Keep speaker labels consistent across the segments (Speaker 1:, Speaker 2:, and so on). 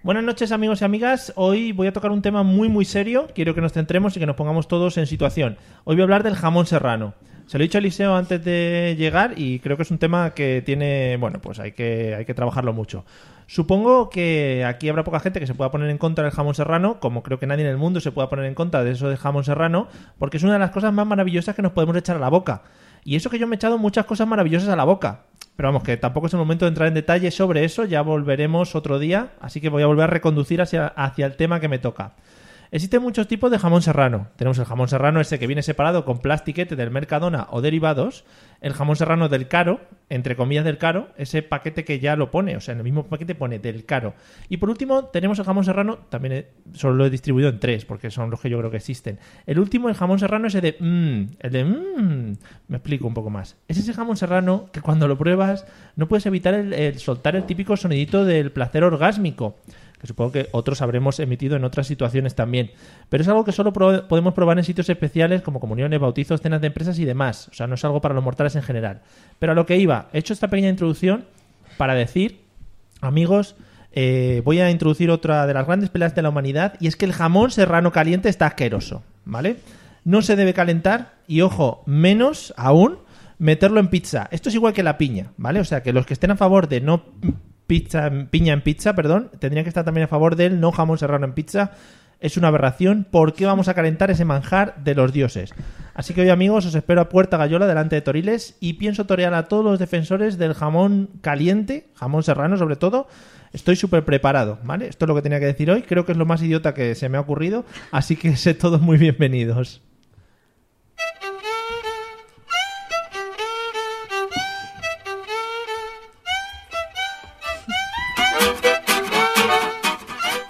Speaker 1: Buenas noches amigos y amigas, hoy voy a tocar un tema muy muy serio, quiero que nos centremos y que nos pongamos todos en situación. Hoy voy a hablar del jamón serrano. Se lo he dicho a Eliseo antes de llegar y creo que es un tema que tiene, bueno, pues hay que, hay que trabajarlo mucho. Supongo que aquí habrá poca gente que se pueda poner en contra del jamón serrano, como creo que nadie en el mundo se pueda poner en contra de eso del jamón serrano, porque es una de las cosas más maravillosas que nos podemos echar a la boca. Y eso que yo me he echado muchas cosas maravillosas a la boca. Pero vamos, que tampoco es el momento de entrar en detalle sobre eso, ya volveremos otro día, así que voy a volver a reconducir hacia, hacia el tema que me toca. Existen muchos tipos de jamón serrano. Tenemos el jamón serrano ese que viene separado con plastiquete del Mercadona o derivados, el jamón serrano del caro, entre comillas del caro, ese paquete que ya lo pone, o sea, en el mismo paquete pone del caro. Y por último tenemos el jamón serrano, también he- solo lo he distribuido en tres, porque son los que yo creo que existen. El último, el jamón serrano ese de mmm, el de mmm, me explico un poco más. Es ese jamón serrano que cuando lo pruebas no puedes evitar el- el soltar el típico sonidito del placer orgásmico que supongo que otros habremos emitido en otras situaciones también. Pero es algo que solo pro- podemos probar en sitios especiales como comuniones, bautizos, cenas de empresas y demás. O sea, no es algo para los mortales en general. Pero a lo que iba, he hecho esta pequeña introducción para decir, amigos, eh, voy a introducir otra de las grandes peleas de la humanidad y es que el jamón serrano caliente está asqueroso, ¿vale? No se debe calentar y, ojo, menos aún meterlo en pizza. Esto es igual que la piña, ¿vale? O sea, que los que estén a favor de no pizza en- piña en pizza, perdón, tendrían que estar también a favor del no jamón serrano en pizza. Es una aberración. ¿Por qué vamos a calentar ese manjar de los dioses? Así que hoy, amigos, os espero a Puerta Gallola delante de Toriles y pienso torear a todos los defensores del jamón caliente, jamón serrano sobre todo. Estoy súper preparado, ¿vale? Esto es lo que tenía que decir hoy. Creo que es lo más idiota que se me ha ocurrido. Así que sé todos muy bienvenidos.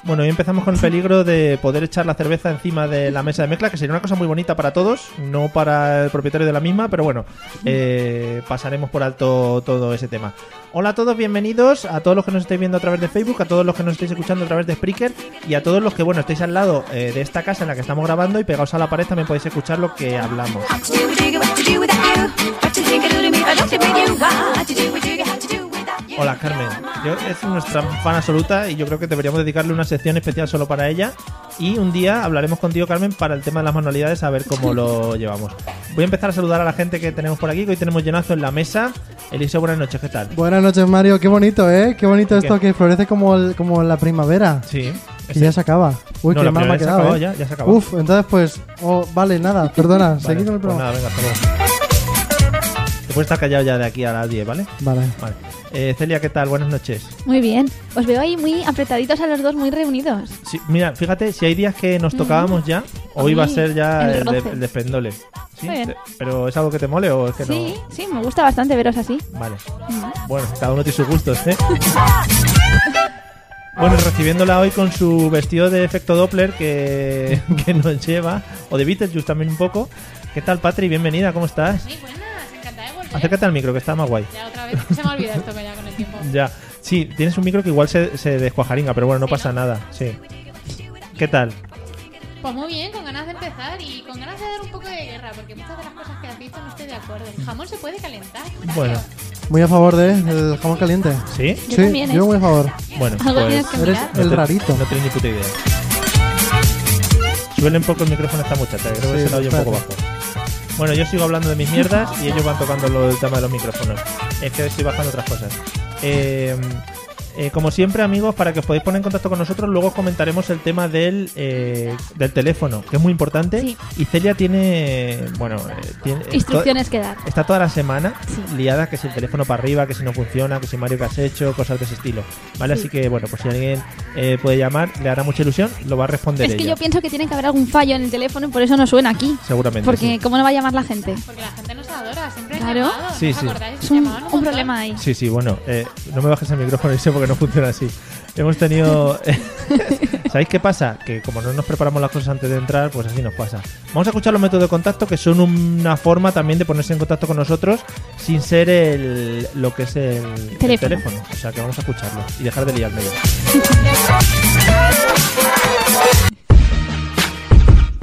Speaker 1: Bueno, hoy empezamos con el peligro de poder echar la cerveza encima de la mesa de mezcla, que sería una cosa muy bonita para todos, no para el propietario de la misma, pero bueno, eh, pasaremos por alto todo ese tema. Hola a todos, bienvenidos a todos los que nos estáis viendo a través de Facebook, a todos los que nos estáis escuchando a través de Spreaker y a todos los que, bueno, estáis al lado eh, de esta casa en la que estamos grabando y pegados a la pared también podéis escuchar lo que hablamos. Hola Carmen, yo, es nuestra fan absoluta y yo creo que deberíamos dedicarle una sección especial solo para ella y un día hablaremos contigo Carmen para el tema de las manualidades a ver cómo lo llevamos. Voy a empezar a saludar a la gente que tenemos por aquí, que hoy tenemos llenazo en la mesa. Eliseo, buenas noches, ¿qué tal?
Speaker 2: Buenas noches, Mario. Qué bonito, ¿eh? Qué bonito
Speaker 1: ¿Qué?
Speaker 2: esto que florece como, el- como la primavera.
Speaker 1: Sí.
Speaker 2: Y ya se acaba. Uy,
Speaker 1: No,
Speaker 2: qué
Speaker 1: la
Speaker 2: mal me
Speaker 1: primavera se ha
Speaker 2: ha quedado.
Speaker 1: acabado,
Speaker 2: ¿eh?
Speaker 1: ya- ya se ha acabado.
Speaker 2: Uf, entonces pues. Oh, vale, nada, perdona. seguid con
Speaker 1: pues
Speaker 2: el programa.
Speaker 1: nada, venga, hasta luego. Te puedes estar callado ya de aquí a las 10, ¿vale?
Speaker 2: vale.
Speaker 1: Vale. Eh, Celia, ¿qué tal? Buenas noches.
Speaker 3: Muy bien. Os veo ahí muy apretaditos a los dos, muy reunidos.
Speaker 1: Sí, mira, fíjate, si hay días que nos tocábamos ya, hoy va a ser ya
Speaker 3: Mm. el
Speaker 1: el, de,
Speaker 3: roce.
Speaker 1: el despendole. ¿Sí?
Speaker 3: Muy bien.
Speaker 1: ¿Pero es algo que te mole o es que
Speaker 3: Sí,
Speaker 1: no?
Speaker 3: sí, me gusta bastante veros así.
Speaker 1: Vale. Bueno, cada uno tiene sus gustos, ¿eh? Bueno, recibiéndola hoy con su vestido de efecto Doppler que, que nos lleva, o de Beetlejuice también un poco. ¿Qué tal, Patri? Bienvenida, ¿cómo estás?
Speaker 4: Muy buenas, encantada de volver.
Speaker 1: Acércate al micro, que está más guay.
Speaker 4: Ya otra vez, se me olvida esto que ya con el tiempo.
Speaker 1: Ya. Sí, tienes un micro que igual se, se descuajaringa, pero bueno, no
Speaker 4: Sí,
Speaker 1: pasa nada. Sí. ¿Qué tal?
Speaker 4: Pues muy bien, con ganas de empezar y con ganas de dar un poco de guerra, porque muchas de las cosas que has dicho no estoy de acuerdo. El jamón se puede calentar.
Speaker 1: Bueno.
Speaker 2: Muy a favor de eh, el jamón caliente.
Speaker 1: ¿Sí?
Speaker 3: Yo
Speaker 2: sí,
Speaker 3: también, ¿eh?
Speaker 2: yo muy a favor.
Speaker 1: Bueno,
Speaker 3: Algo
Speaker 1: pues...
Speaker 3: tienes que
Speaker 2: Eres
Speaker 3: mirar.
Speaker 2: el
Speaker 1: te-
Speaker 2: rarito.
Speaker 1: No tienes ni puta idea. Súbele un poco el micrófono a esta muchacha, que creo que
Speaker 2: Sí,
Speaker 1: se la oye un poco bajo.
Speaker 2: espérate.
Speaker 1: Bueno, yo sigo hablando de mis mierdas y ellos van tocando lo, el tema de los micrófonos. Es que estoy bajando otras cosas. Eh, eh, como siempre, amigos, para que os podáis poner en contacto con nosotros, luego os comentaremos el tema del, eh, del teléfono, que es muy importante.
Speaker 3: Sí.
Speaker 1: Y Celia tiene, bueno, eh, tiene,
Speaker 3: Instrucciones que dar.
Speaker 1: Está toda la semana
Speaker 3: Sí.
Speaker 1: liada, que si el teléfono para arriba, que si no funciona, que si Mario que has hecho, cosas de ese estilo. ¿Vale?
Speaker 3: Sí.
Speaker 1: Así que, bueno, pues si alguien eh, puede llamar, le hará mucha ilusión, lo va a responder
Speaker 3: Es que
Speaker 1: ella,
Speaker 3: yo pienso que tiene que haber algún fallo en el teléfono y por eso no suena aquí.
Speaker 1: Seguramente.
Speaker 3: Porque,
Speaker 1: sí.
Speaker 3: ¿cómo no va a llamar la gente?
Speaker 4: Porque la gente no se da ganadoras, siempre hay
Speaker 3: Claro.
Speaker 4: llamados, ¿no
Speaker 1: Sí,
Speaker 4: os
Speaker 1: sí.
Speaker 4: acordáis?
Speaker 3: Es un,
Speaker 4: Llamaban
Speaker 3: un
Speaker 4: montón.
Speaker 3: problema ahí.
Speaker 1: Sí, sí, bueno, eh, no me bajes el micrófono, Eliseo, porque no funciona así. Hemos tenido... ¿Sabéis qué pasa? Que como no nos preparamos las cosas antes de entrar, pues así nos pasa. Vamos a escuchar los métodos de contacto, que son una forma también de ponerse en contacto con nosotros sin ser el, lo que es el el teléfono.
Speaker 3: Teléfono.
Speaker 1: O sea, que vamos a escucharlo y dejar de liarme yo.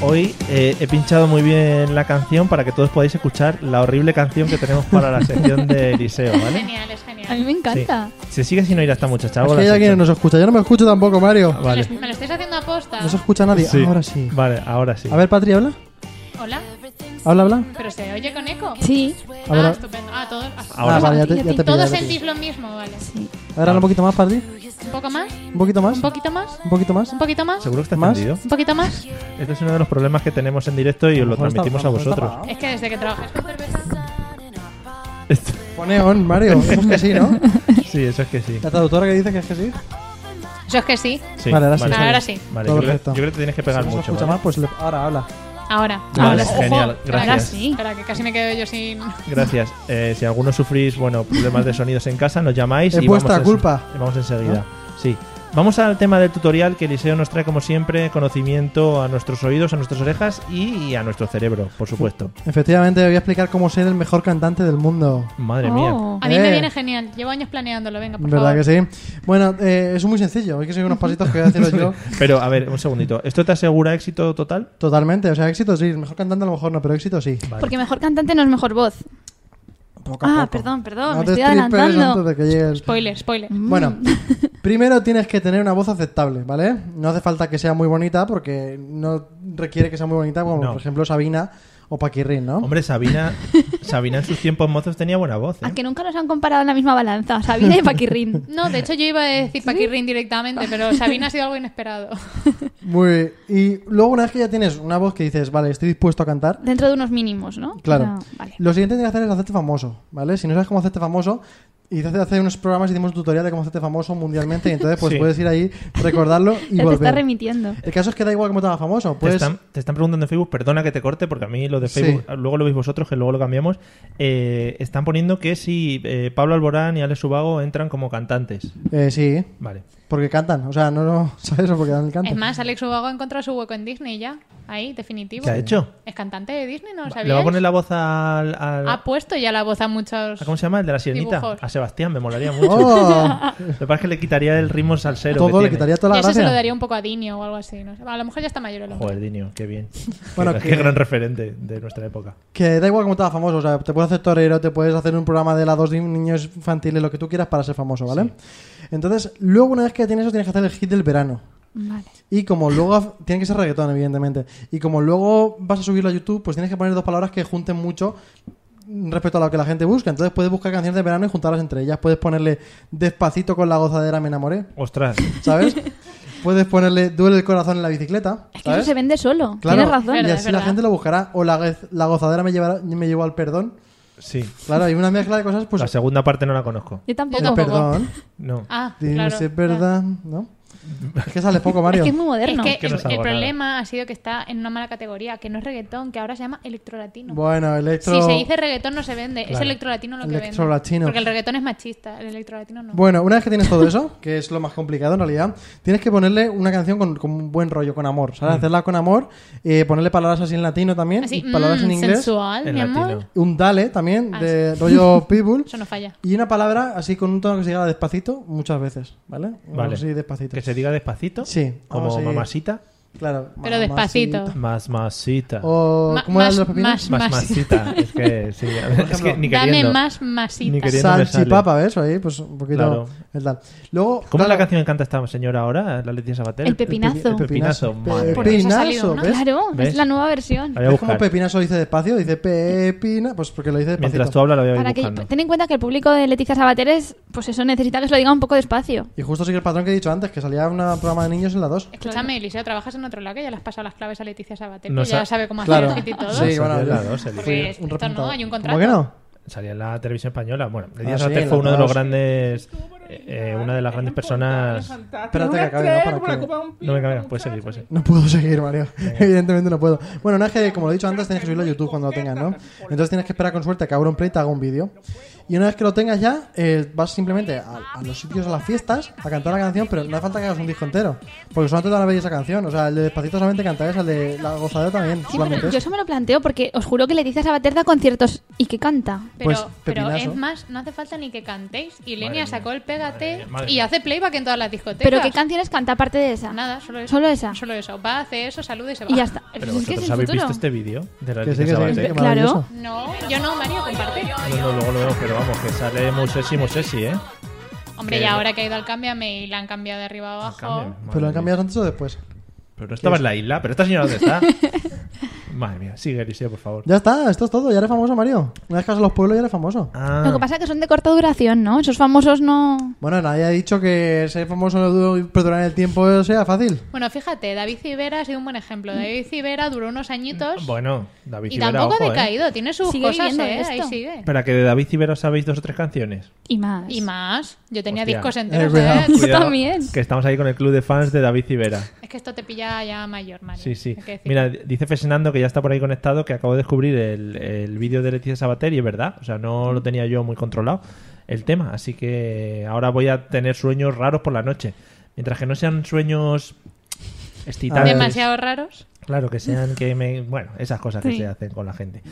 Speaker 1: Hoy eh, he pinchado muy bien la canción para que todos podáis escuchar la horrible canción que tenemos para la sección de Eliseo, ¿vale?
Speaker 4: Genial, es
Speaker 3: A
Speaker 4: genial.
Speaker 3: mí me encanta.
Speaker 1: Sí. Se sigue sin oír a esta muchacha.
Speaker 2: Es
Speaker 1: hago
Speaker 2: que
Speaker 1: la
Speaker 2: hay alguien que
Speaker 1: sección. Ah,
Speaker 2: nos escucha. Yo no me escucho tampoco, Mario.
Speaker 1: Vale.
Speaker 4: Me lo estáis haciendo aposta.
Speaker 2: No se escucha nadie.
Speaker 1: Sí.
Speaker 2: Ahora sí.
Speaker 1: Vale, ahora sí.
Speaker 2: A ver, Patri, habla.
Speaker 4: Hola,
Speaker 2: Habla, habla.
Speaker 4: pero se oye con eco.
Speaker 3: Sí.
Speaker 2: A ver,
Speaker 4: ah,
Speaker 2: a-
Speaker 4: estupendo. Ah, todos. ah,
Speaker 1: Ahora
Speaker 2: Ah,
Speaker 1: sí.
Speaker 2: vale, ya te, ya
Speaker 3: Fíjate,
Speaker 2: te pillo, ya
Speaker 4: todos
Speaker 2: te
Speaker 4: sentís
Speaker 2: pillo.
Speaker 4: lo mismo, vale.
Speaker 2: A ver, habla un poquito más, Patri.
Speaker 4: Un poco más,
Speaker 2: Un poquito más.
Speaker 4: un poquito más,
Speaker 2: Un poquito más.
Speaker 4: un poquito más,
Speaker 1: ¿Seguro que está
Speaker 2: ¿Más?
Speaker 1: encendido?
Speaker 4: un poquito más.
Speaker 1: Este es uno de los problemas que tenemos en directo y os lo
Speaker 2: mejor está-
Speaker 1: transmitimos
Speaker 2: a
Speaker 1: a
Speaker 2: lo mejor está
Speaker 1: vosotros.
Speaker 2: apagado.
Speaker 4: Es que desde que trabajas con cerveza.
Speaker 2: Pone on, Mario. Es que sí, ¿no?
Speaker 1: sí, eso es que sí.
Speaker 2: La traductora que dice que es que sí.
Speaker 4: Eso es que sí.
Speaker 1: Sí,
Speaker 2: Vale, ahora sí.
Speaker 4: Ahora sí.
Speaker 1: Vale,
Speaker 2: Todo
Speaker 1: yo creo,
Speaker 2: perfecto.
Speaker 1: yo creo que te tienes que pegar
Speaker 2: si no se
Speaker 1: mucho.
Speaker 2: escucha
Speaker 1: ¿vale?
Speaker 2: más, pues le- ahora habla.
Speaker 4: Ahora.
Speaker 1: Vale,
Speaker 4: Ahora sí.
Speaker 1: genial,
Speaker 4: Ojo,
Speaker 1: gracias.
Speaker 4: Ahora sí. Espera, que casi me quedo yo sin.
Speaker 1: Gracias. Eh, si alguno sufrís bueno, problemas de sonidos en casa, nos llamáis.
Speaker 2: Es
Speaker 1: y
Speaker 2: vuestra
Speaker 1: vamos en-
Speaker 2: culpa. Ah.
Speaker 1: y vamos enseguida. Sí. Vamos al tema del tutorial que Eliseo nos trae, como siempre, conocimiento a nuestros oídos, a nuestras orejas y a nuestro cerebro, por supuesto.
Speaker 2: Efectivamente, voy a explicar cómo ser el mejor cantante del mundo.
Speaker 1: Madre mía.
Speaker 3: Oh.
Speaker 4: A mí
Speaker 2: Eh.
Speaker 4: me viene genial. Llevo años planeándolo. Venga, por
Speaker 2: ¿Verdad
Speaker 4: favor.
Speaker 2: que sí? Bueno, eh, es muy sencillo. Hay que seguir unos pasitos que voy a deciros yo.
Speaker 1: Pero, a ver, un segundito. ¿Esto te asegura éxito total?
Speaker 2: Totalmente. O sea, éxito sí. El mejor cantante a lo mejor no, pero éxito sí.
Speaker 3: Porque mejor cantante no es mejor voz.
Speaker 2: Poco a
Speaker 3: Ah,
Speaker 2: poco.
Speaker 3: perdón, perdón,
Speaker 2: No
Speaker 3: me
Speaker 2: te
Speaker 3: estoy
Speaker 2: estripes antes
Speaker 3: adelantando.
Speaker 2: de que llegues.
Speaker 4: Spoiler, spoiler.
Speaker 1: Mm.
Speaker 2: Bueno, primero tienes que tener una voz aceptable, ¿vale? No hace falta que sea muy bonita porque no requiere que sea muy bonita, como
Speaker 1: No.
Speaker 2: por ejemplo Sabina o Paquirrin, ¿no?
Speaker 1: Hombre, Sabina, Sabina en sus tiempos mozos tenía buena voz. ¿eh?
Speaker 3: A que nunca nos han comparado en la misma balanza, Sabina y Paquirrin.
Speaker 4: No, de hecho yo iba a decir Paquirrin directamente, pero Sabina ha sido algo inesperado.
Speaker 2: Muy Y luego una vez que ya tienes una voz que dices, vale, estoy dispuesto a cantar,
Speaker 3: Dentro de unos mínimos, ¿no?
Speaker 2: Claro.
Speaker 3: No, vale.
Speaker 2: Lo siguiente que tienes que hacer es hacerte famoso, ¿vale? Si no sabes cómo hacerte famoso, y hace, hace unos programas hicimos un tutorial de cómo hacerte famoso mundialmente, y entonces pues
Speaker 1: Sí.
Speaker 2: puedes ir ahí, recordarlo y
Speaker 3: Ya te está
Speaker 2: volver.
Speaker 3: remitiendo.
Speaker 2: El caso es que da igual cómo te hagas famoso,
Speaker 1: Te,
Speaker 2: pues
Speaker 1: están, te están preguntando en Facebook, perdona que te corte, porque a mí lo de Facebook,
Speaker 2: Sí.
Speaker 1: luego lo veis vosotros, que luego lo cambiamos. eh, están poniendo que si eh, Pablo Alborán y Alex Ubago entran como cantantes.
Speaker 2: eh, sí,
Speaker 1: Vale.
Speaker 2: porque cantan, o sea, no, no sabes porque dan el canto.
Speaker 4: Es más, Alex Ubago ha encontrado su hueco en Disney ya. Ahí, definitivo.
Speaker 1: ¿Qué ha hecho?
Speaker 4: Es cantante de Disney, ¿no lo
Speaker 1: Le
Speaker 4: sabías?
Speaker 1: va a poner la voz al. al-
Speaker 2: Ah,
Speaker 4: Ha puesto ya la voz a muchos...
Speaker 1: ¿a ¿Cómo se llama? El de la sirenita.
Speaker 4: Dibujos.
Speaker 1: A Sebastián, me molaría mucho.
Speaker 2: ¡Oh!
Speaker 1: Lo que pasa es que le quitaría el ritmo salsero. que
Speaker 2: Todo le
Speaker 1: tiene.
Speaker 2: quitaría
Speaker 4: Yo
Speaker 2: toda la
Speaker 4: eso se lo
Speaker 2: gracia.
Speaker 4: daría un poco a Dinio o algo así. No sé. A lo mejor ya está mayor el hombre.
Speaker 1: Joder, Dinio, qué bien.
Speaker 2: Bueno,
Speaker 1: qué,
Speaker 2: que-
Speaker 1: qué gran referente de nuestra época.
Speaker 2: Que da igual cómo te hagas famoso, o sea, te puedes hacer torero, te puedes hacer un programa de helados de niños infantiles, lo que tú quieras para ser famoso, ¿vale? Entonces, luego una vez que tienes eso, tienes que hacer el hit del verano.
Speaker 3: Vale.
Speaker 2: Y como luego. Tiene que ser reggaetón, evidentemente. Y como luego vas a subirlo a YouTube, pues tienes que poner dos palabras que junten mucho respecto a lo que la gente busca. Entonces puedes buscar canciones de verano y juntarlas entre ellas. Puedes ponerle Despacito con la gozadera me enamoré,
Speaker 1: Ostras,
Speaker 2: ¿sabes? puedes ponerle Duele el corazón en la bicicleta.
Speaker 3: Es que
Speaker 2: ¿sabes?
Speaker 3: eso se vende solo.
Speaker 2: Claro,
Speaker 3: Tienes razón.
Speaker 2: Y
Speaker 4: Verdad, es
Speaker 2: así la
Speaker 4: verdad.
Speaker 2: gente lo buscará. O la, gez- la gozadera me, llevará- me llevó al perdón.
Speaker 1: sí.
Speaker 2: Claro, hay una mezcla de cosas, pues.
Speaker 1: La segunda parte no la conozco.
Speaker 3: Yo
Speaker 2: el
Speaker 3: tampoco.
Speaker 4: Yo tampoco.
Speaker 2: perdón.
Speaker 1: No.
Speaker 4: Ah,
Speaker 2: Dime
Speaker 4: claro.
Speaker 2: si es verdad, ¿no? Es que sale poco, Mario.
Speaker 3: Es que es muy
Speaker 4: Es
Speaker 3: moderno.
Speaker 4: que,
Speaker 1: Es que
Speaker 4: el,
Speaker 1: no es
Speaker 4: el
Speaker 1: algo raro.
Speaker 4: problema ha sido que está en una mala categoría, que no es reggaetón, que ahora se llama electrolatino.
Speaker 2: Bueno, electro.
Speaker 4: Si se dice reggaetón no se vende, es
Speaker 1: Claro.
Speaker 4: electrolatino lo que
Speaker 2: Electrolatino.
Speaker 4: vende. Porque el reggaetón es machista, el electrolatino no.
Speaker 2: Bueno, una vez que tienes todo eso, que es lo más complicado en realidad, tienes que ponerle una canción con, con un buen rollo, con amor, ¿sabes? Hacerla con amor, eh, ponerle palabras así en latino también,
Speaker 4: Así,
Speaker 2: y palabras
Speaker 4: mm,
Speaker 2: en inglés,
Speaker 4: sensual,
Speaker 1: En
Speaker 4: mi amor.
Speaker 1: latino.
Speaker 2: un dale también,
Speaker 4: Ah,
Speaker 2: de rollo people,
Speaker 4: Eso no falla.
Speaker 2: y una palabra así con un tono que se diga despacito muchas veces, ¿vale? Algo
Speaker 1: Vale.
Speaker 2: Así despacito.
Speaker 1: Que se diga despacito.
Speaker 2: Sí,
Speaker 1: Como
Speaker 2: vamos a ir-
Speaker 1: mamacita.
Speaker 2: Claro.
Speaker 4: Pero
Speaker 2: ma-
Speaker 4: despacito.
Speaker 2: masita.
Speaker 1: Más masita.
Speaker 2: O,
Speaker 4: Ma-
Speaker 2: ¿Cómo era el de
Speaker 4: más-
Speaker 2: los pepinos?
Speaker 4: más-
Speaker 1: Más masita. es que, sí, es que ni
Speaker 4: Dame
Speaker 1: queriendo.
Speaker 4: más
Speaker 1: Ni
Speaker 4: masita.
Speaker 1: queriendo. me sale.
Speaker 2: Salchipapa, ¿ves? Ahí, pues un poquito.
Speaker 1: Claro.
Speaker 2: El tal. Luego.
Speaker 1: ¿Cómo es la
Speaker 2: claro,
Speaker 1: canción que canta esta señora ahora, la Leticia Sabater?
Speaker 3: El pepinazo.
Speaker 1: El pepinazo. madre
Speaker 4: Por eso ha salido
Speaker 2: Pepinazo,
Speaker 4: una.
Speaker 2: ¿ves?
Speaker 3: Claro,
Speaker 1: ¿Ves?
Speaker 3: es la nueva versión.
Speaker 1: La voy a
Speaker 2: Es como
Speaker 1: buscar.
Speaker 2: Pepinazo dice despacio, dice Pepina, pues porque lo dice despacito.
Speaker 1: Mientras tú hablas, la voy a ir
Speaker 3: Para que,
Speaker 1: buscando.
Speaker 3: ten en cuenta que el público de Leticia Sabater es, pues eso, necesita que se lo diga un poco despacio.
Speaker 2: Y justo sigue el patrón que he dicho antes, que salía un programa de niños en la 2.
Speaker 4: Escúchame, Eliseo, trabajas en otro lado que ya le has pasado las claves a Leticia Sabater,
Speaker 1: No
Speaker 4: que ya
Speaker 1: sa-
Speaker 4: sabe cómo
Speaker 2: Claro.
Speaker 4: hacer el fit y todo.
Speaker 2: Sí,
Speaker 1: Salía
Speaker 2: bueno,
Speaker 1: en la
Speaker 2: yo-
Speaker 1: dos, el
Speaker 4: Porque
Speaker 1: tío.
Speaker 4: esto no,
Speaker 2: repuntado.
Speaker 4: hay un
Speaker 2: ¿Cómo que no?
Speaker 1: Salía en la televisión española. Bueno, Leticia
Speaker 2: Ah, sí,
Speaker 1: Sabater
Speaker 2: en
Speaker 1: fue
Speaker 2: la
Speaker 1: una de los
Speaker 2: dos.
Speaker 1: grandes. eh, eh, una de las grandes personas.
Speaker 2: Espérate que acabe, ¿no? Para que-
Speaker 1: No me pues caigas, puedes seguir, puedes seguir.
Speaker 2: No puedo seguir, Mario. Evidentemente no puedo. Bueno, una es que, como lo he dicho antes, tienes que subirlo a YouTube cuando lo tengas, ¿no? Entonces tienes que esperar con suerte a que Auronplay te haga un vídeo. Y una vez que lo tengas ya, eh, vas simplemente a, a los sitios, a las fiestas, a cantar la canción, pero no hace falta que hagas un disco entero. Porque solamente te van a ver esa canción. O sea, el de Despacito solamente cantar esa, el de La Gozadera también.
Speaker 3: Sí, pero
Speaker 2: solamente
Speaker 3: yo
Speaker 2: es.
Speaker 3: eso me lo planteo porque os juro que Leticia Sabater da conciertos y que canta.
Speaker 4: Pero,
Speaker 2: Pues,
Speaker 4: pero
Speaker 2: pepinazo.
Speaker 4: es más, no hace falta ni que cantéis. Y Lenia
Speaker 1: mía,
Speaker 4: sacó el pégate
Speaker 1: madre mía, madre
Speaker 4: y
Speaker 1: mía.
Speaker 4: hace playback en todas las discotecas.
Speaker 3: Pero ¿qué canciones canta aparte de esa?
Speaker 4: Nada, solo eso.
Speaker 3: Solo esa.
Speaker 4: Solo eso. Va, hace eso, saluda y se va.
Speaker 3: Y ya está.
Speaker 1: Pero
Speaker 3: es que es
Speaker 1: vosotros
Speaker 3: el
Speaker 1: habéis
Speaker 3: futuro.
Speaker 1: visto este vídeo de la
Speaker 2: Que sí,
Speaker 1: Leticia
Speaker 2: que sí, que sí,
Speaker 1: Sabater.
Speaker 2: que
Speaker 3: Claro.
Speaker 2: maravilloso.
Speaker 4: No, yo no, Mario, comparte.
Speaker 1: No, no, luego lo vemos, pero vamos, que sale Mousesi, Mousesi, ¿eh?
Speaker 4: Hombre,
Speaker 1: Que-
Speaker 4: y ahora que ha ido al cámbiame y la han cambiado de arriba a
Speaker 1: Cámbiame,
Speaker 4: abajo.
Speaker 1: madre
Speaker 2: ¿Pero Pues lo
Speaker 1: mía.
Speaker 2: han cambiado antes o después?
Speaker 1: Pero no estaba en la isla, pero esta señora dónde está. madre mía, sigue Eliseo, por favor.
Speaker 2: Ya está, esto es todo. Ya eres famoso, Mario. Una vez que vas a los pueblos, ya eres famoso.
Speaker 1: Ah,
Speaker 3: Lo que pasa es que son de corta duración, ¿no? Esos famosos no...
Speaker 2: Bueno, nadie ha dicho que ser famoso y perdurar en el tiempo sea fácil.
Speaker 4: Bueno, fíjate, David Civera ha sido un buen ejemplo. David Civera duró unos añitos
Speaker 1: Mm, bueno, David
Speaker 4: y
Speaker 1: Civera,
Speaker 4: tampoco
Speaker 1: ojo,
Speaker 4: ha
Speaker 1: ¿eh?
Speaker 4: decaído. Tiene sus
Speaker 3: Sigue
Speaker 4: cosas,
Speaker 3: viviendo
Speaker 4: ¿eh?
Speaker 3: de
Speaker 4: Ahí
Speaker 3: esto.
Speaker 4: sigue.
Speaker 1: Espera, que de David Civera sabéis dos o tres canciones.
Speaker 3: Y más.
Speaker 4: Y más. Yo tenía
Speaker 1: Hostia.
Speaker 4: discos
Speaker 2: Eh,
Speaker 4: enteros,
Speaker 2: cuidado.
Speaker 4: ¿eh?
Speaker 3: Yo también.
Speaker 1: Que estamos ahí con el club de fans de David Civera.
Speaker 4: Es que esto te pilla ya mayor, Mario.
Speaker 1: Sí, sí.
Speaker 4: Hay que decir.
Speaker 1: Mira, dice Fesenando que ya está por ahí conectado, que acabo de descubrir el, el vídeo de Leticia Sabater y es verdad, o sea, no lo tenía yo muy controlado el tema, así que ahora voy a tener sueños raros por la noche. Mientras que no sean sueños excitantes.
Speaker 4: Demasiado raros.
Speaker 1: Claro, que sean que me... Bueno, esas cosas que
Speaker 3: Sí.
Speaker 1: se hacen con la gente.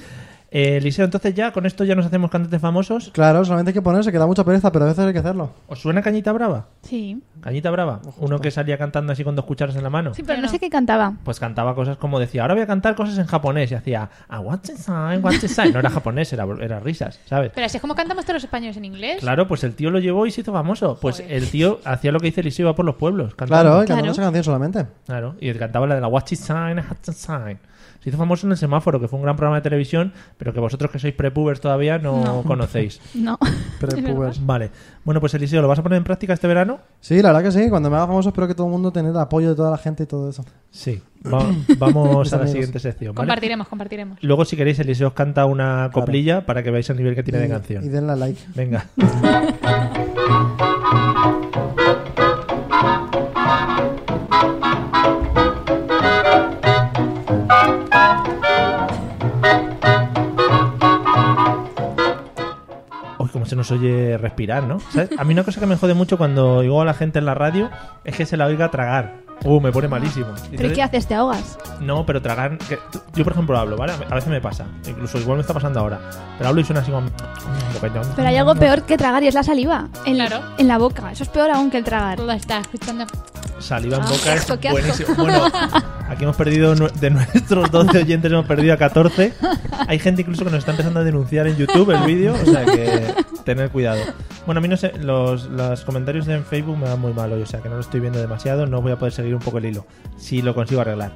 Speaker 1: Eh, Eliseo, entonces ya, con esto ya nos hacemos cantantes famosos.
Speaker 2: Claro, solamente hay que ponerse, que da mucha pereza, pero a veces hay que hacerlo.
Speaker 1: ¿Os suena Cañita Brava?
Speaker 3: Sí.
Speaker 1: Cañita Brava, uno que salía cantando así con dos cucharas en la mano.
Speaker 3: Sí, pero
Speaker 4: Yo
Speaker 3: no
Speaker 4: no.
Speaker 3: sé qué cantaba.
Speaker 1: pues cantaba cosas como decía, ahora voy a cantar cosas en japonés. Y hacía, ah, what's inside, what's inside. No era japonés, era, era risas, ¿sabes?
Speaker 4: Pero así es como cantamos todos los españoles en inglés.
Speaker 1: Claro, pues el tío lo llevó y se hizo famoso. Pues
Speaker 4: Joder.
Speaker 1: el tío hacía lo que dice Eliseo, iba por los pueblos.
Speaker 2: Claro,
Speaker 1: Cantando.
Speaker 2: hay que cantar
Speaker 3: Claro.
Speaker 2: esa canción solamente.
Speaker 1: Claro, y él cantaba la de la Watch It Sign, Watch It Sign. Se hizo famoso en El Semáforo, que fue un gran programa de televisión, pero que vosotros que sois prepubers todavía no, conocéis.
Speaker 3: No.
Speaker 2: Pero pues,
Speaker 1: Vale. Bueno, pues Eliseo, ¿lo vas a poner en práctica este verano?
Speaker 2: Sí, la verdad que sí. Cuando me haga famoso espero que todo el mundo tenga el apoyo de toda la gente y todo eso.
Speaker 1: Sí. Va- vamos a la
Speaker 2: amigos.
Speaker 1: siguiente sección, ¿vale?
Speaker 4: Compartiremos, compartiremos.
Speaker 1: Luego, si queréis, Eliseo os canta una coplilla para que veáis el nivel que tiene de
Speaker 2: Y-
Speaker 1: canción.
Speaker 2: Y denle a like.
Speaker 1: Venga. Uy, cómo se nos oye respirar, ¿no? ¿Sabes? A mí una cosa que me jode mucho cuando oigo a la gente en la radio es que se la oiga tragar. Uh, me pone malísimo.
Speaker 3: ¿Pero
Speaker 1: Entonces-
Speaker 3: qué haces? ¿Te ahogas?
Speaker 1: no, pero tragar. que- yo, por ejemplo, hablo, ¿vale? A veces me pasa. Incluso igual me está pasando ahora. Pero hablo y suena así como. mm,
Speaker 3: Pero hay algo peor que tragar y es la saliva. En,
Speaker 4: Claro.
Speaker 3: En la boca. Eso es peor aún que el tragar.
Speaker 4: Todo está escuchando.
Speaker 1: Saliva en
Speaker 3: Ah,
Speaker 1: boca
Speaker 3: qué
Speaker 1: es
Speaker 3: asco, qué asco.
Speaker 1: buenísimo. Bueno, aquí hemos perdido nue- de nuestros 12 oyentes, hemos perdido a 14. Hay gente incluso que nos está empezando a denunciar en YouTube el vídeo, o sea que tener cuidado. Bueno, a mí no sé, los, los comentarios en Facebook me dan muy mal hoy, o sea que no lo estoy viendo demasiado, no voy a poder seguir un poco el hilo, si lo consigo arreglar.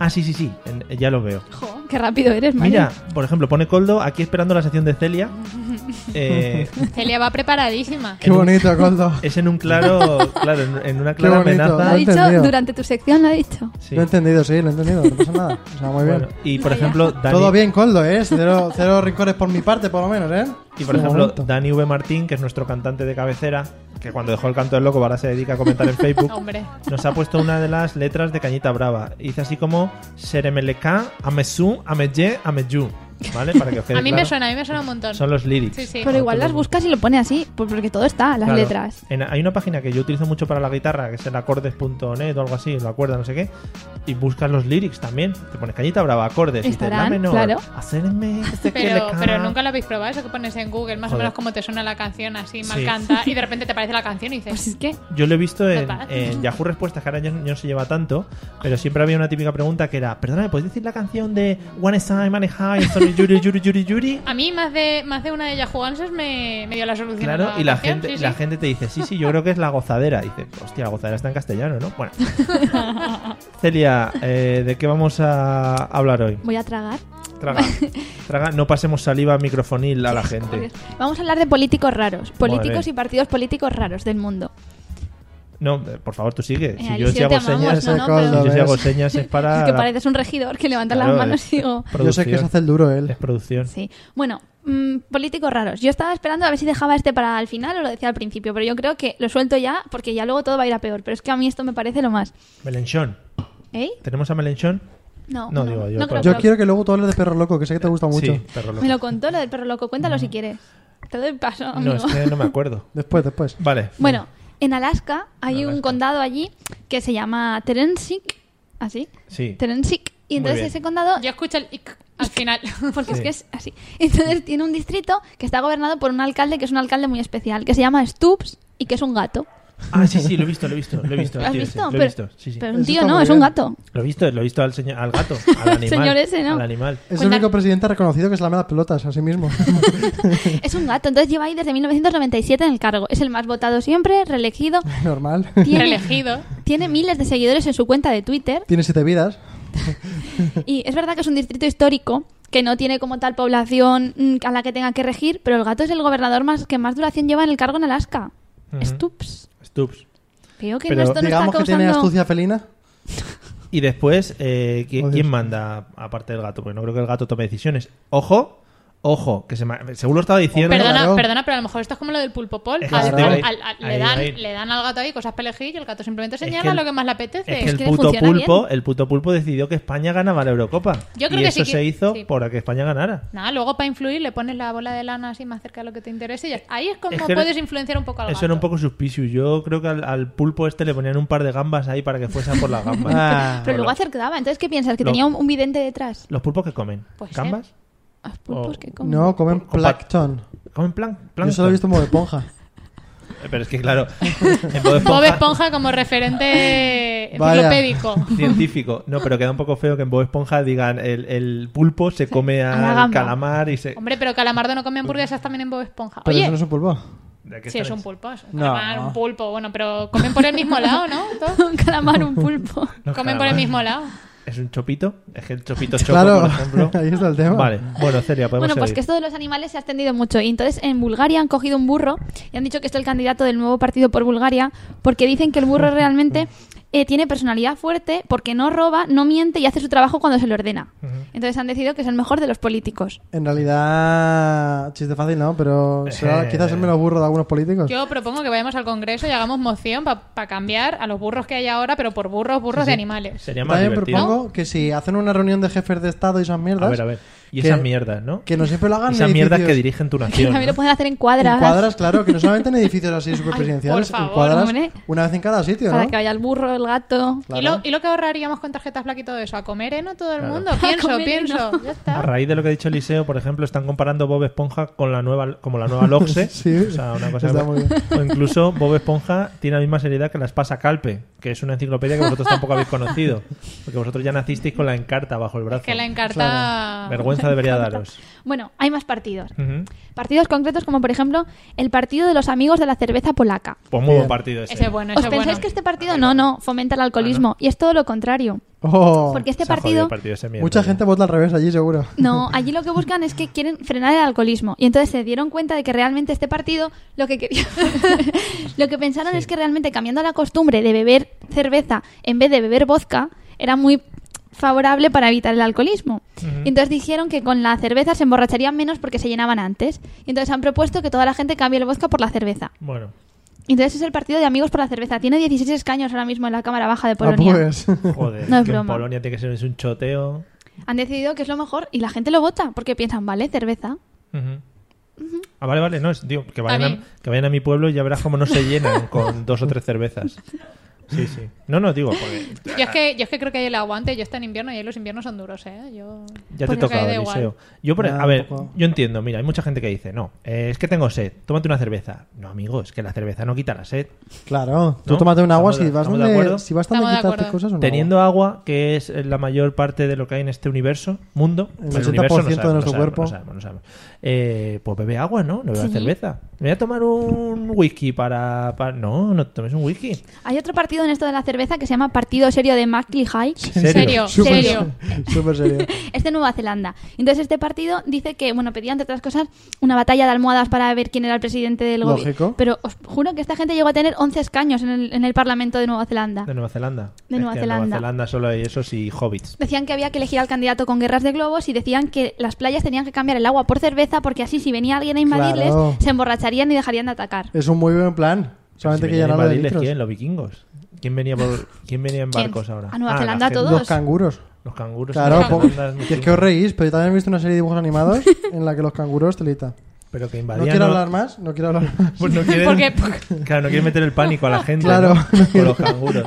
Speaker 1: Ah, sí, sí, sí, en- ya lo veo.
Speaker 3: Jo, qué rápido eres, Mario.
Speaker 1: Mira, por ejemplo, pone Coldo aquí esperando la sección de Celia. Eh,
Speaker 4: Celia va preparadísima.
Speaker 2: Qué
Speaker 1: En un-
Speaker 2: bonito, Coldo.
Speaker 1: es en un claro, claro, en- en una clara
Speaker 2: Qué bonito.
Speaker 3: Lo
Speaker 1: amenaza.
Speaker 3: ha
Speaker 2: Lo he
Speaker 3: dicho
Speaker 2: entendido.
Speaker 3: durante tu sección, lo ha dicho.
Speaker 1: Sí.
Speaker 2: Lo he entendido, sí, lo he entendido. No pasa nada. O sea, muy bien.
Speaker 1: Bueno, y por ejemplo, Dani,
Speaker 2: Todo bien, Coldo, ¿eh? Cero, cero rincones por mi parte, por lo menos, ¿eh?
Speaker 1: y por
Speaker 2: De
Speaker 1: ejemplo,
Speaker 2: momento.
Speaker 1: Dani V Martín, que es nuestro cantante de cabecera, que cuando dejó el canto del loco ahora se dedica a comentar en Facebook,
Speaker 4: Hombre.
Speaker 1: nos ha puesto una de las letras de Cañita Brava. Dice así como Seremeleca, Amesú, Ameye, Ameyu. ¿Vale? Para que os quede
Speaker 4: A mí me
Speaker 1: claro.
Speaker 4: suena, a mí me suena un montón.
Speaker 1: Son los lyrics.
Speaker 4: Sí, sí.
Speaker 3: Pero igual las buscas y lo pone así, pues porque todo está, las
Speaker 1: Claro.
Speaker 3: letras.
Speaker 1: En- hay una página que yo utilizo mucho para la guitarra, que es el acordes.net o algo así, lo acuerda, no sé qué. Y buscas los lyrics también. Te pones cañita brava, acordes. y te, la
Speaker 3: Estarán,
Speaker 1: menor,
Speaker 3: claro.
Speaker 1: Hacerme este que le
Speaker 4: Pero,
Speaker 1: ca-
Speaker 4: pero nunca lo habéis probado, eso que pones en Google, más
Speaker 1: Joder.
Speaker 4: o menos como te suena la canción, así mal
Speaker 1: Sí.
Speaker 4: canta, y de repente te aparece la canción y
Speaker 3: Pues
Speaker 4: dices,
Speaker 3: es que
Speaker 1: Yo lo he visto en,
Speaker 4: Total.
Speaker 1: en Yahoo Respuestas, que ahora ya, no- ya no se lleva tanto, pero siempre había una típica pregunta que era: Perdona, ¿me podéis decir la canción de One Time, One High, Sorry, Yuri, Yuri, Yuri, Yuri?
Speaker 3: Ah,
Speaker 4: a mí más de, más de una de Yahoo Answers me, me dio la solución. a
Speaker 1: Claro, y la
Speaker 4: canción,
Speaker 1: gente,
Speaker 4: sí, sí.
Speaker 1: la gente te dice, sí, sí, yo creo que es la gozadera. Y dice, hostia, la gozadera está en castellano, ¿no? Bueno. Celia, eh, ¿de qué vamos a hablar hoy?
Speaker 3: voy a tragar.
Speaker 1: Traga, traga, no pasemos saliva microfonil a la gente.
Speaker 3: Joder. Vamos a hablar de políticos raros, políticos
Speaker 1: bien.
Speaker 3: y partidos políticos raros del mundo.
Speaker 1: No, eh, por favor, tú sigue.
Speaker 3: Eh,
Speaker 1: Si yo
Speaker 3: Alicia,
Speaker 1: si hago
Speaker 3: te amamos,
Speaker 1: señas,
Speaker 2: Ese
Speaker 3: no, no,
Speaker 1: si
Speaker 2: caldo,
Speaker 3: pero-
Speaker 1: yo si hago
Speaker 2: ¿ves?
Speaker 1: señas es para.
Speaker 3: Es que
Speaker 1: la
Speaker 3: pareces un regidor que levanta
Speaker 1: Claro, eh.
Speaker 3: las manos
Speaker 1: es-
Speaker 3: y
Speaker 2: Yo
Speaker 3: digo...
Speaker 2: sé que se
Speaker 1: producción.
Speaker 2: hace el duro él.
Speaker 1: Es producción.
Speaker 3: Sí. Bueno, mm, políticos raros. Yo estaba esperando a ver si dejaba este para el final o lo decía al principio, pero yo creo que lo suelto ya porque ya luego todo va a ir a peor. Pero es que a mí esto me parece lo más.
Speaker 1: Melenchón.
Speaker 3: ¿Eh?
Speaker 1: ¿Tenemos a Melenchón?
Speaker 3: No,
Speaker 1: No, digo, yo
Speaker 3: creo
Speaker 1: por-
Speaker 3: que
Speaker 2: Yo
Speaker 3: lo-
Speaker 2: quiero que luego tú hables de perro loco, que sé que te gusta mucho.
Speaker 1: Sí, perro loco. Mm.
Speaker 3: Me lo contó lo del perro loco. Cuéntalo si quieres. Te doy paso,
Speaker 1: No,
Speaker 3: amigo.
Speaker 1: es que no me acuerdo.
Speaker 2: Después, después.
Speaker 1: Vale.
Speaker 3: Bueno, en Alaska hay
Speaker 1: En
Speaker 3: un
Speaker 1: Alaska.
Speaker 3: condado allí que se llama Terensik. ¿Así?
Speaker 1: Sí.
Speaker 3: Terensik. Y
Speaker 1: Muy
Speaker 3: entonces
Speaker 1: bien.
Speaker 3: ese condado
Speaker 4: Yo escucho el ic al final.
Speaker 3: porque
Speaker 1: Sí.
Speaker 3: es que es así. Entonces tiene un distrito que está gobernado por un alcalde que es un alcalde muy especial, que se llama Stubbs y que es un gato.
Speaker 1: Ah, sí, sí, lo he visto, lo he visto. Lo he visto,
Speaker 3: ¿Lo has
Speaker 1: tío, sí,
Speaker 3: visto?
Speaker 1: lo he
Speaker 3: Pero-
Speaker 1: visto. Sí, sí.
Speaker 3: Pero
Speaker 2: Eso
Speaker 3: un tío
Speaker 2: está
Speaker 3: no,
Speaker 2: muy
Speaker 3: es un
Speaker 2: bien.
Speaker 3: gato.
Speaker 1: Lo he visto, lo he visto al, señor, al gato, al animal.
Speaker 3: señor ese, ¿no?
Speaker 1: Al animal.
Speaker 2: Es el
Speaker 4: Cuenta-
Speaker 2: único presidente reconocido que se lame las pelotas a sí mismo.
Speaker 3: Es un gato, entonces lleva ahí desde 1997 en el cargo. Es el más votado siempre, reelegido.
Speaker 2: Normal.
Speaker 3: Tiene,
Speaker 4: Reelegido.
Speaker 3: tiene miles de seguidores en su cuenta de Twitter.
Speaker 2: Tiene siete vidas.
Speaker 3: Y es verdad que es un distrito histórico que no tiene como tal población mm, a la que tenga que regir, pero el gato es el gobernador más que más duración lleva en el cargo en Alaska.
Speaker 1: Ujú.
Speaker 3: Stups.
Speaker 1: Stubbs.
Speaker 3: Veo que
Speaker 1: Pero
Speaker 3: esto no está
Speaker 2: Digamos que
Speaker 3: causando...
Speaker 2: tiene astucia felina.
Speaker 1: Y después, eh, ¿qui-
Speaker 2: Joder.
Speaker 1: ¿quién manda aparte del gato? Porque no creo que el gato tome decisiones. Ojo, ojo, que se ma- según lo estaba diciendo.
Speaker 4: Perdona,
Speaker 2: claro.
Speaker 4: perdona, pero a lo mejor esto es como lo del pulpo pol.
Speaker 1: Es
Speaker 4: Al-
Speaker 1: que
Speaker 2: se te va a
Speaker 4: al-
Speaker 1: ir.
Speaker 4: al- al-
Speaker 1: Ahí
Speaker 4: Le
Speaker 1: va
Speaker 4: dan
Speaker 1: a ir.
Speaker 4: le dan al gato ahí cosas para elegir y el gato simplemente
Speaker 1: que
Speaker 4: señala
Speaker 1: el-
Speaker 4: lo que más le
Speaker 1: Es
Speaker 4: apetece.
Speaker 1: que el
Speaker 3: que
Speaker 1: puto
Speaker 3: funciona bien.
Speaker 1: pulpo, el puto pulpo decidió que España ganaba la Eurocopa.
Speaker 4: Yo creo
Speaker 1: y
Speaker 4: que
Speaker 1: eso
Speaker 4: sí que-
Speaker 1: se hizo
Speaker 4: sí.
Speaker 1: para que España ganara.
Speaker 4: Nada, luego para influir le pones la bola de lana así más cerca de lo que te interese y ya- ahí es como
Speaker 1: Es que-
Speaker 4: puedes influenciar un poco al gato.
Speaker 1: Eso era un poco suspicious. Yo creo que al, al pulpo este le ponían un par de gambas ahí para que fuese a por las gambas. Ah,
Speaker 3: Pero luego
Speaker 1: lo-
Speaker 3: acertaba. Entonces, ¿qué piensas? ¿Que
Speaker 1: Lo-
Speaker 3: tenía un, un vidente detrás?
Speaker 1: ¿Los pulpos que comen?
Speaker 4: Pues sí.
Speaker 1: ¿Gambas?
Speaker 3: Ah, pulpos,
Speaker 1: Oh.
Speaker 3: que comen.
Speaker 2: No, comen
Speaker 1: Compa-
Speaker 2: plancton.
Speaker 1: ¿Comen plan?
Speaker 2: Yo solo he visto como de ponja.
Speaker 1: Eh, Pero es que, claro, en Bob Esponja-
Speaker 4: Bob Esponja como referente
Speaker 2: Vaya.
Speaker 4: enciclopédico.
Speaker 1: científico. No, pero queda un poco feo que en Bob Esponja digan el, el pulpo se come
Speaker 3: a la
Speaker 1: al
Speaker 3: gamba.
Speaker 1: calamar y se...
Speaker 4: Hombre, pero Calamardo no come hamburguesas también en Bob Esponja.
Speaker 2: Pero
Speaker 4: Oye,
Speaker 2: eso no es un pulpo.
Speaker 1: ¿De qué
Speaker 4: si
Speaker 1: están
Speaker 4: es un
Speaker 1: hechos?
Speaker 4: pulpo, es un,
Speaker 2: No.
Speaker 4: calamar, un pulpo. Bueno, pero comen por el mismo lado, ¿no? Todos
Speaker 3: un calamar, un pulpo.
Speaker 1: Los
Speaker 4: Comen por el
Speaker 1: calamares.
Speaker 4: mismo lado.
Speaker 1: ¿Es un chopito? Es que el chopito choco, por
Speaker 2: Claro,
Speaker 1: ejemplo.
Speaker 2: ahí está el tema.
Speaker 1: Vale, bueno, Celia, podemos
Speaker 3: Bueno, pues
Speaker 1: seguir.
Speaker 3: que esto de los animales se ha extendido mucho. Y entonces en Bulgaria han cogido un burro y han dicho que este es el candidato del nuevo partido por Bulgaria porque dicen que el burro realmente eh, tiene personalidad fuerte porque no roba, no miente y hace su trabajo cuando se le ordena. Entonces han decidido que es el mejor de los políticos.
Speaker 2: En realidad, chiste fácil, ¿no? Pero será
Speaker 1: Eh.
Speaker 2: quizás el menos burro de algunos políticos.
Speaker 4: Yo propongo que vayamos al Congreso y hagamos moción para cambiar a los burros que hay ahora, pero por burros, burros de animales.
Speaker 1: Sería más
Speaker 2: También
Speaker 1: divertido.
Speaker 2: propongo que si hacen una reunión de jefes de Estado y esas mierdas,
Speaker 1: A ver, a ver. Y
Speaker 2: que-
Speaker 1: esas mierdas, ¿no?
Speaker 2: que no siempre lo hagan en
Speaker 1: esas mierdas que
Speaker 2: edificios-
Speaker 1: dirigen tu
Speaker 3: Que
Speaker 1: nación.
Speaker 3: también lo
Speaker 1: ¿no?
Speaker 3: pueden hacer en cuadras,
Speaker 2: En cuadras, claro, que no solamente en edificios así superpresidenciales,
Speaker 4: por
Speaker 2: en
Speaker 4: favor,
Speaker 2: cuadras
Speaker 3: hombre.
Speaker 2: una vez en cada sitio,
Speaker 3: para
Speaker 2: ¿no?
Speaker 3: que vaya el burro, el gato.
Speaker 2: Claro.
Speaker 4: ¿Y, lo, y lo que ahorraríamos con tarjetas black y todo eso? ¿A comer heno todo el
Speaker 1: Claro.
Speaker 4: mundo?
Speaker 3: A
Speaker 4: Pienso,
Speaker 3: comer
Speaker 4: pienso.
Speaker 3: heno.
Speaker 4: Ya
Speaker 1: A
Speaker 4: está.
Speaker 1: raíz de lo que ha dicho Eliseo, por ejemplo, están comparando Bob Esponja con la nueva, como la nueva Loxe.
Speaker 2: Sí,
Speaker 1: o sea, una cosa
Speaker 2: está
Speaker 1: que-
Speaker 2: muy bien.
Speaker 1: O incluso Bob Esponja tiene la misma seriedad que la Espasa Calpe, que es una enciclopedia que vosotros tampoco habéis conocido. Porque vosotros ya nacisteis con la encarta bajo el brazo.
Speaker 4: Que la encarta...
Speaker 1: Vergüenza debería daros.
Speaker 3: Bueno, hay más partidos.
Speaker 1: Ujú.
Speaker 3: Partidos concretos como por ejemplo el partido de los amigos de la cerveza polaca.
Speaker 1: Pues muy
Speaker 2: Bien.
Speaker 1: buen partido ese.
Speaker 4: Ese es bueno, ese
Speaker 3: ¿Os
Speaker 4: es
Speaker 3: pensáis
Speaker 4: bueno. Ah,
Speaker 3: que este partido no, no, fomenta el alcoholismo? Y es todo lo contrario.
Speaker 2: Oh,
Speaker 3: Porque
Speaker 1: Ah, Se
Speaker 3: este
Speaker 1: ha jodido
Speaker 3: partido
Speaker 1: el partido ese, mierda.
Speaker 2: mucha gente vota al revés allí, seguro.
Speaker 3: No, allí lo que buscan es que quieren frenar el alcoholismo. Y entonces se dieron cuenta de que realmente este partido lo que quería. lo que pensaron es que realmente cambiando la costumbre de beber cerveza en vez de beber vodka era muy favorable para evitar el alcoholismo. Y entonces dijeron que con la cerveza se emborracharían menos porque se llenaban antes. Y entonces han propuesto que toda la gente cambie el vodka por la cerveza.
Speaker 1: Bueno,
Speaker 3: Y entonces es el partido de Amigos por la Cerveza. Tiene 16 escaños ahora mismo en la Cámara Baja de Polonia.
Speaker 2: Ah, pues.
Speaker 1: joder.
Speaker 3: No es
Speaker 1: que en
Speaker 3: broma.
Speaker 1: Polonia tiene que ser es un choteo.
Speaker 3: Han decidido que es lo mejor y la gente lo vota porque piensan, vale, cerveza.
Speaker 1: Ujú. Ah, vale, vale, no, es- digo, que vayan,
Speaker 4: A
Speaker 1: a,
Speaker 4: mí.
Speaker 1: que vayan a mi pueblo y ya verás cómo no se llenan con dos o tres cervezas. Sí, sí. No, no, digo, porque
Speaker 4: Yo es que, yo es que creo que ahí el aguante, yo está en invierno y ahí los inviernos son duros, ¿eh? Yo...
Speaker 1: ya te
Speaker 4: Pues me
Speaker 1: toca,
Speaker 4: da igual.
Speaker 1: Eliseo. Yo, por,
Speaker 2: Me da
Speaker 1: a ver,
Speaker 2: un poco-
Speaker 1: yo entiendo, mira, hay mucha gente que dice, no, eh, es que tengo sed, tómate una cerveza. No, amigo, es que la cerveza no quita la sed.
Speaker 2: Claro, tú
Speaker 1: ¿No?
Speaker 2: tómate un agua
Speaker 1: Estamos de-
Speaker 2: si vas
Speaker 1: estamos de
Speaker 2: donde,
Speaker 1: acuerdo.
Speaker 2: si vas donde
Speaker 4: Estamos de
Speaker 2: quitarte
Speaker 4: acuerdo.
Speaker 2: cosas. un agua.
Speaker 1: Teniendo agua, que es eh, la mayor parte de lo que hay en este universo, mundo,
Speaker 2: El
Speaker 1: bueno,
Speaker 2: 80%
Speaker 1: universo, no
Speaker 2: de
Speaker 1: sabemos,
Speaker 2: nuestro
Speaker 1: no sabemos,
Speaker 2: cuerpo.
Speaker 1: no sabemos, no sabemos. Eh, pues bebe agua, ¿no? No bebe cerveza. Me voy a tomar un whisky para, para- No, no te tomes un whisky.
Speaker 3: Hay otro partido en esto de la cerveza que se llama Partido Serio de Mackley High.
Speaker 1: ¿En
Speaker 4: serio?
Speaker 2: Súper
Speaker 4: Serio.
Speaker 2: Súper serio.
Speaker 3: Es de Nueva Zelanda. Entonces este partido dice que, bueno, pedía entre otras cosas una batalla de almohadas para ver quién era el presidente del
Speaker 2: Lógico.
Speaker 3: gobierno. Pero os juro que esta gente llegó a tener 11 escaños en el, en el Parlamento de Nueva Zelanda.
Speaker 1: De Nueva Zelanda.
Speaker 3: De
Speaker 1: Es
Speaker 3: Nueva
Speaker 1: que En
Speaker 3: Zelanda.
Speaker 1: Nueva Zelanda solo hay esos y hobbits.
Speaker 3: Decían que había que elegir al candidato con guerras de globos y decían que las playas tenían que cambiar el agua por cerveza porque así si venía alguien a invadirles
Speaker 2: Claro.
Speaker 3: se emborracharían y dejarían de atacar.
Speaker 2: Es un muy buen plan. Solamente
Speaker 1: Si
Speaker 2: que
Speaker 1: venían a
Speaker 2: llenarlo de
Speaker 1: invadirles,
Speaker 2: litros.
Speaker 1: ¿Quién? Los vikingos. ¿Quién venía, por- quién venía en
Speaker 3: ¿Quién?
Speaker 1: barcos ahora?
Speaker 3: ¿A Nueva
Speaker 1: Ah, la
Speaker 3: Zelanda
Speaker 1: gente-
Speaker 3: todos?
Speaker 2: Los canguros.
Speaker 1: Los canguros. en
Speaker 2: Claro,
Speaker 1: Nueva
Speaker 2: po-
Speaker 1: Zelanda es muy
Speaker 2: y es que
Speaker 1: chungo.
Speaker 2: os reís, pero yo también he visto una serie de dibujos animados en la que los canguros, telita.
Speaker 1: Pero que
Speaker 2: No
Speaker 1: invadían.
Speaker 2: quiero hablar más, no quiero hablar más.
Speaker 1: Pues no quieren,
Speaker 4: Porque-
Speaker 1: Claro, no quieren meter el pánico a la gente.
Speaker 2: Claro.
Speaker 1: ¿no? Con los canguros.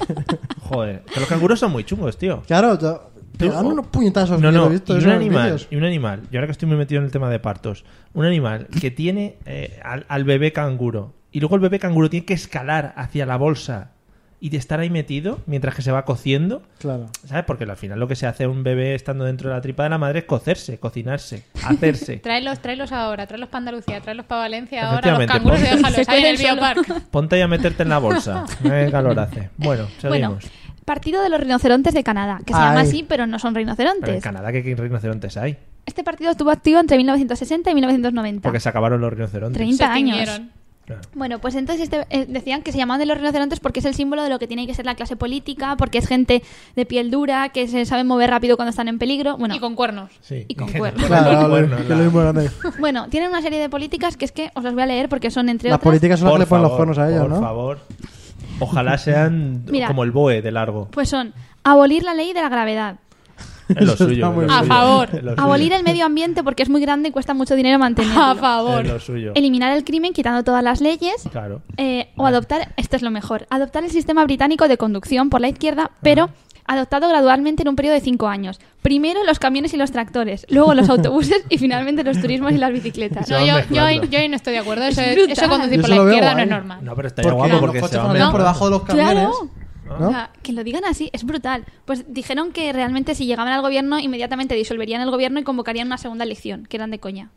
Speaker 1: Joder. Que los canguros son muy chungos, tío.
Speaker 2: Claro, yo, te
Speaker 1: Tú-
Speaker 2: dan unos puñetazos.
Speaker 1: No,
Speaker 2: yo lo
Speaker 1: no,
Speaker 2: he visto
Speaker 1: y
Speaker 2: eso
Speaker 1: un
Speaker 2: en los
Speaker 1: animal,
Speaker 2: vídeos.
Speaker 1: y un animal, y ahora que estoy muy metido en el tema de partos, un animal que tiene eh, al, al bebé canguro, y luego el bebé canguro tiene que escalar hacia la bolsa y de estar ahí metido mientras que se va cociendo,
Speaker 2: Claro.
Speaker 1: ¿sabes? Porque al final lo que se hace un bebé estando dentro de la tripa de la madre es cocerse, cocinarse, hacerse.
Speaker 4: Tráelos, tráelos ahora, tráelos para Andalucía, tráelos para Valencia ahora, los
Speaker 1: Efectivamente,
Speaker 4: canguros y
Speaker 1: pon-
Speaker 4: déjalos
Speaker 3: Se
Speaker 4: ahí en el
Speaker 3: cuelgan
Speaker 4: biopark.
Speaker 1: Ponte ahí a meterte en la bolsa, qué calor hace. Bueno,
Speaker 3: Bueno,
Speaker 1: seguimos.
Speaker 3: Partido de los rinocerontes de Canadá, que se
Speaker 2: Ay.
Speaker 3: llama así, pero no son
Speaker 1: Pero en
Speaker 3: rinocerontes.
Speaker 1: Canadá, ¿qué, qué rinocerontes hay?
Speaker 3: Este partido estuvo activo entre 1960 y 1990.
Speaker 1: Porque se acabaron los rinocerontes. Ah,
Speaker 3: 30
Speaker 4: Se
Speaker 3: años.
Speaker 4: extinguieron.
Speaker 1: Claro.
Speaker 3: Bueno, pues entonces este- eh, decían que se llamaban de los rinocerontes porque es el símbolo de lo que tiene que ser la clase política, porque es gente de piel dura, que se sabe mover rápido cuando están en peligro. Bueno,
Speaker 4: Y con cuernos.
Speaker 1: Sí.
Speaker 3: Y con
Speaker 1: Que-
Speaker 4: cuernos.
Speaker 1: con
Speaker 2: Claro,
Speaker 1: cuernos,
Speaker 2: que
Speaker 1: la-
Speaker 2: lo mismo grande.
Speaker 3: bueno, tienen una serie de políticas que es que os las voy a leer porque son entre
Speaker 2: Las
Speaker 3: otras.
Speaker 2: políticas son las que
Speaker 1: Por
Speaker 2: le ponen los
Speaker 1: favor,
Speaker 2: cuernos a ellos,
Speaker 1: por
Speaker 2: ¿no?
Speaker 1: favor. Ojalá sean
Speaker 3: Mira.
Speaker 1: como el boe de largo.
Speaker 3: Pues son abolir la ley de la gravedad,
Speaker 1: Es lo
Speaker 2: Eso
Speaker 1: suyo.
Speaker 2: está muy
Speaker 1: es lo
Speaker 4: bien.
Speaker 1: suyo,
Speaker 4: A favor.
Speaker 1: es lo suyo,
Speaker 3: abolir el medio ambiente porque es muy grande y cuesta mucho dinero
Speaker 4: A
Speaker 3: mantenerlo,
Speaker 4: favor.
Speaker 1: Es lo suyo.
Speaker 3: eliminar el crimen quitando todas las leyes.
Speaker 1: Claro.
Speaker 3: eh, o adoptar, esto es lo mejor, adoptar el sistema británico de conducción por la izquierda, pero adoptado gradualmente en un periodo de cinco años. Primero los camiones y los tractores, luego los autobuses y finalmente los turismos y las bicicletas.
Speaker 1: Se
Speaker 4: No,
Speaker 1: van
Speaker 4: yo, yo,
Speaker 1: mezclando.
Speaker 4: ahí- yo ahí no estoy de acuerdo. Eso,
Speaker 3: Es
Speaker 4: es-
Speaker 3: brutal.
Speaker 4: eso conducir
Speaker 2: Yo
Speaker 4: por
Speaker 2: se
Speaker 4: la
Speaker 2: lo veo
Speaker 4: izquierda no
Speaker 2: guay.
Speaker 4: es normal.
Speaker 1: No, pero estaría
Speaker 2: Porque
Speaker 1: guapo porque
Speaker 2: los
Speaker 1: se
Speaker 2: coches
Speaker 1: van
Speaker 2: pasarían
Speaker 1: mezclando.
Speaker 2: por debajo de los camiones.
Speaker 3: Claro.
Speaker 2: ¿no?
Speaker 3: O sea, que lo digan así es brutal. Pues dijeron que realmente si llegaban al gobierno inmediatamente disolverían el gobierno y convocarían una segunda elección, que eran de coña.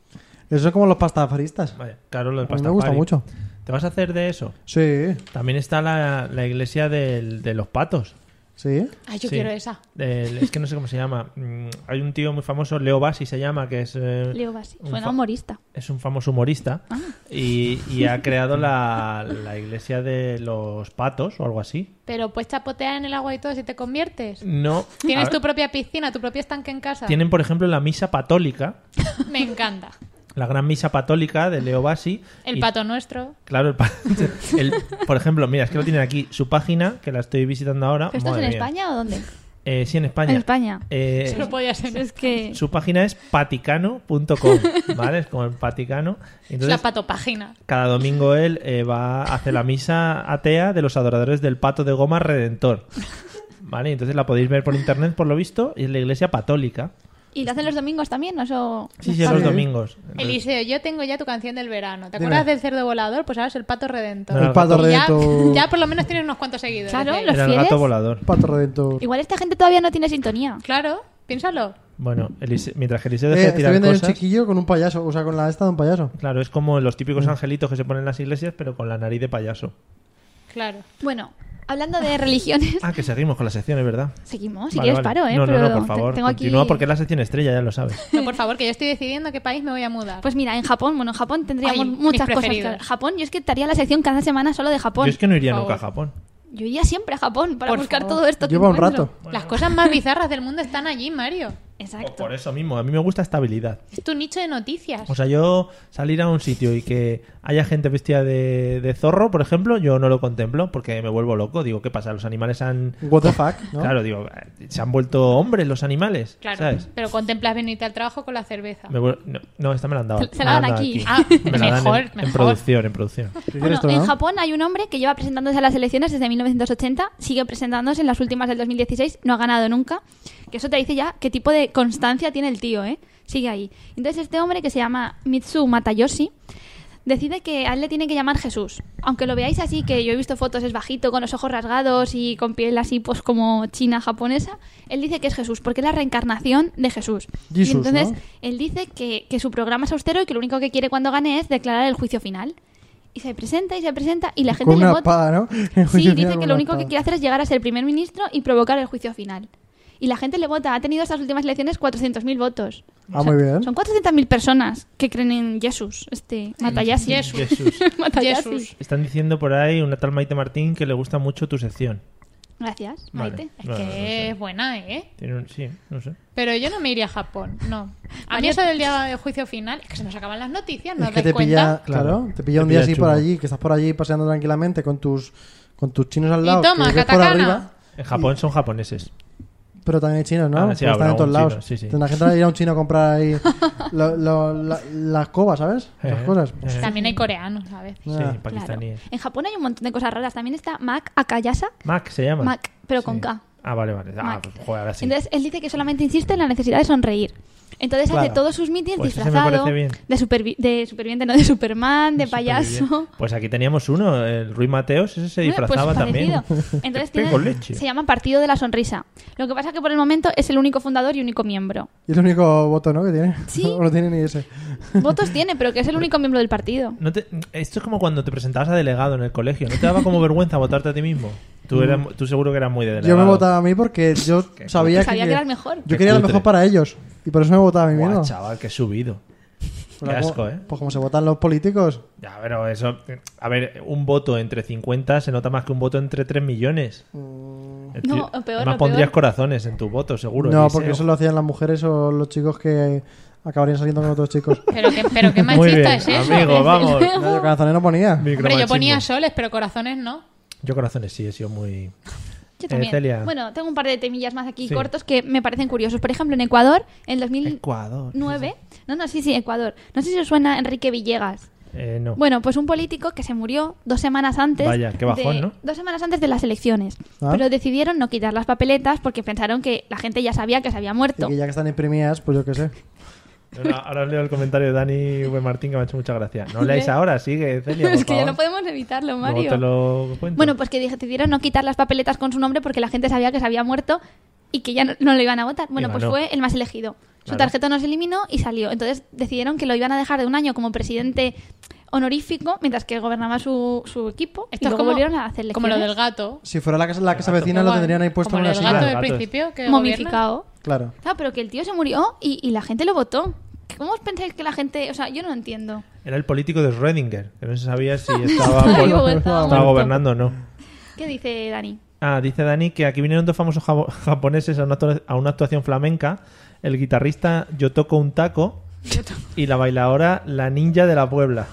Speaker 2: Eso es como los pastafaristas.
Speaker 1: Vale, claro, lo del
Speaker 2: A mí me
Speaker 1: pastafari.
Speaker 2: gusta mucho.
Speaker 1: ¿Te vas a hacer de eso?
Speaker 2: Sí,
Speaker 1: También está la, la iglesia del- de los patos.
Speaker 2: sí.
Speaker 4: Ay, yo
Speaker 1: Sí.
Speaker 4: quiero esa.
Speaker 1: Del- es que no sé cómo se llama. Mm, hay un tío muy famoso, Leo Bassi se llama, que es... eh,
Speaker 3: Leo Bassi,
Speaker 1: un
Speaker 3: suena
Speaker 1: fa-
Speaker 3: humorista.
Speaker 1: es un famoso humorista
Speaker 4: Ah.
Speaker 1: y, y ha creado la, la iglesia de los patos o algo así.
Speaker 4: Pero pues chapotear en el agua y todo si te conviertes.
Speaker 1: No.
Speaker 4: Tienes
Speaker 1: Mm. a-
Speaker 4: tu propia piscina, tu propio estanque en casa.
Speaker 1: Tienen, por ejemplo, la misa patólica,
Speaker 4: Me encanta.
Speaker 1: la gran misa patólica de Leo Bassi.
Speaker 4: El
Speaker 1: Y,
Speaker 4: pato nuestro.
Speaker 1: Claro, el pato. por ejemplo, mira, es que lo tienen aquí, su página, que la estoy visitando ahora.
Speaker 3: ¿Pero esto es
Speaker 1: madre
Speaker 3: en
Speaker 1: mía.
Speaker 3: España o dónde?
Speaker 1: Eh, sí, en España.
Speaker 3: En España.
Speaker 1: Eh,
Speaker 4: Eso no podía ser.
Speaker 3: Es que
Speaker 1: su página es paticano.com, ¿vale? Es como el paticano.
Speaker 4: Es
Speaker 1: Entonces,
Speaker 4: la patopágina.
Speaker 1: cada domingo él eh, va hace la misa atea de los adoradores del pato de goma redentor. ¿Vale? Entonces la podéis ver por internet, por lo visto, y es la iglesia patólica.
Speaker 3: y lo hacen los domingos también, ¿no? Eso-
Speaker 1: Sí, sí, los
Speaker 2: bien.
Speaker 1: domingos. Entonces-
Speaker 4: Eliseo, yo tengo ya tu canción del verano. ¿Te
Speaker 2: Dime.
Speaker 4: acuerdas del cerdo volador? Pues ahora es el pato redentor.
Speaker 1: No,
Speaker 2: El pato
Speaker 4: Y ya,
Speaker 2: redentor.
Speaker 4: ya por lo menos tienes unos cuantos seguidores. ¿eh?
Speaker 3: Claro,
Speaker 4: ahí.
Speaker 3: los-
Speaker 1: Era el
Speaker 3: fieles?
Speaker 1: gato volador.
Speaker 2: Pato redentor.
Speaker 3: Igual esta gente todavía no tiene sintonía.
Speaker 4: claro, piénsalo.
Speaker 1: Bueno, Elise- mientras que Eliseo deja
Speaker 2: Eh,
Speaker 1: de
Speaker 2: estoy
Speaker 1: tirar
Speaker 2: viendo ahí un
Speaker 1: cosas...
Speaker 2: chiquillo con un payaso, o sea, con la esta de un payaso.
Speaker 1: Claro, es como los típicos
Speaker 2: Mm.
Speaker 1: angelitos que se ponen en las iglesias, pero con la nariz de payaso.
Speaker 4: Claro.
Speaker 3: Bueno, hablando de religiones,
Speaker 1: Ah, que seguimos con las secciones, ¿verdad?
Speaker 3: seguimos. Si
Speaker 1: Vale,
Speaker 3: quieres
Speaker 1: vale.
Speaker 3: paro, ¿eh?
Speaker 1: No,
Speaker 3: Pero
Speaker 1: no, no, por
Speaker 3: te-
Speaker 1: favor.
Speaker 3: tengo aquí-
Speaker 1: Continúa porque es la sección estrella, ya lo sabes.
Speaker 4: No, por favor, que yo estoy decidiendo a qué país me voy a mudar.
Speaker 3: Pues mira, en Japón, bueno, en Japón tendríamos
Speaker 4: Ay,
Speaker 3: muchas
Speaker 4: mis
Speaker 3: cosas que
Speaker 4: preferidos.
Speaker 3: hablar. Japón, yo es que te haría la sección cada semana solo de
Speaker 1: Yo
Speaker 3: Japón.
Speaker 1: es que no iría
Speaker 4: Por
Speaker 1: nunca a
Speaker 4: favor.
Speaker 1: Japón.
Speaker 3: Yo iría siempre a Japón para
Speaker 4: Por
Speaker 3: buscar
Speaker 4: favor.
Speaker 3: todo esto que
Speaker 2: Lleva un
Speaker 3: encuentro.
Speaker 2: rato.
Speaker 4: Las cosas más bizarras del mundo están allí, Mario.
Speaker 1: O
Speaker 3: Exacto.
Speaker 1: Pues por eso mismo, a mí me gusta estabilidad.
Speaker 4: Es tu nicho de noticias.
Speaker 1: O sea, yo salir a un sitio y que haya gente vestida de, de zorro, por ejemplo, yo no lo contemplo porque me vuelvo loco. Digo, ¿qué pasa? Los animales han...
Speaker 2: What the fuck, ¿no?
Speaker 1: Claro, digo, eh, se han vuelto hombres los animales.
Speaker 4: claro,
Speaker 1: ¿sabes?
Speaker 4: pero contemplas venirte al trabajo con la cerveza.
Speaker 1: Me vuel- no, no, esta me la han dado. Me
Speaker 3: Se la dan
Speaker 1: han dado
Speaker 3: aquí.
Speaker 4: Ah,
Speaker 1: Me la dan en-
Speaker 4: mejor,
Speaker 1: en,
Speaker 4: mejor.
Speaker 1: producción, en producción.
Speaker 2: ¿Qué quieres
Speaker 3: Bueno,
Speaker 2: tú,
Speaker 3: en
Speaker 2: no?
Speaker 3: Japón hay un hombre que lleva presentándose a las elecciones desde 1980, sigue presentándose en las últimas del 2016, no ha ganado nunca. Que eso te dice ya qué tipo de constancia tiene el tío, ¿eh? Sigue ahí. Entonces este hombre que se llama Mitsu Matayoshi decide que a él le tiene que llamar Jesús. Aunque lo veáis así, que yo he visto fotos, es bajito, con los ojos rasgados y con piel así pues como china japonesa, él dice que es Jesús, porque es la reencarnación de Jesús. y
Speaker 2: Jesús,
Speaker 3: entonces
Speaker 2: ¿no?
Speaker 3: él dice que, que su programa es austero y que lo único que quiere cuando gane es declarar el juicio final. Y se presenta y se presenta y la gente
Speaker 2: Con
Speaker 3: le
Speaker 2: una
Speaker 3: vota.
Speaker 2: espada, ¿no? En
Speaker 3: Sí,
Speaker 2: juicio final
Speaker 3: dice
Speaker 2: con
Speaker 3: que
Speaker 2: una
Speaker 3: lo único que
Speaker 2: espada.
Speaker 3: quiere hacer es llegar a ser primer ministro y provocar el juicio final. Y la gente le vota. Ha tenido estas últimas elecciones 400.000 votos.
Speaker 2: Ah, muy bien.
Speaker 3: Son 400.000 personas que creen en Jesús, este Matayasi.
Speaker 4: Jesús.
Speaker 1: Jesús.
Speaker 3: Matayasi.
Speaker 4: Jesús.
Speaker 1: Están diciendo por ahí una tal Maite Martín que le gusta mucho tu sección.
Speaker 3: Gracias,
Speaker 1: Vale.
Speaker 3: Maite.
Speaker 4: Es
Speaker 1: No, no, no
Speaker 4: que
Speaker 1: sé.
Speaker 4: es buena, ¿eh?
Speaker 1: Tiene un- sí, no sé.
Speaker 4: Pero yo no me iría a Japón, no. A mí
Speaker 3: María-
Speaker 4: eso del día de juicio final es que se nos acaban las noticias, ¿no
Speaker 2: Es
Speaker 4: os
Speaker 2: que
Speaker 4: dais
Speaker 2: te pilla,
Speaker 4: cuenta?
Speaker 2: claro,
Speaker 1: Claro.
Speaker 2: te pilla un
Speaker 1: Te
Speaker 2: día
Speaker 1: pilla
Speaker 2: así por
Speaker 1: chungo.
Speaker 2: allí, que estás por allí paseando tranquilamente con tus con tus chinos al
Speaker 4: Y
Speaker 2: lado, que
Speaker 4: toma,
Speaker 2: ves por
Speaker 4: katakana.
Speaker 2: arriba,
Speaker 1: En Japón son japoneses.
Speaker 2: pero también hay chinos, ¿no?
Speaker 1: Ah, sí,
Speaker 2: Porque
Speaker 1: habrá
Speaker 2: están en todos
Speaker 1: un
Speaker 2: lados.
Speaker 1: chino, sí, sí.
Speaker 2: La gente va a ir a un chino a comprar ahí lo- lo- la- las cobas, ¿sabes? Las
Speaker 1: Eh,
Speaker 2: cosas. Pues,
Speaker 1: eh,
Speaker 4: También hay coreanos a veces.
Speaker 1: Sí,
Speaker 2: Ah.
Speaker 3: Claro.
Speaker 1: pakistaníes.
Speaker 3: En Japón hay un montón de cosas raras. También está Mac Akayasa.
Speaker 1: Mac se llama.
Speaker 3: Mac, pero con
Speaker 1: Sí.
Speaker 3: K.
Speaker 1: Ah, vale, vale. Ah,
Speaker 3: Mac.
Speaker 1: pues, joder, ahora sí.
Speaker 3: Entonces él dice que solamente insiste en la necesidad de sonreír. Entonces
Speaker 2: Claro.
Speaker 3: hace todos sus mítines
Speaker 1: Pues ese me
Speaker 3: disfrazado
Speaker 1: parece bien.
Speaker 3: de, supervi- de superviviente, no de Superman, de payaso.
Speaker 1: Superviviente. Pues aquí teníamos uno, el Ruiz Mateos, ese se
Speaker 3: Bueno, pues
Speaker 1: disfrazaba también.
Speaker 3: parecido. Entonces
Speaker 1: Te
Speaker 3: tiene-
Speaker 1: pego leche.
Speaker 3: se llama Partido de la Sonrisa. Lo que pasa que por el momento es el único fundador y único miembro.
Speaker 2: Y es el único voto, ¿no? Que tiene.
Speaker 3: Sí.
Speaker 2: O no tiene ni ese.
Speaker 3: Votos tiene, pero que es el único miembro del partido.
Speaker 1: No te- esto es como cuando te presentabas a delegado en el colegio. ¿No te daba como vergüenza votarte a ti mismo? Tú, eras, tú seguro que eras muy de delegado.
Speaker 2: Mm. Yo me votaba a mí porque yo sabía,
Speaker 3: Sabía que era el mejor.
Speaker 2: Yo
Speaker 1: Qué
Speaker 2: quería lo
Speaker 1: cutre.
Speaker 2: mejor para ellos. Y por eso me votaba a mí
Speaker 1: Guau,
Speaker 2: mismo.
Speaker 1: chaval, qué subido. Qué
Speaker 2: Pero como-
Speaker 1: asco, ¿eh?
Speaker 2: Pues como se votan los políticos.
Speaker 1: Ya, pero eso... A ver, un voto entre 50 se nota más que un voto entre 3 millones. El
Speaker 3: Mm. No,
Speaker 1: tío-
Speaker 3: o peor,
Speaker 1: Además
Speaker 3: lo
Speaker 1: pondrías
Speaker 3: peor.
Speaker 1: corazones en tu voto, seguro.
Speaker 2: No,
Speaker 1: Eliseo.
Speaker 2: porque eso lo hacían las mujeres o los chicos que acabarían saliendo con otros chicos.
Speaker 4: Pero qué, pero qué
Speaker 1: Muy bien,
Speaker 4: machista es eso.
Speaker 1: amigo, vamos.
Speaker 2: No, yo canzonero ponía.
Speaker 4: Hombre, yo
Speaker 1: Micromachismo.
Speaker 4: ponía soles, pero corazones no.
Speaker 1: Yo corazones sí, he sido muy...
Speaker 3: Yo
Speaker 1: Eh,
Speaker 3: también.
Speaker 1: Celia.
Speaker 3: Bueno, tengo un par de temillas más aquí
Speaker 1: Sí.
Speaker 3: cortos que me parecen curiosos. Por ejemplo, en Ecuador, en 2009.
Speaker 1: Ecuador.
Speaker 3: No, no, sí, sí, Ecuador. No sé si os suena Enrique Villegas.
Speaker 1: Eh, no.
Speaker 3: Bueno, pues un político que se murió dos semanas antes.
Speaker 1: Vaya, qué bajón,
Speaker 3: de-
Speaker 1: ¿no?
Speaker 3: Dos semanas antes de las elecciones.
Speaker 2: Ah.
Speaker 3: Pero decidieron no quitar las papeletas porque pensaron que la gente ya sabía que se había
Speaker 2: Y
Speaker 3: muerto.
Speaker 2: que ya que están imprimidas, pues yo qué sé.
Speaker 1: Ahora- ahora leo el comentario de Dani V. Martín que me ha hecho mucha gracia. No leáis ahora, sigue, Celia. por
Speaker 3: es que ya
Speaker 1: favor.
Speaker 3: no podemos evitarlo,
Speaker 1: Luego
Speaker 3: Mario.
Speaker 1: te lo cuento.
Speaker 3: Bueno, pues que decidieron no quitar las papeletas con su nombre porque la gente sabía que se había muerto y que ya no, no lo iban a votar. Bueno,
Speaker 1: Y
Speaker 3: pues
Speaker 1: ganó.
Speaker 3: fue el más elegido. Su
Speaker 1: Claro.
Speaker 3: tarjeta no se eliminó y salió. Entonces decidieron que lo iban a dejar de un año como presidente honorífico mientras que gobernaba su, su equipo. y
Speaker 4: Esto es
Speaker 3: luego
Speaker 4: como,
Speaker 3: volvieron a hacer
Speaker 4: como lo del
Speaker 3: elecciones.
Speaker 4: gato.
Speaker 2: Si fuera la casa, la casa vecina, lo
Speaker 4: Igual,
Speaker 2: tendrían ahí puesto
Speaker 4: como
Speaker 2: en una
Speaker 4: lo del gato
Speaker 2: silla.
Speaker 4: del
Speaker 1: Gatos.
Speaker 4: principio que gobierna.
Speaker 3: momificado.
Speaker 2: Claro.
Speaker 3: Claro, pero que el tío se murió y, y la gente lo votó. ¿Cómo os pensáis que la gente.? O sea, yo no lo entiendo.
Speaker 1: Era el político de Schrödinger, que no se sabía si estaba, por-
Speaker 3: Ay, bueno,
Speaker 1: estaba
Speaker 3: muerto.
Speaker 1: gobernando o no.
Speaker 3: ¿Qué dice Dani?
Speaker 1: Ah, dice Dani que aquí vinieron dos famosos jabo- japoneses a una, actua- a una actuación flamenca. El guitarrista Yo Toco un Taco y la bailadora La Ninja de la Puebla.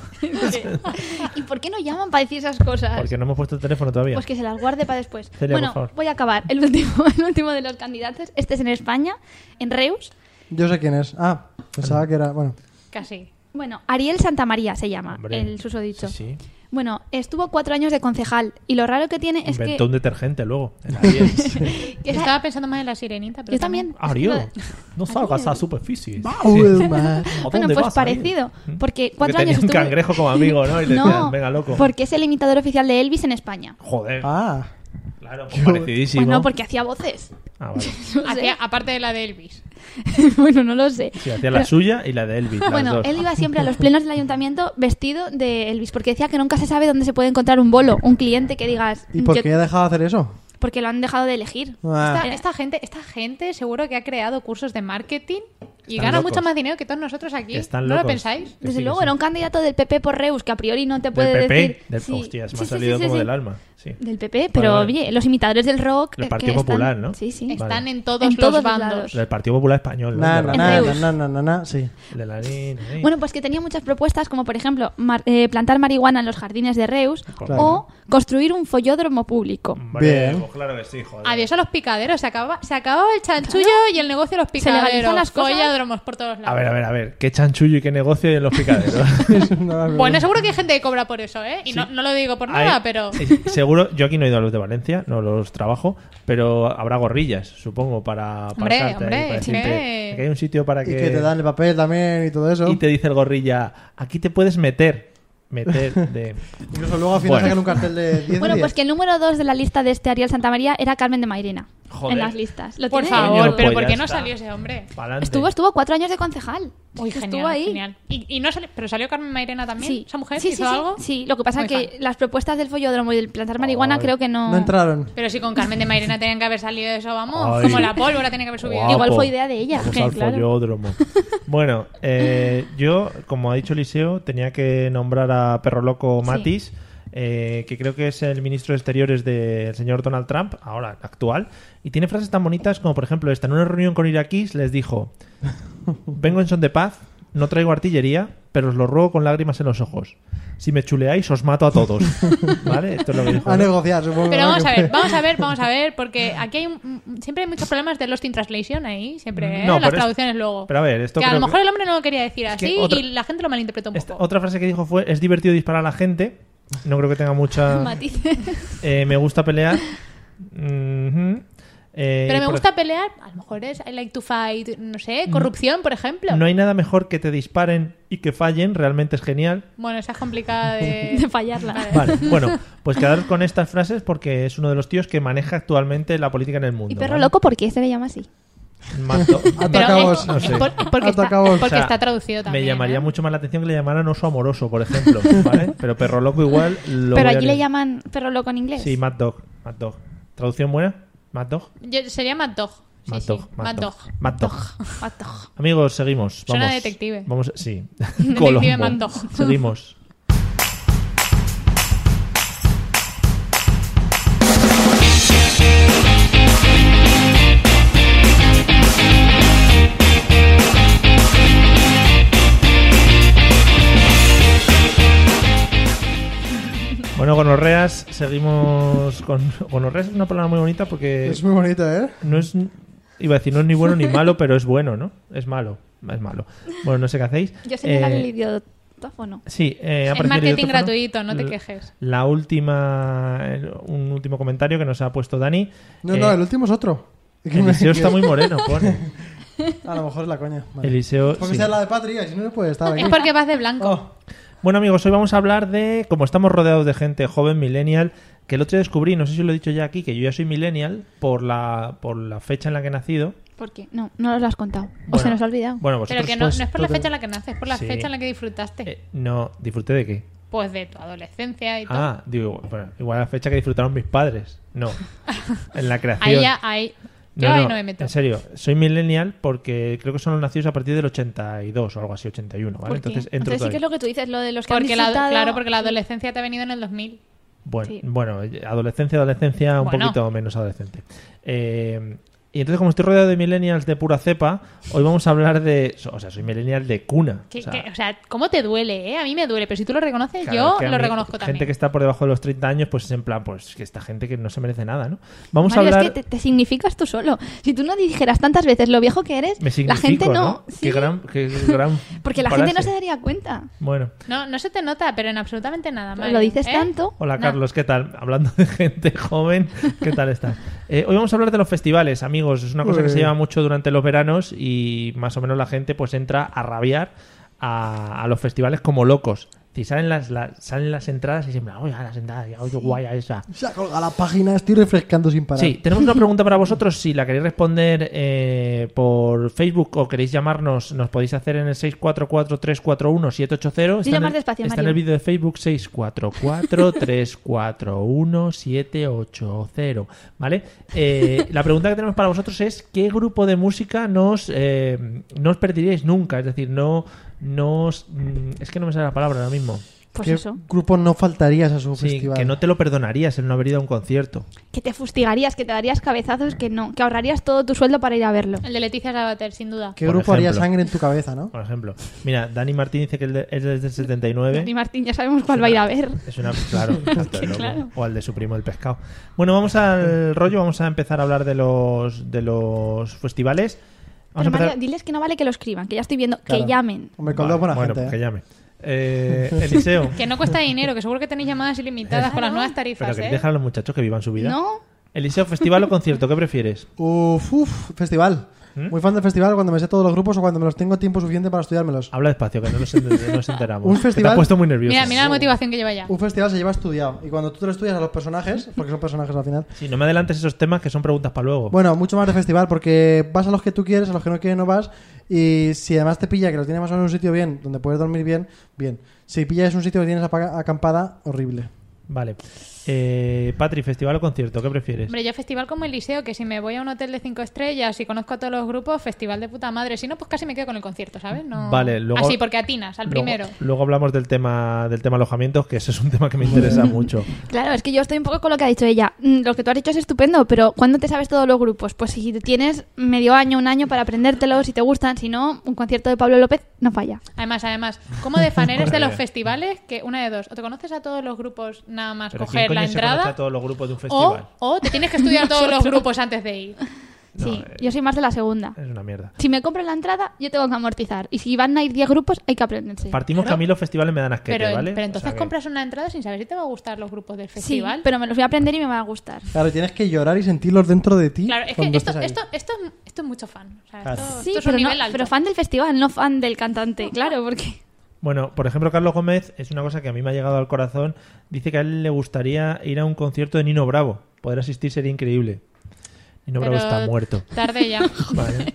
Speaker 3: ¿Y por qué no llaman para decir esas cosas?
Speaker 1: Porque no hemos puesto el teléfono todavía.
Speaker 3: Pues que se las guarde para después.
Speaker 1: Celia, por
Speaker 3: bueno,
Speaker 1: favor.
Speaker 3: voy a acabar. El último, el último de los candidatos. Este es en España, en Reus.
Speaker 2: Yo sé quién es. Ah, pensaba que era. Bueno,
Speaker 4: Casi.
Speaker 3: Bueno, Ariel Santamaría se llama,
Speaker 1: Hombre,
Speaker 3: el susodicho.
Speaker 1: Sí, sí.
Speaker 3: Bueno, estuvo cuatro años de concejal y lo raro que tiene es
Speaker 1: Inventó un
Speaker 3: que...
Speaker 1: detergente luego. Era bien.
Speaker 3: que esa-
Speaker 4: Estaba pensando más en la sirenita. Pero
Speaker 3: Yo también.
Speaker 1: Ariel, no salgas a superficie.
Speaker 2: Ulmer.
Speaker 1: ¿A
Speaker 3: Bueno,
Speaker 1: dónde
Speaker 3: pues
Speaker 1: vas,
Speaker 3: parecido.
Speaker 1: Ariel?
Speaker 3: Porque
Speaker 1: Porque
Speaker 3: cuatro
Speaker 1: tenía
Speaker 3: años
Speaker 1: un
Speaker 3: estuvo-
Speaker 1: cangrejo como amigo, ¿no? Y le decían,
Speaker 3: no,
Speaker 1: venga, loco.
Speaker 3: porque es el imitador oficial de Elvis en España.
Speaker 1: Joder,
Speaker 2: Ah,
Speaker 1: claro, pues parecidísimo.
Speaker 3: bueno, porque hacía voces.
Speaker 1: Ah, vale.
Speaker 3: No sé.
Speaker 4: Hacía- aparte de la de Elvis.
Speaker 3: bueno, no lo sé.
Speaker 1: Sí, hacía la suya y la de Elvis. las
Speaker 3: Bueno,
Speaker 1: dos.
Speaker 3: él iba siempre a los plenos del ayuntamiento vestido de Elvis, porque decía que nunca se sabe dónde se puede encontrar un bolo, un cliente que digas...
Speaker 2: ¿y por
Speaker 3: "Yo-
Speaker 2: qué ha dejado de hacer eso?
Speaker 3: Porque lo han dejado de elegir.
Speaker 2: Ah,
Speaker 4: Esta, esta gente, esta gente seguro que ha creado cursos de marketing Y
Speaker 1: Están
Speaker 4: gana
Speaker 1: locos.
Speaker 4: mucho más dinero que todos nosotros aquí.
Speaker 1: Que están
Speaker 4: ¿No lo
Speaker 1: locos.
Speaker 4: pensáis?
Speaker 1: Que sí,
Speaker 3: Desde
Speaker 1: que
Speaker 3: luego,
Speaker 1: sí.
Speaker 3: era un candidato del PP por Reus, que a priori no te puede
Speaker 1: del PP.
Speaker 3: decir.
Speaker 1: Del,
Speaker 3: Sí.
Speaker 1: Hostias, me
Speaker 3: Sí,
Speaker 1: ha
Speaker 3: sí,
Speaker 1: salido
Speaker 3: sí,
Speaker 1: como
Speaker 3: sí.
Speaker 1: del alma. Sí.
Speaker 3: Del PP, pero
Speaker 1: vale.
Speaker 3: oye, los imitadores del rock.
Speaker 1: Del
Speaker 3: eh,
Speaker 1: Partido
Speaker 3: que están-
Speaker 1: Popular, ¿no?
Speaker 3: Sí, sí.
Speaker 1: Eh,
Speaker 4: Están
Speaker 1: Vale.
Speaker 4: en todos
Speaker 3: En
Speaker 4: los
Speaker 3: todos los
Speaker 4: bandos.
Speaker 3: lados.
Speaker 1: Del Partido Popular Español.
Speaker 2: Na,
Speaker 1: ¿no?
Speaker 2: na,
Speaker 3: En
Speaker 2: na,
Speaker 3: Reus.
Speaker 2: na, na, na, na, sí.
Speaker 1: De la harina, eh.
Speaker 3: Bueno, pues que tenía muchas propuestas, como por ejemplo mar- eh, plantar marihuana en los jardines de Reus
Speaker 2: Claro.
Speaker 3: o construir un follódromo público.
Speaker 1: Hombre,
Speaker 2: Bien.
Speaker 1: pues claro que sí, joder.
Speaker 4: Adiós a los picaderos. Se acababa, se acababa el chanchullo y el negocio de los
Speaker 3: Se legalizan
Speaker 4: picaderos.
Speaker 3: las cosas.
Speaker 4: Folladromos por todos lados.
Speaker 1: A ver, a ver, a ver. Qué chanchullo y qué negocio en los picaderos.
Speaker 4: Bueno, seguro que hay gente que cobra por eso, ¿eh? Y no, no lo digo por
Speaker 1: Hay-
Speaker 4: nada, pero...
Speaker 1: eh, Seguro, yo aquí no he ido a los de Valencia, no los trabajo, pero habrá gorrillas, supongo, para
Speaker 4: Hombre,
Speaker 1: aparcarte ahí, para
Speaker 4: hombre, es
Speaker 1: decirte,
Speaker 4: que-
Speaker 1: "Aquí hay un sitio para
Speaker 2: Y que te dan el papel también y todo eso.
Speaker 1: y te dice el gorrilla, aquí te puedes meter. Meter de.
Speaker 2: Incluso luego al final
Speaker 1: Bueno.
Speaker 2: sacan un cartel de 10
Speaker 3: Bueno,
Speaker 2: días.
Speaker 3: pues que el número dos de la lista de este Ariel Santamaría era Carmen de Mairena.
Speaker 1: Joder.
Speaker 3: En las listas. Lo
Speaker 4: Por
Speaker 3: tiene-
Speaker 4: favor,
Speaker 1: Coño,
Speaker 4: pero
Speaker 1: pues
Speaker 4: ¿por
Speaker 1: ya
Speaker 4: qué no
Speaker 1: está.
Speaker 4: salió ese hombre?
Speaker 1: Pa'lante.
Speaker 3: Estuvo, estuvo cuatro años de concejal.
Speaker 4: Uy, genial,
Speaker 3: estuvo ahí.
Speaker 4: genial. ¿Y, y no salió- ¿Pero salió Carmen Mairena también?
Speaker 3: Sí.
Speaker 4: ¿Esa mujer
Speaker 3: sí,
Speaker 4: hizo
Speaker 3: sí, sí.
Speaker 4: algo?
Speaker 3: Sí, lo que pasa
Speaker 4: Muy
Speaker 3: es que las propuestas del follódromo y del plantar marihuana
Speaker 1: Ay.
Speaker 3: creo que no...
Speaker 2: No entraron.
Speaker 4: Pero si con Carmen de Mairena tenían que haber salido eso, vamos.
Speaker 1: Ay.
Speaker 4: Como la pólvora tenía que haber subido.
Speaker 1: Guapo.
Speaker 3: Igual fue idea de ella,
Speaker 1: Vamos
Speaker 3: que
Speaker 1: al
Speaker 3: claro.
Speaker 1: follódromo. Bueno, eh, yo, como ha dicho Eliseo, tenía que nombrar a Perro Loco Matis, eh, que creo que es el ministro de Exteriores del señor Donald Trump, ahora actual, y tiene frases tan bonitas como, por ejemplo, esta. En una reunión con iraquíes les dijo: Vengo en son de paz, no traigo artillería, pero os lo ruego con lágrimas en los ojos. Si me chuleáis, os mato a todos. ¿Vale? Esto es lo que dijo.
Speaker 2: A
Speaker 1: ¿no?
Speaker 2: negociar, supongo.
Speaker 4: Pero
Speaker 2: ¿no?
Speaker 4: vamos
Speaker 2: que
Speaker 4: a ver,
Speaker 2: fue.
Speaker 4: vamos a ver, vamos a ver, porque aquí hay un- mm, siempre hay muchos problemas de Lost in Translation ahí, siempre, ¿eh?
Speaker 1: Mm, No,
Speaker 4: las
Speaker 1: pero es-
Speaker 4: traducciones luego.
Speaker 1: pero a ver, esto
Speaker 4: que a lo
Speaker 1: creo que-
Speaker 4: mejor el hombre no lo quería decir
Speaker 1: que
Speaker 4: así
Speaker 1: otra-
Speaker 4: y la gente lo malinterpretó un
Speaker 1: Esta-
Speaker 4: poco.
Speaker 1: otra frase que dijo fue: Es divertido disparar a la gente. No creo que tenga mucha.
Speaker 3: Matices.
Speaker 1: Eh, me gusta pelear. Mhm. Eh,
Speaker 4: Pero me
Speaker 1: por
Speaker 4: gusta pelear, a lo mejor es I like to fight, no sé, corrupción, por ejemplo.
Speaker 1: ej- No hay nada mejor que te disparen y que fallen, realmente es genial.
Speaker 4: Bueno, esa es complicada
Speaker 3: de
Speaker 4: de...
Speaker 3: fallarla.
Speaker 1: Vale, bueno, pues quedaros con estas frases porque es uno de los tíos que maneja actualmente la política en el mundo.
Speaker 3: ¿Y perro
Speaker 1: ¿vale?
Speaker 3: loco por qué se le llama así?
Speaker 1: Mato-
Speaker 4: Pero
Speaker 2: Atacabos.
Speaker 4: es,
Speaker 1: No
Speaker 4: es
Speaker 1: sé.
Speaker 4: por- es porque, está,
Speaker 2: Atacabos.
Speaker 4: porque
Speaker 1: O sea,
Speaker 4: está traducido también.
Speaker 1: Me llamaría
Speaker 4: ¿eh?
Speaker 1: mucho más la atención que le llamaran oso amoroso, por ejemplo. ¿vale? Pero perro loco igual lo.
Speaker 3: Pero
Speaker 1: voy a
Speaker 3: allí le
Speaker 1: leer.
Speaker 3: llaman perro loco en inglés.
Speaker 1: Sí, Mad Dog. Mad Dog. ¿Traducción buena? Mad Dog.
Speaker 4: Yo- sería Mad Dog. Sí,
Speaker 1: Mad
Speaker 4: sí,
Speaker 1: Dog, Mad
Speaker 4: Mad
Speaker 1: Dog,
Speaker 4: Dog.
Speaker 1: Mad Dog.
Speaker 4: Mad Dog.
Speaker 1: Amigos, seguimos.
Speaker 4: Suena
Speaker 1: Vamos.
Speaker 4: detective.
Speaker 1: Vamos, sí.
Speaker 4: Detective Mando.
Speaker 1: Seguimos. Bueno, gonorreas, seguimos con... Gonorreas es una palabra muy bonita porque
Speaker 2: Es muy bonito, ¿eh?
Speaker 1: no es iba a decir no es ni bueno ni malo pero es bueno no es malo es malo bueno no sé qué hacéis
Speaker 3: Yo señalaré
Speaker 1: Eh,
Speaker 3: el idiotófono.
Speaker 1: sí eh, ha
Speaker 4: Es
Speaker 1: aparecido
Speaker 4: marketing
Speaker 1: el
Speaker 4: gratuito, no te
Speaker 1: L-
Speaker 4: quejes.
Speaker 1: la última el- un último comentario que nos ha puesto Dani
Speaker 2: No,
Speaker 1: Eh,
Speaker 2: no, el último es otro. Es que me-
Speaker 1: Eliseo está muy moreno pone
Speaker 2: A lo mejor es la coña. Vale.
Speaker 1: Eliseo
Speaker 2: Porque
Speaker 1: sí.
Speaker 2: sea la de Patria, si no, no puede estar aquí.
Speaker 4: Es porque vas de blanco.
Speaker 2: Oh,
Speaker 1: Bueno amigos, hoy vamos a hablar de, como estamos rodeados de gente joven, millennial, que el otro día descubrí, no sé si lo he dicho ya aquí, que yo ya soy millennial por la, por la fecha en la que he nacido.
Speaker 3: ¿Por qué? No, no nos lo has contado. o
Speaker 1: Bueno,
Speaker 3: se nos ha olvidado.
Speaker 1: Bueno,
Speaker 4: Pero
Speaker 1: vosotros
Speaker 4: que no,
Speaker 1: pues,
Speaker 4: no es por la
Speaker 1: todo-
Speaker 4: fecha en la que naces, es por la
Speaker 1: Sí.
Speaker 4: fecha en la que disfrutaste.
Speaker 1: Eh, no, disfruté de qué.
Speaker 4: Pues de tu adolescencia y todo.
Speaker 1: Ah, digo, bueno, igual la fecha que disfrutaron mis padres. No. En la creación.
Speaker 4: ahí ya, ahí. Yo ahí no me meto.
Speaker 1: En serio, soy millennial porque creo que son los nacidos a partir del 82 o algo así, 81, ¿vale?
Speaker 3: ¿Por qué?
Speaker 1: Entonces entro
Speaker 3: Entonces sí que es
Speaker 1: todavía.
Speaker 3: lo que tú dices, lo de los que han
Speaker 4: Porque la,
Speaker 3: disfrutado-
Speaker 4: claro, porque la adolescencia te ha venido en el 2000.
Speaker 1: Bueno,
Speaker 3: sí.
Speaker 1: bueno, adolescencia, adolescencia, un
Speaker 4: Bueno.
Speaker 1: poquito menos adolescente. Eh, y entonces, como estoy rodeado de millennials de pura cepa, hoy vamos a hablar de. O sea, soy millennial de cuna.
Speaker 4: Que-
Speaker 1: o sea,
Speaker 4: que- o sea, ¿cómo te duele, eh? A mí me duele, pero si tú lo reconoces,
Speaker 1: Claro,
Speaker 4: yo
Speaker 1: es que a
Speaker 4: lo
Speaker 1: mí,
Speaker 4: reconozco
Speaker 1: gente
Speaker 4: también.
Speaker 1: que está por debajo de los 30 años, pues es en plan, pues que esta gente que no se merece nada, ¿no? Vamos
Speaker 3: Mario,
Speaker 1: a hablar.
Speaker 3: es que te, te significas tú solo. Si tú no dijeras tantas veces lo viejo que eres,
Speaker 1: Me
Speaker 3: la
Speaker 1: significo,
Speaker 3: gente no.
Speaker 1: ¿no?
Speaker 3: Sí,
Speaker 1: Qué gran, qué gran
Speaker 3: porque la gente no
Speaker 1: frase.
Speaker 3: se daría cuenta.
Speaker 1: Bueno.
Speaker 4: No, no se te nota, pero en absolutamente nada más. ¿eh?
Speaker 3: lo dices tanto.
Speaker 1: Hola Carlos, ¿qué tal? Hablando de gente joven, ¿qué tal estás? Eh, hoy vamos a hablar de los festivales, amigos. Es una cosa que se
Speaker 2: Uy.
Speaker 1: lleva mucho durante los veranos y más o menos la gente pues entra a rabiar a, a los festivales como locos. te salen las, las- salen las entradas y siempre, oye, las entradas, ya, oye, guay a esa.
Speaker 2: Se ha colgado la página, estoy refrescando sin parar.
Speaker 1: Sí, tenemos una pregunta para vosotros. Si la queréis responder eh, por Facebook o queréis llamarnos, nos podéis hacer en el 644-341-780.
Speaker 3: Dilo
Speaker 1: en
Speaker 3: más
Speaker 1: el-
Speaker 3: despacio,
Speaker 1: está en
Speaker 3: Mario.
Speaker 1: el vídeo de Facebook 644-341-780. ¿Vale? Eh, la pregunta que tenemos para vosotros es: ¿qué grupo de música nos, eh, no os perderíais nunca? Es decir, no. no os- mm, es que no me sale la palabra ahora mismo.
Speaker 3: Pues
Speaker 2: ¿Qué
Speaker 3: eso.
Speaker 2: grupo no faltarías a su
Speaker 1: Sí,
Speaker 2: festival?
Speaker 1: que no te lo perdonarías el no haber ido a un concierto.
Speaker 3: Que te fustigarías, que te darías cabezazos, que no, que ahorrarías todo tu sueldo para ir a verlo.
Speaker 4: El de Leticia Sabater, sin duda.
Speaker 2: ¿Qué
Speaker 1: Por
Speaker 2: grupo haría
Speaker 1: ejemplo.
Speaker 2: sangre en tu cabeza, no?
Speaker 1: Por ejemplo, mira, Dani Martín dice que él de- es desde el 79.
Speaker 3: Y Martín, ya sabemos cuál va a ir a ver.
Speaker 1: Es una, claro, exacto, el lobo.
Speaker 3: claro.
Speaker 1: o al de su primo el pescado. Bueno, vamos al rollo, vamos a empezar a hablar de los de los festivales. Vamos a
Speaker 3: Pero
Speaker 1: empezar-
Speaker 3: Mario, diles que no vale que lo escriban, que ya estoy viendo,
Speaker 2: Claro.
Speaker 3: que llamen.
Speaker 2: Hombre, con dos
Speaker 1: Vale,
Speaker 2: buena
Speaker 1: bueno,
Speaker 2: gente.
Speaker 1: pues
Speaker 2: ¿eh?
Speaker 1: que llame. Eh, Eliseo,
Speaker 4: Que no cuesta dinero, que seguro que tenéis llamadas ilimitadas con las nuevas
Speaker 1: pero
Speaker 4: tarifas,
Speaker 1: que
Speaker 4: ¿eh?
Speaker 1: dejan a los muchachos que vivan su vida.
Speaker 3: No,
Speaker 1: Eliseo, festival o concierto, ¿qué prefieres?
Speaker 2: Uf, uf, festival.
Speaker 4: ¿Mm?
Speaker 2: Muy fan del festival cuando me sé todos los grupos o cuando me los tengo tiempo suficiente para estudiármelos.
Speaker 4: Ah,
Speaker 1: Habla despacio, que no nos, ent- no nos enteramos.
Speaker 2: Un
Speaker 1: Que Te
Speaker 2: festival-
Speaker 1: has puesto muy nervioso.
Speaker 4: Mira, mira la motivación que lleva ya.
Speaker 2: Un festival se lleva estudiado y cuando tú te lo estudias a los personajes, porque son personajes al final,
Speaker 1: Sí, no me adelantes esos temas que son preguntas para luego.
Speaker 2: Bueno, mucho más de festival, porque vas a los que tú quieres, a los que no quieres no vas. Y si además te pilla que lo tienes más o menos en un sitio bien, donde puedes dormir bien, bien. Si pillas un sitio que tienes apaga- acampada, horrible.
Speaker 1: Vale. Eh, Patri, festival o concierto, ¿qué prefieres?
Speaker 4: Hombre, yo festival como el liceo, que si me voy a un hotel de cinco estrellas y conozco a todos los grupos, festival de puta madre. Si no, pues casi me quedo con el concierto, ¿sabes? No...
Speaker 1: Vale, luego-
Speaker 4: Así, porque atinas al
Speaker 1: Luego-
Speaker 4: primero.
Speaker 1: Luego, hablamos del tema del tema alojamientos, que ese es un tema que me interesa mucho.
Speaker 3: claro, es que yo estoy un poco con lo que ha dicho ella. Mm, Lo que tú has dicho es estupendo, pero ¿cuándo te sabes todos los grupos? Pues si tienes medio año, un año para aprendértelos, si te gustan, si no, un concierto de Pablo López no falla.
Speaker 4: Además, además, como de fan eres de los
Speaker 1: Correcto.
Speaker 4: festivales, que una de dos, o te conoces a todos los grupos nada más
Speaker 1: Pero ¿quién coño
Speaker 4: coger la
Speaker 1: se conoce a
Speaker 4: entrada,
Speaker 1: todos los grupos de un
Speaker 4: o,
Speaker 1: festival?
Speaker 4: o te tienes que estudiar todos los grupos antes de ir.
Speaker 3: sí,
Speaker 1: eh.
Speaker 3: yo soy más de la segunda.
Speaker 1: Es una mierda.
Speaker 3: Si me compro la entrada, yo tengo que amortizar. Y si van a ir 10 grupos, hay que aprenderse.
Speaker 1: Partimos que a mí los festivales me dan asquete,
Speaker 4: Pero,
Speaker 1: ¿vale?
Speaker 4: pero
Speaker 1: O
Speaker 4: entonces
Speaker 1: sea que-
Speaker 4: compras una entrada sin saber si te va a gustar los grupos del
Speaker 3: Sí,
Speaker 4: festival.
Speaker 3: pero me los voy a aprender y me van a gustar.
Speaker 2: Claro, tienes que llorar y sentirlos dentro de ti.
Speaker 4: Claro, es que
Speaker 2: cuando
Speaker 4: esto,
Speaker 2: estés ahí.
Speaker 4: esto, esto, es- esto es mucho fan. O sea,
Speaker 1: Ah,
Speaker 2: Claro.
Speaker 4: esto,
Speaker 3: Sí,
Speaker 4: esto es
Speaker 3: pero,
Speaker 4: un
Speaker 3: no-
Speaker 4: nivel alto.
Speaker 3: pero fan del festival, no fan del cantante, claro, porque...
Speaker 1: Bueno, por ejemplo, Carlos Gómez es una cosa que a mí me ha llegado al corazón. Dice que a él le gustaría ir a un concierto de Nino Bravo. Poder asistir sería increíble. Nino
Speaker 4: Pero
Speaker 1: Bravo está muerto.
Speaker 4: Tarde ya.
Speaker 1: Vale.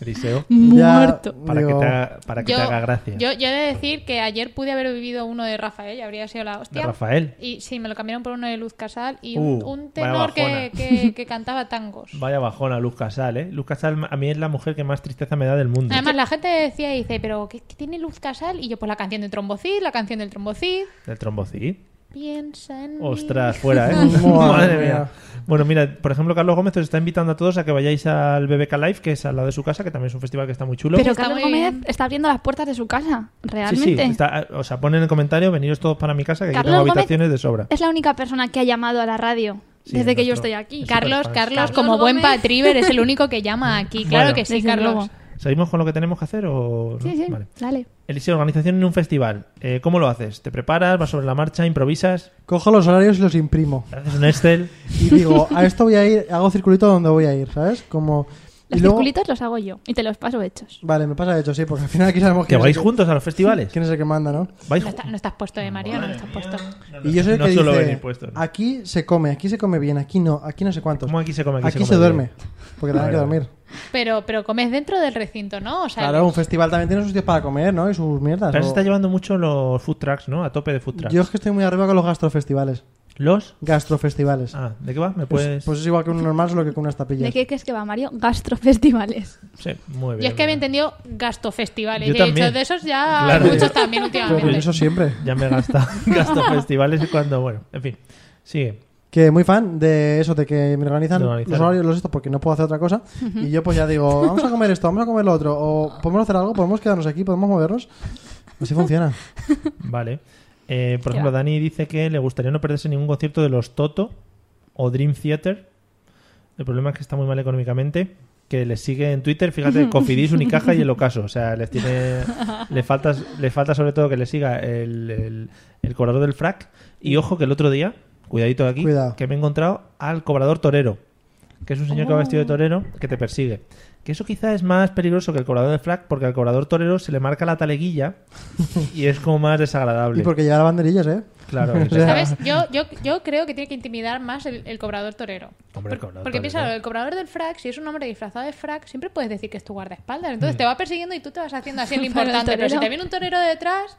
Speaker 1: Eliseo,
Speaker 2: Ya,
Speaker 3: Muerto.
Speaker 1: para que
Speaker 2: digo,
Speaker 1: te haga, para que te haga gracia.
Speaker 4: Yo, yo he de decir que ayer pude haber vivido uno de Rafael, habría sido la hostia.
Speaker 1: de Rafael.
Speaker 4: Y sí, me lo cambiaron por uno de Luz Casal y un,
Speaker 1: Uh,
Speaker 4: un
Speaker 1: vaya
Speaker 4: tenor que,
Speaker 1: bajona.
Speaker 4: que- que cantaba tangos.
Speaker 1: Vaya bajona, Luz Casal, ¿eh? Luz Casal a mí es la mujer que más tristeza me da del mundo.
Speaker 4: Además, la gente decía y dice, ¿pero qué, qué tiene Luz Casal? Y yo, pues la canción de Trombocid, la canción del Trombocid.
Speaker 1: Del trombocid.
Speaker 4: Piensa en mí.
Speaker 1: Ostras, fuera, ¿eh?
Speaker 2: Madre
Speaker 1: Madre
Speaker 2: mía.
Speaker 1: mía. Bueno, mira, por ejemplo, Carlos Gómez os está invitando a todos a que vayáis al BBK Live, que es al lado de su casa, que también es un festival que está muy chulo.
Speaker 3: Pero
Speaker 4: Está
Speaker 3: Carlos
Speaker 4: muy
Speaker 3: Gómez
Speaker 4: bien.
Speaker 3: está abriendo las puertas de su casa,
Speaker 1: sí, sí,
Speaker 3: realmente.
Speaker 1: está, o sea, ponen en el comentario, veniros todos para mi casa, que aquí
Speaker 3: Carlos
Speaker 1: tengo
Speaker 3: Gómez- Eh.
Speaker 1: habitaciones de sobra.
Speaker 3: Es la única persona que ha llamado a la radio
Speaker 1: Sí,
Speaker 3: desde que yo
Speaker 1: nuestro-
Speaker 3: estoy aquí.
Speaker 1: es
Speaker 4: Carlos,
Speaker 1: superfan.
Speaker 4: Carlos,
Speaker 3: Carlos
Speaker 4: como buen
Speaker 3: Gómez.
Speaker 4: patriver, es el único que llama aquí. Claro
Speaker 1: Bueno.
Speaker 4: que sí,
Speaker 3: Desde
Speaker 4: Carlos.
Speaker 3: luego.
Speaker 1: ¿Seguimos con lo que tenemos que hacer o...? no?
Speaker 3: Sí, sí,
Speaker 1: Vale.
Speaker 3: dale.
Speaker 1: Eliseo, organización en un festival. Eh, ¿Cómo lo haces? ¿Te preparas? ¿Vas sobre la marcha? ¿Improvisas?
Speaker 2: Cojo los horarios y los imprimo.
Speaker 1: ¿Haces un Excel?
Speaker 2: Y digo, a esto voy a ir, hago circulito donde voy a ir, ¿sabes? Como. y
Speaker 3: Los
Speaker 2: luego-
Speaker 3: circulitos los hago yo y te los paso hechos.
Speaker 2: Vale, me pasa de hecho, sí, porque al final aquí sabemos
Speaker 1: ¿Que
Speaker 2: quién es
Speaker 1: vais
Speaker 2: el
Speaker 1: juntos a los festivales?
Speaker 2: ¿Quién es el que manda, no?
Speaker 1: ¿Vais
Speaker 4: No,
Speaker 1: ju-
Speaker 4: está- no estás puesto de María, no
Speaker 1: Madre
Speaker 4: estás
Speaker 1: mía.
Speaker 4: puesto.
Speaker 1: No, no,
Speaker 2: Y yo soy el
Speaker 1: no
Speaker 2: que
Speaker 1: suelo
Speaker 2: dice,
Speaker 1: venir puesto, ¿no?
Speaker 2: aquí se come, aquí se come bien, aquí no, aquí no sé cuántos.
Speaker 1: ¿Cómo aquí se come?
Speaker 2: Aquí, se,
Speaker 1: come
Speaker 2: duerme,
Speaker 1: bien?
Speaker 2: porque también hay que
Speaker 1: Vale,
Speaker 2: dormir.
Speaker 4: Pero, pero comes dentro del recinto, ¿no? O sea,
Speaker 2: Claro, un festival también tiene sus sitios para comer, ¿no? Y sus mierdas.
Speaker 1: Pero se
Speaker 2: o-
Speaker 1: está llevando mucho los food trucks, ¿no? A tope de food trucks.
Speaker 2: Yo es que estoy muy arriba con los gastrofestivales.
Speaker 1: ¿Los?
Speaker 2: Gastrofestivales.
Speaker 1: Ah, ¿de qué va? ¿Me
Speaker 2: pues,
Speaker 1: puedes...?
Speaker 2: pues es igual que un normal, solo que con unas tapillas.
Speaker 3: ¿De qué crees que va, Mario? Gastrofestivales.
Speaker 1: Sí, muy bien.
Speaker 4: Yo es que había
Speaker 1: muy bien.
Speaker 4: entendido gastofestivales.
Speaker 1: Yo
Speaker 4: y he dicho,
Speaker 1: también.
Speaker 4: de esos ya
Speaker 1: Claro.
Speaker 4: muchos también
Speaker 2: Pero
Speaker 4: últimamente.
Speaker 2: eso siempre.
Speaker 1: Ya me he gastado, gasto festivales y cuando, bueno, en fin. Sigue.
Speaker 2: Que muy fan de eso, de que me organizan
Speaker 1: De
Speaker 2: los
Speaker 1: organizar.
Speaker 2: horarios, los estos, porque no puedo hacer otra cosa. Y yo pues ya digo, vamos a comer esto, vamos a comer lo otro. O podemos hacer algo, podemos quedarnos aquí, podemos movernos. Así funciona.
Speaker 1: Vale. Eh, por
Speaker 3: ¿Qué
Speaker 1: ejemplo,
Speaker 3: va?
Speaker 1: Dani dice que le gustaría no perderse ningún concierto de los Toto o Dream Theater. El problema es que está muy mal económicamente. Que les sigue en Twitter, fíjate, Cofidis, Unicaja y el Ocaso. O sea, les tiene. Le falta, le falta sobre todo que le siga el, el, el cobrador del frac. Y ojo que el otro día, cuidadito aquí,
Speaker 2: Cuidado.
Speaker 1: que me he encontrado al cobrador torero. que es un señor que va vestido de torero que te persigue. Que eso quizá es más peligroso que el cobrador de flag, porque al cobrador torero se le marca la taleguilla y es como más desagradable.
Speaker 2: Y porque lleva las banderillas, ¿eh?
Speaker 1: Claro,
Speaker 2: O
Speaker 1: o sea,
Speaker 2: sea,
Speaker 4: ¿Sabes? Yo, yo, yo creo que tiene que intimidar más el, el cobrador torero.
Speaker 1: Hombre, el cobrador
Speaker 4: Porque
Speaker 1: torero.
Speaker 4: piénsalo, el cobrador del frac, si es un hombre disfrazado de frac, siempre puedes decir que es tu guardaespaldas.
Speaker 1: Mm.
Speaker 4: Entonces te va persiguiendo y tú te vas haciendo así el
Speaker 3: Para el
Speaker 4: importante. Pero si
Speaker 3: torero.
Speaker 4: te viene un torero detrás,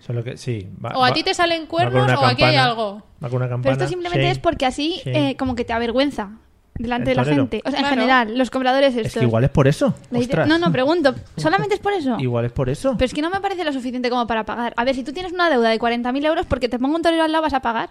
Speaker 1: solo que sí. va-
Speaker 4: o a
Speaker 1: va-
Speaker 4: ti te salen
Speaker 1: va con
Speaker 4: cuernos
Speaker 1: una
Speaker 4: o aquí hay
Speaker 1: campana,
Speaker 4: algo.
Speaker 1: Va con una campana.
Speaker 3: Pero esto simplemente
Speaker 1: sí.
Speaker 3: es porque así
Speaker 1: sí.
Speaker 3: eh, como que te avergüenza delante
Speaker 1: El
Speaker 3: de la
Speaker 1: torero.
Speaker 3: gente. O sea, en
Speaker 4: Claro.
Speaker 3: general, los compradores estos.
Speaker 1: Es que igual es por eso.
Speaker 3: La idea-
Speaker 1: Ostras.
Speaker 3: No, no, pregunto. ¿Solamente es por eso?
Speaker 1: Igual es por eso.
Speaker 3: Pero es que no me parece lo suficiente como para pagar. A ver, si tú tienes una deuda de 40.000 euros porque te pongo un torero al lado, ¿vas a pagar?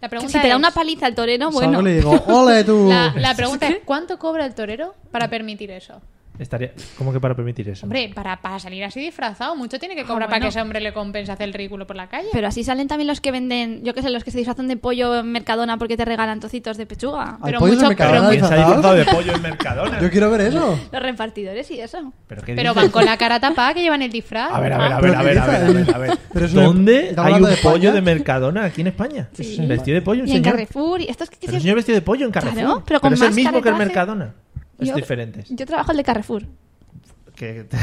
Speaker 4: La
Speaker 3: Que
Speaker 4: pregunta
Speaker 3: Si te da
Speaker 4: es-
Speaker 3: una paliza el torero,
Speaker 2: Salgo
Speaker 3: bueno.
Speaker 2: y le digo, ¡ole tú!
Speaker 4: Ah, la, la pregunta es, ¿cuánto cobra el torero para permitir eso?
Speaker 1: Estaría... ¿Cómo que para permitir eso?
Speaker 4: Hombre, para, para salir así disfrazado, mucho tiene que cobrar para
Speaker 3: Ah, bueno.
Speaker 4: que ese hombre le compense hacer el ridículo por la calle.
Speaker 3: Pero así salen también los que venden, yo qué sé, los que se disfrazan de pollo en Mercadona porque te regalan trocitos de pechuga.
Speaker 2: Al
Speaker 4: pero
Speaker 2: pollo se
Speaker 4: mucho-
Speaker 2: me
Speaker 4: pero
Speaker 1: Pero
Speaker 2: cagará
Speaker 1: ¿quién se ha
Speaker 2: disfrazado.
Speaker 1: disfrazado de pollo en Mercadona?
Speaker 2: Yo quiero ver eso.
Speaker 3: Los repartidores y eso.
Speaker 1: ¿Pero qué
Speaker 4: Pero
Speaker 1: dices?
Speaker 4: van con la cara tapada que llevan el disfraz.
Speaker 1: A ver, a ver, a
Speaker 4: Ah,
Speaker 1: ver,
Speaker 2: ¿Pero
Speaker 1: a
Speaker 2: qué
Speaker 1: ver, a ver,
Speaker 2: dices?
Speaker 1: a ver, a ver.
Speaker 2: Pero es una-
Speaker 1: ¿Dónde
Speaker 2: ¿Estamos
Speaker 1: hay un
Speaker 2: hablando de
Speaker 1: pollo
Speaker 2: España?
Speaker 1: de Mercadona aquí en España? Vestido de pollo, un
Speaker 3: Y en
Speaker 1: señor.
Speaker 3: Carrefour y estos que
Speaker 1: Pero un señor vestido de pollo en Carrefour.
Speaker 3: Claro, pero con
Speaker 1: es el
Speaker 3: más
Speaker 1: mismo que el
Speaker 3: caretaje.
Speaker 1: Mercadona. Es
Speaker 3: Yo-
Speaker 1: diferente.
Speaker 3: Yo trabajo el de Carrefour.
Speaker 1: Que te,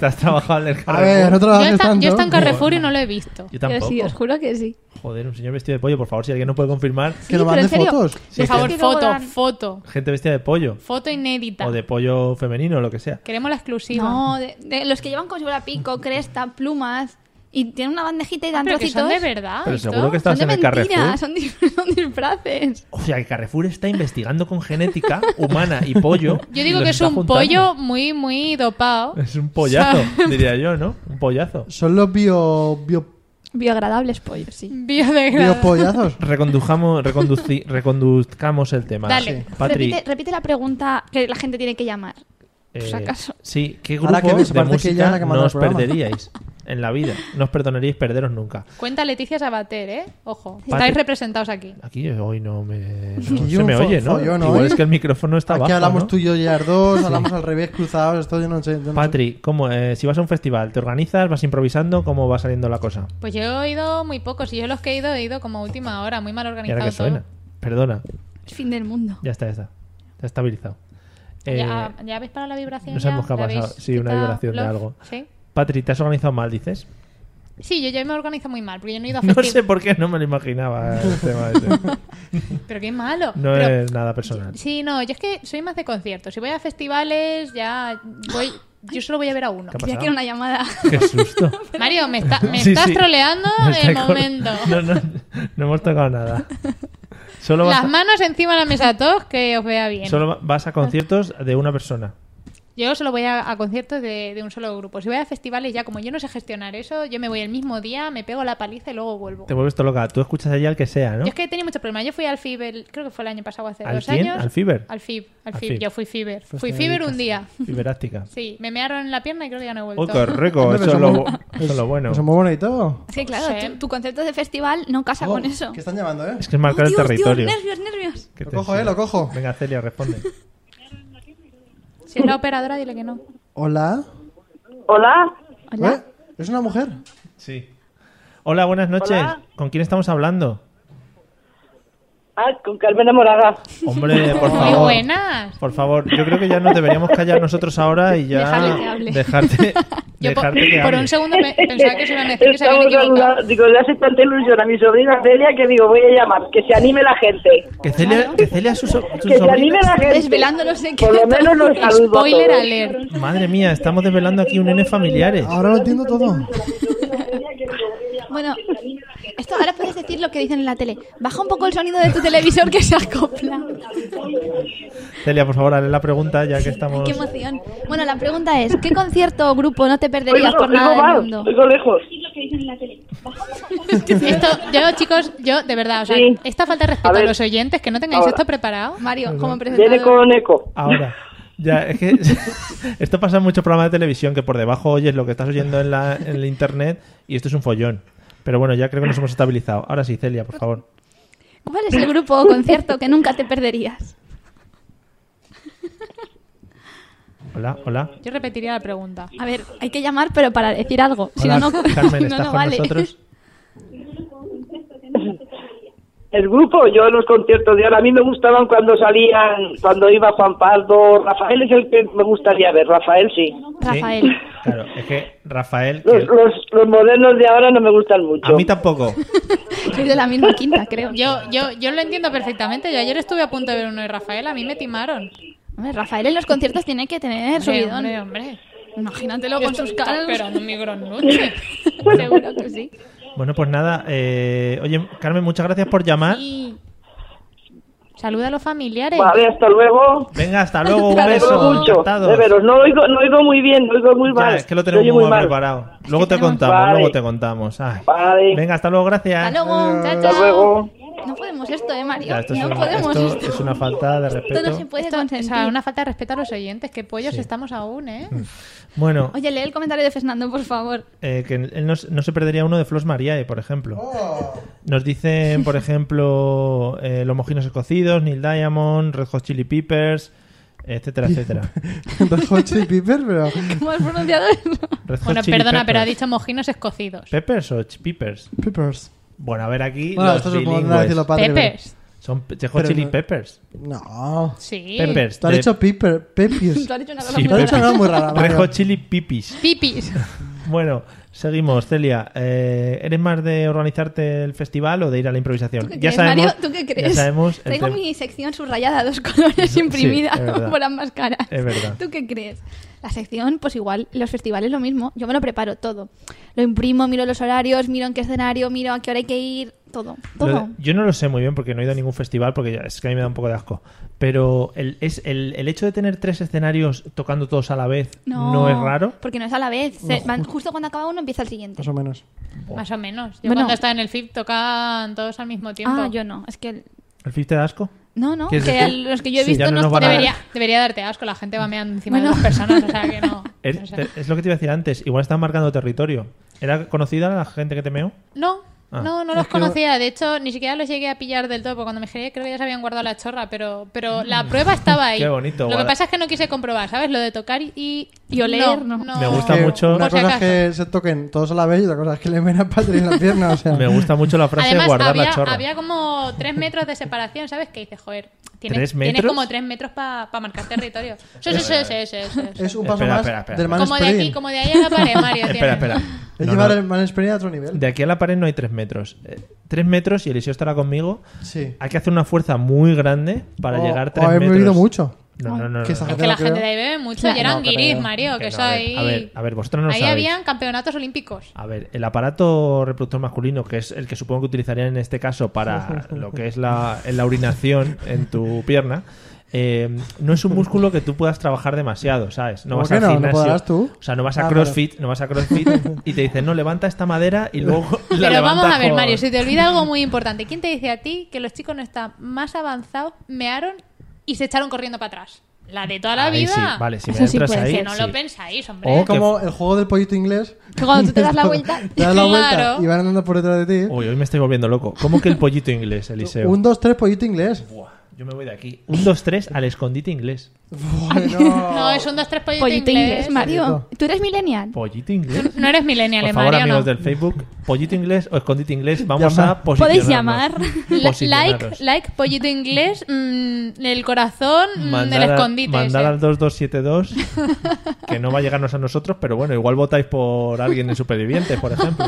Speaker 1: te has trabajado en el
Speaker 2: A
Speaker 1: Carrefour.
Speaker 2: ver, no
Speaker 4: Yo
Speaker 2: trabajes
Speaker 4: está-
Speaker 2: tanto.
Speaker 4: yo he estado en Carrefour y no lo he visto.
Speaker 1: Yo
Speaker 3: Yo
Speaker 1: tampoco.
Speaker 3: sí, os juro que sí.
Speaker 1: Joder, un señor vestido de pollo, por favor, si alguien no puede confirmar.
Speaker 2: Que nos
Speaker 3: pero en
Speaker 2: manden
Speaker 3: serio.
Speaker 2: fotos.
Speaker 1: Sí,
Speaker 4: Por
Speaker 1: es que-
Speaker 4: favor,
Speaker 3: que luego
Speaker 4: foto,
Speaker 3: dan-
Speaker 4: foto.
Speaker 1: Gente vestida de pollo.
Speaker 4: Foto inédita.
Speaker 1: O de pollo femenino, lo que sea.
Speaker 4: Queremos la exclusiva.
Speaker 3: No, de, de los que llevan como si fuera pico, cresta, plumas y tienen una bandejita y dan
Speaker 4: Ah, pero que
Speaker 3: trocitos.
Speaker 4: son de verdad.
Speaker 1: Pero
Speaker 4: esto.
Speaker 1: seguro que
Speaker 3: Son
Speaker 1: estás
Speaker 3: de
Speaker 1: en el
Speaker 3: mentira,
Speaker 1: Carrefour.
Speaker 3: son, dis- son disfraces.
Speaker 1: O sea, que Carrefour está investigando con genética humana y pollo.
Speaker 4: Yo
Speaker 1: y
Speaker 4: digo
Speaker 1: los
Speaker 4: que es
Speaker 1: está
Speaker 4: un
Speaker 1: juntando.
Speaker 4: pollo muy, muy dopado.
Speaker 1: Es un pollazo,
Speaker 4: O sea,
Speaker 1: diría yo, ¿no? Un pollazo.
Speaker 2: Son los bio... bio...
Speaker 3: Biodegradables pollos,
Speaker 1: Mm.
Speaker 3: sí.
Speaker 4: biodegradable.
Speaker 2: biopollazos.
Speaker 1: Recondujamos, reconduci- reconduzcamos el tema.
Speaker 4: Dale.
Speaker 1: Sí. Patri,
Speaker 3: Repite, repite la pregunta que la gente tiene que llamar. por si
Speaker 1: eh,
Speaker 3: acaso.
Speaker 1: Sí, ¿qué
Speaker 2: Ahora que
Speaker 1: grupo
Speaker 2: ves,
Speaker 1: de
Speaker 2: parece que ya la
Speaker 1: música
Speaker 2: que
Speaker 1: no
Speaker 2: manda el
Speaker 1: os
Speaker 2: programa.
Speaker 1: perderíais en la vida? No os perdonaríais perderos nunca.
Speaker 4: Cuenta Leticia Sabater, ¿eh? Ojo,
Speaker 1: Patri-
Speaker 4: estáis representados aquí.
Speaker 1: Aquí hoy no me... no
Speaker 2: Aquí
Speaker 1: se me
Speaker 2: un fo-
Speaker 1: oye, ¿no?
Speaker 2: follón
Speaker 1: Igual
Speaker 2: hoy.
Speaker 1: es que el micrófono está
Speaker 2: Aquí
Speaker 1: bajo,
Speaker 2: hablamos
Speaker 1: ¿no?
Speaker 2: tú y yo ya dos, hablamos al revés, cruzados, esto yo no sé. yo no sé.
Speaker 1: Patri, ¿cómo, eh, si vas a un festival, ¿te organizas? ¿Vas improvisando? ¿Cómo va saliendo la cosa?
Speaker 4: Pues yo he ido muy pocos y yo los que he ido he ido como a última hora, muy mal
Speaker 1: Y
Speaker 4: organizado.
Speaker 1: ahora que
Speaker 4: todo.
Speaker 1: suena. Perdona.
Speaker 3: Es fin del mundo.
Speaker 1: Ya está, ya está. Está estabilizado. Eh,
Speaker 4: ¿Ya, ya habéis parado la vibración?
Speaker 1: no sabemos
Speaker 4: ya?
Speaker 1: qué ha
Speaker 4: ¿La habéis
Speaker 1: pasado. Sí, una
Speaker 4: quitado?
Speaker 1: vibración de
Speaker 4: ¿Lo-
Speaker 1: algo.
Speaker 4: Sí,
Speaker 1: Patri, ¿te has organizado mal, dices?
Speaker 4: Sí, yo ya me organizo muy mal, porque yo no he ido a
Speaker 1: No
Speaker 4: festiv-
Speaker 1: sé por qué no me lo imaginaba el tema ese.
Speaker 4: Pero qué malo.
Speaker 1: No
Speaker 4: Pero-
Speaker 1: es nada personal.
Speaker 4: Sí, no, yo es que soy más de conciertos. Si voy a festivales, ya voy... Yo solo voy a ver a uno.
Speaker 1: ¿Qué ha
Speaker 3: Ya
Speaker 1: pasado?
Speaker 3: quiero una llamada.
Speaker 1: Qué susto.
Speaker 4: Mario, me, está- me
Speaker 1: Sí,
Speaker 4: estás
Speaker 1: sí.
Speaker 4: troleando
Speaker 1: No
Speaker 4: de
Speaker 1: estoy con-
Speaker 4: momento.
Speaker 1: No, no, no hemos tocado nada. Solo vas,
Speaker 4: Las manos encima de la mesa a todos, que os vea bien.
Speaker 1: a, solo va- vas a conciertos de una persona.
Speaker 4: Yo solo voy a, a conciertos de, de un solo grupo. Si voy a festivales, ya como yo no sé gestionar eso, yo me voy el mismo día, me pego la paliza y luego vuelvo.
Speaker 1: Te vuelves todo loca. Tú escuchas allá al que sea, ¿no?
Speaker 4: Yo es que he tenido muchos problemas. Yo fui al FIBER, creo que fue el año pasado, hace
Speaker 1: ¿Al
Speaker 4: dos
Speaker 1: quién?
Speaker 4: años.
Speaker 1: ¿Al Fiber?
Speaker 4: Al FIB, al
Speaker 1: Al
Speaker 4: Fib.
Speaker 1: Fib.
Speaker 4: Yo fui FIBER.
Speaker 1: Fuiste
Speaker 4: Fui
Speaker 1: de
Speaker 4: FIBER un
Speaker 1: dedicación.
Speaker 4: día.
Speaker 1: Fiberáctica.
Speaker 4: Sí, me mearon en la pierna y creo que ya no he vuelto.
Speaker 1: ¡Uy, Oh, qué rico!
Speaker 2: Hombre,
Speaker 1: Eso
Speaker 2: pero
Speaker 1: es lo,
Speaker 2: somos-
Speaker 1: bu- eso es lo bueno.
Speaker 2: Eso es Pues muy bonito.
Speaker 3: Es que claro,
Speaker 4: Sí.
Speaker 3: tu, tu concepto de festival no casa con eso.
Speaker 2: Oh, ¿Qué están llamando, eh?
Speaker 1: Es Oh, que es marcar
Speaker 3: Oh,
Speaker 1: el
Speaker 3: Dios, Dios,
Speaker 1: territorio.
Speaker 3: nervios, nervios.
Speaker 1: Que
Speaker 2: Lo
Speaker 1: te-
Speaker 2: cojo, eh, lo cojo.
Speaker 1: Venga, Celia, responde.
Speaker 4: Si es la operadora, dile que no.
Speaker 2: Hola.
Speaker 5: Hola,
Speaker 3: Hola.
Speaker 2: ¿Eh? ¿Es una mujer?
Speaker 1: Sí. Hola, buenas noches.
Speaker 5: Hola.
Speaker 1: ¿Con quién estamos hablando?
Speaker 5: ah, con Carmen Moraga.
Speaker 1: Hombre, por
Speaker 4: Muy
Speaker 1: favor.
Speaker 4: buenas.
Speaker 1: Por favor, yo creo que ya nos deberíamos callar nosotros ahora y ya
Speaker 3: Dejarle que hable.
Speaker 1: dejarte,
Speaker 4: Yo po- por,
Speaker 1: dejarte que hable.
Speaker 4: un segundo pe- pensaba que se iban a decir que se habían
Speaker 5: Estamos
Speaker 4: equivocado.
Speaker 5: saludando. Digo, le hace tanta ilusión a mi sobrina Celia que digo, voy a llamar, que se anime la gente.
Speaker 1: Que Celia, que Celia sus, sus
Speaker 5: Que se anime
Speaker 1: sobrinas-
Speaker 5: la gente.
Speaker 3: Desvelando los
Speaker 5: Por
Speaker 3: secretos.
Speaker 5: lo menos los saludo. a
Speaker 4: Spoiler
Speaker 5: todos.
Speaker 4: alert.
Speaker 1: Madre mía, estamos desvelando aquí uniones familiares.
Speaker 2: Ahora lo entiendo todo.
Speaker 3: Bueno, esto ahora puedes decir lo que dicen en la tele. Baja un poco el sonido de tu televisor que se acopla.
Speaker 1: Celia, por favor, hazle la pregunta ya que estamos.
Speaker 3: Qué emoción. Bueno, la pregunta es, ¿qué concierto o grupo no te perderías
Speaker 5: Oigo,
Speaker 3: por nada
Speaker 5: oigo
Speaker 3: del
Speaker 5: mal,
Speaker 3: mundo?
Speaker 5: oigo lejos.
Speaker 4: Pues Esto, yo, chicos, yo, de verdad, o sea,
Speaker 5: Sí.
Speaker 4: esta falta de respeto
Speaker 5: A
Speaker 4: a,
Speaker 5: ver.
Speaker 4: los oyentes, que no tengáis
Speaker 5: Ahora.
Speaker 4: esto preparado.
Speaker 3: Mario, como
Speaker 5: Viene
Speaker 3: presentador.
Speaker 5: con eco.
Speaker 1: Ahora. Ya, es que esto pasa en muchos programas de televisión que por debajo oyes lo que estás oyendo en la en el internet y esto es un follón. Pero bueno, ya creo que nos hemos estabilizado. Ahora sí, Celia, por favor.
Speaker 3: ¿Cuál es el grupo o concierto que nunca te perderías?
Speaker 1: Hola, hola.
Speaker 4: Yo repetiría la pregunta.
Speaker 3: A ver, hay que llamar, pero para decir algo. Si no,
Speaker 1: Hola,
Speaker 3: no,
Speaker 1: Carmen,
Speaker 3: no,
Speaker 1: ¿estás
Speaker 3: no
Speaker 1: con
Speaker 3: vale.
Speaker 1: nosotros?
Speaker 5: El grupo, yo en los conciertos de ahora, a mí me gustaban cuando salían, cuando iba Juan Pardo, Rafael es el que me gustaría ver, Rafael sí.
Speaker 3: Rafael.
Speaker 1: Claro, es que Rafael. que-
Speaker 5: Los, los, los modernos de ahora no me gustan
Speaker 1: a
Speaker 5: mucho.
Speaker 1: mí tampoco.
Speaker 3: Soy de la misma quinta, creo.
Speaker 4: Yo, yo, yo lo entiendo perfectamente. Yo ayer estuve a punto de ver uno de Rafael, a mí me timaron.
Speaker 3: Hombre, Rafael en los conciertos tiene que tener
Speaker 4: Hombre,
Speaker 3: subidón.
Speaker 4: hombre, hombre.
Speaker 3: Imagínatelo
Speaker 4: Yo
Speaker 3: con sus
Speaker 4: estoy
Speaker 3: caras.
Speaker 4: esperando mi gran noche.
Speaker 3: Seguro que sí.
Speaker 1: Bueno, pues nada. eh, oye, Carmen, muchas gracias por llamar.
Speaker 4: Y- Saluda a los familiares.
Speaker 5: Vale, hasta luego.
Speaker 1: Venga, hasta luego. Un
Speaker 5: Hasta luego
Speaker 1: beso.
Speaker 5: mucho.
Speaker 1: encantados.
Speaker 5: De veros, no oigo, no oigo muy bien, no oigo muy
Speaker 1: Ya,
Speaker 5: mal.
Speaker 1: es que lo tenemos
Speaker 5: Oye
Speaker 1: muy
Speaker 5: muy
Speaker 1: mal
Speaker 5: mal.
Speaker 1: preparado. Luego te contamos,
Speaker 5: Vale.
Speaker 1: luego te contamos. Ay.
Speaker 5: Vale.
Speaker 1: Venga, hasta luego, gracias.
Speaker 3: Hasta luego. Chao,
Speaker 5: Hasta
Speaker 3: chao.
Speaker 5: luego.
Speaker 3: No podemos esto, ¿eh, Mario?
Speaker 1: Ya, esto es
Speaker 3: no
Speaker 1: una-
Speaker 3: podemos
Speaker 1: esto
Speaker 3: esto.
Speaker 1: es una falta de
Speaker 3: Esto no
Speaker 1: respeto.
Speaker 3: se puede
Speaker 4: Esto, o
Speaker 3: consentir.
Speaker 4: sea, una falta de respeto a los oyentes. Que pollos
Speaker 1: Sí.
Speaker 4: estamos aún, ¿eh?
Speaker 1: Bueno,
Speaker 3: Oye, lee el comentario de Fernando, por favor.
Speaker 1: eh, que él no, se- no se perdería uno de Flos Mariae, por ejemplo.
Speaker 2: Oh.
Speaker 1: Nos dicen, por ejemplo, eh, Los Mojinos Escocidos, Neil Diamond, Red Hot Chili Peppers, etcétera, etcétera.
Speaker 2: Red Hot Chili Peppers, pero...
Speaker 3: ¿Cómo has pronunciado eso?
Speaker 1: Red Hot
Speaker 4: Bueno,
Speaker 1: Chili
Speaker 4: perdona, pero ha
Speaker 1: Peppers.
Speaker 4: dicho mojinos escocidos.
Speaker 1: ¿Peppers o ch- Peppers?
Speaker 2: Peppers.
Speaker 1: Bueno, a ver aquí.
Speaker 2: Bueno,
Speaker 1: los
Speaker 2: esto supongo que no
Speaker 1: bilingües.
Speaker 2: va a decirlo padre.
Speaker 4: Peppers.
Speaker 1: Son pe- Red Hot
Speaker 2: Pero
Speaker 1: Chili
Speaker 2: no-
Speaker 1: Peppers.
Speaker 2: pero- No.
Speaker 4: Sí.
Speaker 1: Peppers.
Speaker 2: Tú has
Speaker 1: de-
Speaker 2: dicho Pepper, Pepius.
Speaker 3: Tú has dicho una cosa
Speaker 1: Este- Sí,
Speaker 3: muy
Speaker 2: Tú has
Speaker 3: rara.
Speaker 1: Peppers.
Speaker 2: dicho una muy rara,
Speaker 1: Red
Speaker 2: Mario.
Speaker 1: Hot Chili Pipis.
Speaker 4: Pipis.
Speaker 1: Bueno, seguimos, Celia. Eh, ¿Eres más de organizarte el festival o de ir a la improvisación?
Speaker 3: ¿Tú qué
Speaker 1: ya
Speaker 3: crees,
Speaker 1: sabemos,
Speaker 3: Mario? ¿Tú qué crees?
Speaker 1: Ya sabemos. el
Speaker 3: Tengo
Speaker 1: tema.
Speaker 3: mi sección subrayada a dos colores
Speaker 1: Sí,
Speaker 3: imprimida
Speaker 1: es verdad.
Speaker 3: por ambas caras.
Speaker 1: Es verdad.
Speaker 3: ¿Tú qué crees? La sección, pues igual, los festivales lo mismo. Yo me lo preparo todo. Lo imprimo, miro los horarios, miro en qué escenario, miro a qué hora hay que ir, todo.
Speaker 1: Lo de-
Speaker 3: Todo.
Speaker 1: yo no lo sé muy bien porque no he ido a ningún festival porque ya- es que a mí me da un poco de asco. Pero el, es el, el hecho de tener tres escenarios tocando todos a la vez no, es raro.
Speaker 3: Porque no es a la vez. Se- van- justo cuando acaba uno empieza el siguiente. Ah,
Speaker 2: Más o menos.
Speaker 4: Más o menos. Yo
Speaker 3: Bueno.
Speaker 4: cuando estaba en el FIP tocaban todos al mismo tiempo.
Speaker 3: Ah, yo no. Es que.
Speaker 1: ¿El FIF te da asco?
Speaker 3: No, no.
Speaker 1: ¿Quieres
Speaker 3: Que
Speaker 1: decir?
Speaker 3: los que yo he
Speaker 1: Sí, ya
Speaker 3: visto
Speaker 1: no
Speaker 3: no,
Speaker 1: nos van a-
Speaker 3: debería-
Speaker 4: Debería, debería darte asco, la gente va meando encima
Speaker 3: Bueno.
Speaker 4: de las personas, o sea que no.
Speaker 1: Es,
Speaker 4: no sé.
Speaker 1: te- es lo que te iba a decir antes. Igual están marcando territorio. ¿Era conocida la gente que te meó?
Speaker 4: No,
Speaker 1: Ah.
Speaker 4: no, no los conocía. De hecho, ni siquiera los llegué a pillar del todo. Porque cuando me giré, creo que ya se habían guardado la chorra. Pero, pero la prueba estaba ahí.
Speaker 1: Mm. Qué bonito,
Speaker 4: Lo que
Speaker 1: guarda-
Speaker 4: pasa es que no quise comprobar, ¿sabes? Lo de tocar y,
Speaker 3: Y oler, no.
Speaker 1: Me gusta
Speaker 2: Que
Speaker 1: mucho-
Speaker 2: Una
Speaker 4: Por si
Speaker 2: cosa es
Speaker 4: acaso.
Speaker 2: que se toquen todos a la vez y otra cosa es que le ven a Patrick en la pierna. O sea,
Speaker 1: Me gusta mucho la frase
Speaker 4: Además,
Speaker 1: de guardar
Speaker 4: había,
Speaker 1: la chorra.
Speaker 4: había como tres metros de separación, ¿sabes? Que dices, joder, tienes,
Speaker 1: ¿Tres
Speaker 4: tienes
Speaker 1: metros?
Speaker 4: como tres metros para marcar territorio. Sí, sí, sí, sí, sí, sí, sí.
Speaker 2: es un paso
Speaker 1: Espera,
Speaker 2: más
Speaker 1: espera, espera.
Speaker 2: del
Speaker 4: Como de
Speaker 2: manspreading.
Speaker 4: aquí, como de allá a la pared, Mario.
Speaker 1: espera,
Speaker 4: tienes.
Speaker 1: espera.
Speaker 2: Es
Speaker 1: No,
Speaker 2: llevar
Speaker 1: no.
Speaker 2: el manspreading a otro nivel.
Speaker 1: De aquí a la pared no hay tres metros. Eh, tres metros y Eliseo estará conmigo.
Speaker 2: Sí.
Speaker 1: Hay que hacer una fuerza muy grande para
Speaker 2: O-
Speaker 1: llegar
Speaker 2: o
Speaker 1: tres
Speaker 2: haber
Speaker 1: metros.
Speaker 2: Oh, bebido mucho.
Speaker 1: No, no, no.
Speaker 2: Que
Speaker 1: no,
Speaker 2: esa
Speaker 1: no.
Speaker 2: gente
Speaker 4: Que la
Speaker 2: no creo.
Speaker 4: gente de ahí bebe mucho. y eran
Speaker 2: No, pero-
Speaker 4: guiris, Mario, que,
Speaker 1: Que no,
Speaker 4: eso
Speaker 1: a ver,
Speaker 4: ahí.
Speaker 1: a ver, a ver, vosotros no lo
Speaker 4: ahí
Speaker 1: sabéis.
Speaker 4: habían campeonatos olímpicos.
Speaker 1: A ver, el aparato reproductor masculino, que es el que supongo que utilizarían en este caso para lo que es la, la orinación en tu pierna, eh, no es un músculo que tú puedas trabajar demasiado, ¿sabes? No
Speaker 2: ¿Cómo
Speaker 1: vas
Speaker 2: que
Speaker 1: al
Speaker 2: no? ¿No
Speaker 1: gimnasio.
Speaker 2: podrás tú?
Speaker 1: O sea, no vas a
Speaker 2: Ah,
Speaker 1: CrossFit, no vas a CrossFit y te dicen, no, levanta esta madera y luego la
Speaker 4: Pero vamos
Speaker 1: levantas
Speaker 4: a ver,
Speaker 1: con-
Speaker 4: Mario, si te olvida algo muy importante. ¿Quién te dice a ti que los chicos no están más avanzados, mearon y se echaron corriendo para atrás? La de toda la
Speaker 1: Ahí
Speaker 4: vida.
Speaker 1: sí, vale, si me
Speaker 3: Eso sí
Speaker 1: entras
Speaker 3: puede
Speaker 1: ahí,
Speaker 4: Que no
Speaker 1: sí. Oh,
Speaker 4: lo pensáis, hombre.
Speaker 1: O
Speaker 2: Es como el juego del pollito inglés.
Speaker 3: Que cuando tú te das la vuelta.
Speaker 2: Te das la vuelta
Speaker 4: Claro.
Speaker 2: y van andando por detrás de ti.
Speaker 1: Uy, hoy me estoy volviendo loco. ¿Cómo que el pollito inglés, Eliseo?
Speaker 2: Un, dos, tres, pollito inglés.
Speaker 1: Buah, yo me voy de aquí. Un, dos, tres, al escondite inglés.
Speaker 2: Bueno.
Speaker 4: No, es un 2-3 pollito,
Speaker 3: Pollito
Speaker 4: inglés.
Speaker 3: inglés, Mario. ¿Tú eres millennial?
Speaker 1: ¿Pollito inglés?
Speaker 4: No eres millennial,
Speaker 1: Por
Speaker 4: eh,
Speaker 1: favor,
Speaker 4: Mario,
Speaker 1: amigos
Speaker 4: no.
Speaker 1: del Facebook, pollito inglés o escondite inglés, vamos
Speaker 2: Llama.
Speaker 1: a posicionarnos.
Speaker 3: Podéis llamar.
Speaker 4: La- Like,
Speaker 1: Posicionaros.
Speaker 4: like, pollito inglés, mm, el corazón mm,
Speaker 1: Mandar
Speaker 4: del
Speaker 1: a-
Speaker 4: escondite.
Speaker 1: mandar
Speaker 4: ese.
Speaker 1: al 2272, que no va a llegarnos a nosotros, pero bueno, igual votáis por alguien en Supervivientes, por ejemplo.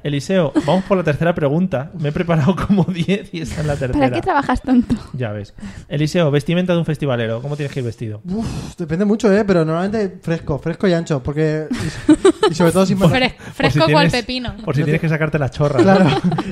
Speaker 1: Eliseo, vamos por la tercera pregunta. Me he preparado como 10 y esta es la tercera.
Speaker 3: ¿Para qué trabajas tanto?
Speaker 1: ya ves. Eliseo, vestimenta de un festivalero. ¿Cómo tienes que ir vestido?
Speaker 2: Uf, depende mucho, ¿eh? Pero normalmente fresco, fresco y ancho. Porque. Y, y sobre todo sin.
Speaker 4: Fres- fresco
Speaker 1: Por si
Speaker 4: cual
Speaker 1: tienes-
Speaker 4: pepino.
Speaker 1: Por si tienes que sacarte la chorra. ¿no?
Speaker 2: Claro,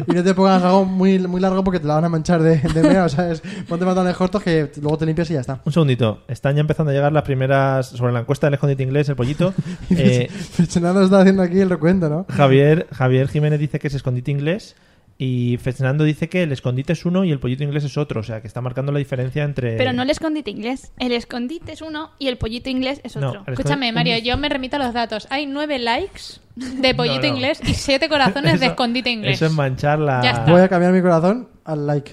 Speaker 2: y no te pongas algo muy, muy largo porque te la van a manchar de, de mea, ¿sabes? Ponte pantalones cortos que luego te limpias y ya está.
Speaker 1: Un segundito. Están ya empezando a llegar las primeras sobre la encuesta del escondite inglés, el pollito. Eh,
Speaker 2: Fernando está haciendo aquí el recuento, ¿no?
Speaker 1: Javier, Javier Jiménez dice que es escondite inglés y Fernando dice que el escondite es uno y el pollito inglés es otro, o sea que está marcando la diferencia entre...
Speaker 3: Pero no el escondite inglés. El escondite es uno y el pollito inglés es
Speaker 1: No,
Speaker 3: otro.
Speaker 1: el
Speaker 4: Escúchame,
Speaker 1: escondi-
Speaker 4: Mario, yo me remito a los datos. Hay nueve likes de pollito
Speaker 1: No, no.
Speaker 4: inglés y siete corazones
Speaker 1: Eso-
Speaker 4: de escondite inglés.
Speaker 1: Eso es manchar la...
Speaker 4: Ya está.
Speaker 2: Voy a cambiar mi corazón al like.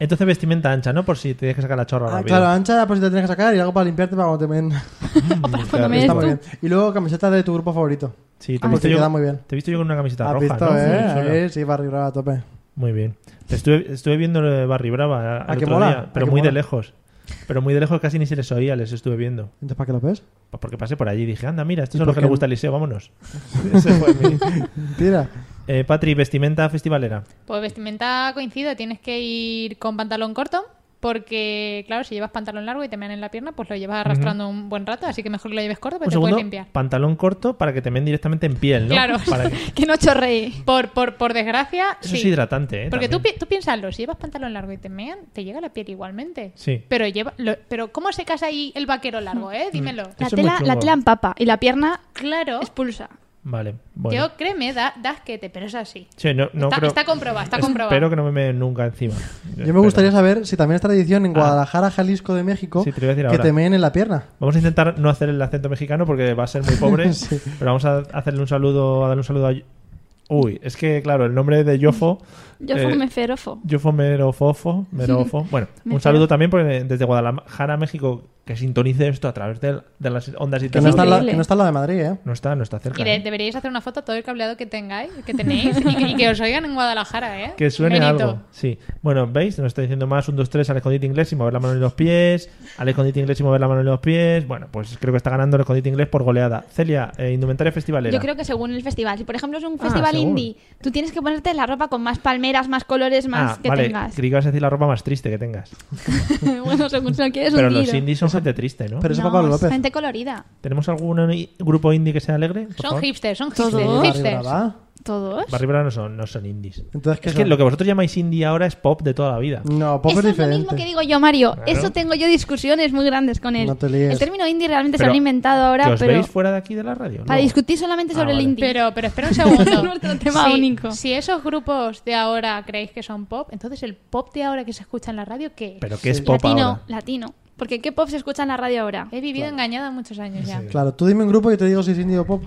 Speaker 1: Entonces vestimenta ancha, ¿no? Por si te dejes sacar la chorra
Speaker 2: Ah,
Speaker 1: rápido.
Speaker 2: claro, ancha, pues te tienes que sacar y algo para limpiarte para cuando te ven.
Speaker 1: Claro,
Speaker 3: me
Speaker 1: está
Speaker 2: Está muy
Speaker 3: tú.
Speaker 1: muy
Speaker 2: bien. Y luego camiseta de tu grupo favorito.
Speaker 1: Sí, te, he
Speaker 2: Ah,
Speaker 1: visto
Speaker 2: porque
Speaker 1: yo,
Speaker 2: queda muy bien.
Speaker 1: te he visto yo con una camiseta
Speaker 2: Has
Speaker 1: roja,
Speaker 2: visto,
Speaker 1: ¿no?
Speaker 2: ¿eh?
Speaker 1: Sí, sola.
Speaker 2: Ahí sí, barrio a tope.
Speaker 1: Muy bien. Te Estuve, estuve viendo lo de Barry Brava eh, el
Speaker 2: ¿A Ah, que
Speaker 1: otro
Speaker 2: mola?
Speaker 1: día,
Speaker 2: ¿A
Speaker 1: pero
Speaker 2: que
Speaker 1: muy de
Speaker 2: mola?
Speaker 1: lejos. Pero muy de lejos casi ni se les oía, les estuve viendo.
Speaker 2: Entonces, ¿para qué lo ves?
Speaker 1: Pues porque pasé por allí y dije, anda, mira, estos
Speaker 2: ¿Y
Speaker 1: son
Speaker 2: por
Speaker 1: los que
Speaker 2: qué
Speaker 1: le
Speaker 2: no?
Speaker 1: gusta al liceo, vámonos. Ese fue mi-
Speaker 2: Tira.
Speaker 1: Eh, Patri, vestimenta festivalera.
Speaker 4: Pues vestimenta coincido, tienes que ir con pantalón corto. Porque, claro, si llevas pantalón largo y te mean en la pierna, pues lo llevas arrastrando un buen rato, así que mejor que lo lleves corto,
Speaker 1: Un
Speaker 4: porque te
Speaker 1: segundo,
Speaker 4: puedes limpiar.
Speaker 1: pantalón corto para que te men directamente en piel, ¿no?
Speaker 4: Claro.
Speaker 1: Para que-
Speaker 3: Que no chorree.
Speaker 4: Por, por, por desgracia,
Speaker 1: Eso
Speaker 4: sí.
Speaker 1: es hidratante, ¿eh?
Speaker 4: Porque tú,
Speaker 1: También.
Speaker 4: pi- tú piénsalo, si llevas pantalón largo y te mean, te llega la piel igualmente.
Speaker 1: Sí. Mm.
Speaker 4: Pero, lleva, lo- pero ¿cómo se casa ahí el vaquero largo, eh? Dímelo.
Speaker 3: La
Speaker 1: Eso es muy
Speaker 3: tela, la
Speaker 1: chungo.
Speaker 3: tela empapa y la pierna
Speaker 4: Claro,
Speaker 3: expulsa.
Speaker 1: Vale, bueno.
Speaker 4: yo créeme, da, da asquete, pero es así.
Speaker 1: Sí, no, no
Speaker 4: está,
Speaker 1: creo-
Speaker 4: está comprobado, está comprobado.
Speaker 1: Espero que no me meen nunca encima.
Speaker 2: Yo me gustaría saber si también es tradición en Guadalajara, Jalisco de México
Speaker 1: Ah. Sí, te lo iba a decir
Speaker 2: que
Speaker 1: ahora.
Speaker 2: te meen en la pierna.
Speaker 1: Vamos a intentar no hacer el acento mexicano porque va a ser muy pobre.
Speaker 2: Sí.
Speaker 1: Pero vamos a hacerle un saludo, a darle un saludo a. Uy, es que claro, el nombre de Yofo.
Speaker 3: Yo
Speaker 1: eh,
Speaker 3: fui meferofo.
Speaker 1: Yofo Merofofo. Merofo. Bueno, un
Speaker 3: Mejero.
Speaker 1: saludo también porque desde Guadalajara, México, que sintonice esto a través de, de las ondas y
Speaker 2: Que no, está al la,
Speaker 3: increíble.
Speaker 2: que no está al lado de Madrid, ¿eh?
Speaker 1: No está, no está cerca.
Speaker 4: Y de-
Speaker 1: ¿eh?
Speaker 4: deberíais hacer una foto a todo el cableado que tengáis, que tenéis, y que, y que os oigan en Guadalajara, ¿eh?
Speaker 1: Que suene
Speaker 4: Benito.
Speaker 1: algo. Sí. Bueno, ¿veis? Nos está diciendo más. Un, dos, tres, al escondite inglés y mover la mano en los pies. Al escondite inglés y mover la mano en los pies. Bueno, pues creo que está ganando el escondite inglés por goleada. Celia, eh, indumentaria festivalera.
Speaker 3: Yo creo que según el festival. Si por ejemplo es un
Speaker 1: Ah,
Speaker 3: festival
Speaker 1: según.
Speaker 3: indie, tú tienes que ponerte la ropa con más palmeras, más colores, más
Speaker 1: ah,
Speaker 3: que
Speaker 1: vale.
Speaker 3: tengas.
Speaker 1: Creí que ibas a decir la ropa más triste que tengas.
Speaker 3: bueno, según si no quieres
Speaker 1: Pero
Speaker 3: un
Speaker 1: los
Speaker 3: tiro.
Speaker 1: indies son gente triste, ¿no?
Speaker 2: Pero eso
Speaker 3: No,
Speaker 2: es para Pablo
Speaker 3: es
Speaker 2: López.
Speaker 3: gente colorida.
Speaker 1: ¿Tenemos algún i- grupo indie que sea alegre? Por
Speaker 4: Son
Speaker 1: favor.
Speaker 4: hipsters, son
Speaker 3: Todos.
Speaker 4: hipsters.
Speaker 3: Barry
Speaker 4: hipsters.
Speaker 2: ¿Verdad?
Speaker 3: ¿Todos?
Speaker 1: Barry Brown no son, no son indies.
Speaker 2: Entonces, ¿qué
Speaker 1: es que
Speaker 2: son? Mm.
Speaker 1: lo que vosotros llamáis indie ahora es pop de toda la vida.
Speaker 2: No, pop
Speaker 3: Eso
Speaker 2: es
Speaker 3: es lo
Speaker 2: diferente.
Speaker 3: mismo que digo yo, Mario.
Speaker 1: Claro.
Speaker 3: Eso tengo yo discusiones muy grandes con él.
Speaker 2: No te líes.
Speaker 3: El término indie realmente se
Speaker 1: Pero,
Speaker 3: lo han inventado
Speaker 1: ¿Que
Speaker 3: ahora,
Speaker 1: os
Speaker 3: pero
Speaker 1: veis fuera de aquí de la radio?
Speaker 3: para
Speaker 1: No.
Speaker 3: discutir solamente
Speaker 1: Ah,
Speaker 3: sobre
Speaker 1: vale.
Speaker 3: el indie.
Speaker 4: Pero, pero espera un segundo.
Speaker 3: Es nuestro tema
Speaker 4: si,
Speaker 3: único.
Speaker 4: Si esos grupos de ahora creéis que son pop, entonces el pop de ahora que se escucha en la radio, ¿qué? es?
Speaker 1: ¿Pero qué es pop
Speaker 3: latino,
Speaker 1: ahora?
Speaker 3: latino. Porque ¿qué pop se escucha en la radio ahora?
Speaker 2: Eh,
Speaker 4: He vivido engañada muchos años ya.
Speaker 2: Claro, tú dime un grupo y te digo si es indie o pop.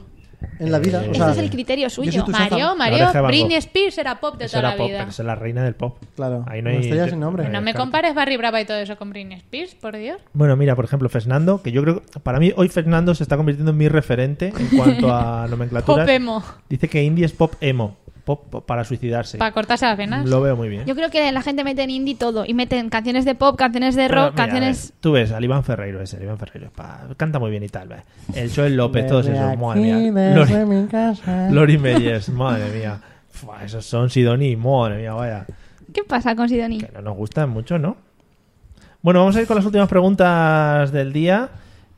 Speaker 2: En la vida.
Speaker 1: Eh,
Speaker 2: o sea,
Speaker 3: Ese es el criterio
Speaker 2: soy
Speaker 3: suyo.
Speaker 2: tu Pues
Speaker 4: Mario,
Speaker 2: esa-
Speaker 1: La
Speaker 4: Mario,
Speaker 1: oreja de Van
Speaker 4: Britney
Speaker 1: Gogh.
Speaker 4: Spears era pop de
Speaker 1: Eso
Speaker 4: toda
Speaker 1: era
Speaker 4: la
Speaker 1: pop,
Speaker 4: vida.
Speaker 1: pero es la reina del pop.
Speaker 2: Claro,
Speaker 1: Ahí no
Speaker 2: una
Speaker 1: hay-
Speaker 2: estrella sin nombre.
Speaker 1: no hay
Speaker 4: No me
Speaker 1: escape.
Speaker 4: compares Barry Brava y todo eso con Britney Spears, por Dios.
Speaker 1: Bueno, mira, por ejemplo, Fernando, que yo creo que para mí hoy Fernando se está convirtiendo en mi referente en cuanto a nomenclatura.
Speaker 4: Pop emo.
Speaker 1: Dice que indie es pop emo, pop, pop para suicidarse.
Speaker 4: Para cortarse las venas.
Speaker 1: Lo veo muy bien.
Speaker 3: Yo creo que la gente mete en indie todo. Y meten canciones de pop, canciones de
Speaker 1: Pero,
Speaker 3: rock,
Speaker 1: mira,
Speaker 3: canciones...
Speaker 1: a ver, tú ves al Iván Ferreiro ese, el Iván Ferreiro, pa, canta muy bien y tal. ¿ves? El Joel López, todos
Speaker 2: Desde
Speaker 1: esos,
Speaker 2: aquí,
Speaker 1: madre mía.
Speaker 2: desde
Speaker 1: Lori,
Speaker 2: mi casa.
Speaker 1: Lori Meyers, madre mía. Fua, esos son Sidoni, madre mía, vaya.
Speaker 3: ¿Qué pasa con Sidoní?
Speaker 1: Que no nos gustan mucho, ¿no? Bueno, vamos a ir con las últimas preguntas del día.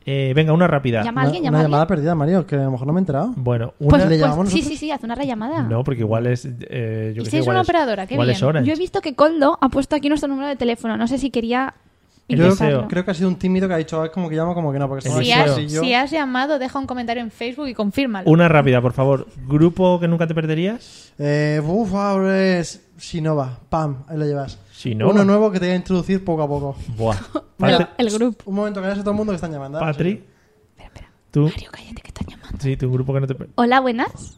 Speaker 1: Eh, venga, una rápida.
Speaker 3: Llama
Speaker 2: Una,
Speaker 3: a alguien,
Speaker 2: una
Speaker 3: llama a alguien.
Speaker 2: llamada perdida, Mario, que a lo mejor no me he enterado.
Speaker 1: Bueno, una...
Speaker 3: Pues,
Speaker 2: ¿Le
Speaker 3: pues,
Speaker 2: llamamos
Speaker 3: sí,
Speaker 2: nosotros?
Speaker 3: sí, sí, haz una rellamada.
Speaker 1: No, porque igual es. eh, yo
Speaker 4: Y
Speaker 1: qué
Speaker 4: si
Speaker 1: sé,
Speaker 4: es
Speaker 1: igual
Speaker 4: una operadora, qué
Speaker 1: igual
Speaker 4: bien.
Speaker 1: es Orange.
Speaker 3: Yo he visto que Coldo ha puesto aquí nuestro número de teléfono. No sé si quería...
Speaker 1: El
Speaker 2: Yo
Speaker 1: deseo.
Speaker 2: creo que ha sido un tímido que ha dicho, "Ah, es como que llamo, como que no, porque
Speaker 1: El
Speaker 2: estamos
Speaker 4: Si
Speaker 2: aquí en
Speaker 4: has,
Speaker 1: deseo.
Speaker 2: el pasillo.
Speaker 4: si has llamado, deja un comentario en Facebook y confírmalo.
Speaker 1: Una rápida, por favor. ¿Grupo que nunca te perderías?
Speaker 2: Eh, uf, ahora es Sinova, pam, ahí lo llevas.
Speaker 1: Sinova.
Speaker 2: Uno nuevo que te voy a introducir poco a poco.
Speaker 1: Buah.
Speaker 2: Mira,
Speaker 1: Patri-
Speaker 3: El grupo.
Speaker 2: Un momento, que ya sé todo el mundo que están llamando. ahora
Speaker 1: Patri,
Speaker 2: sí.
Speaker 1: tú.
Speaker 3: Mario, cállate que están llamando.
Speaker 1: Sí, tu grupo que no te per-
Speaker 3: Hola, buenas.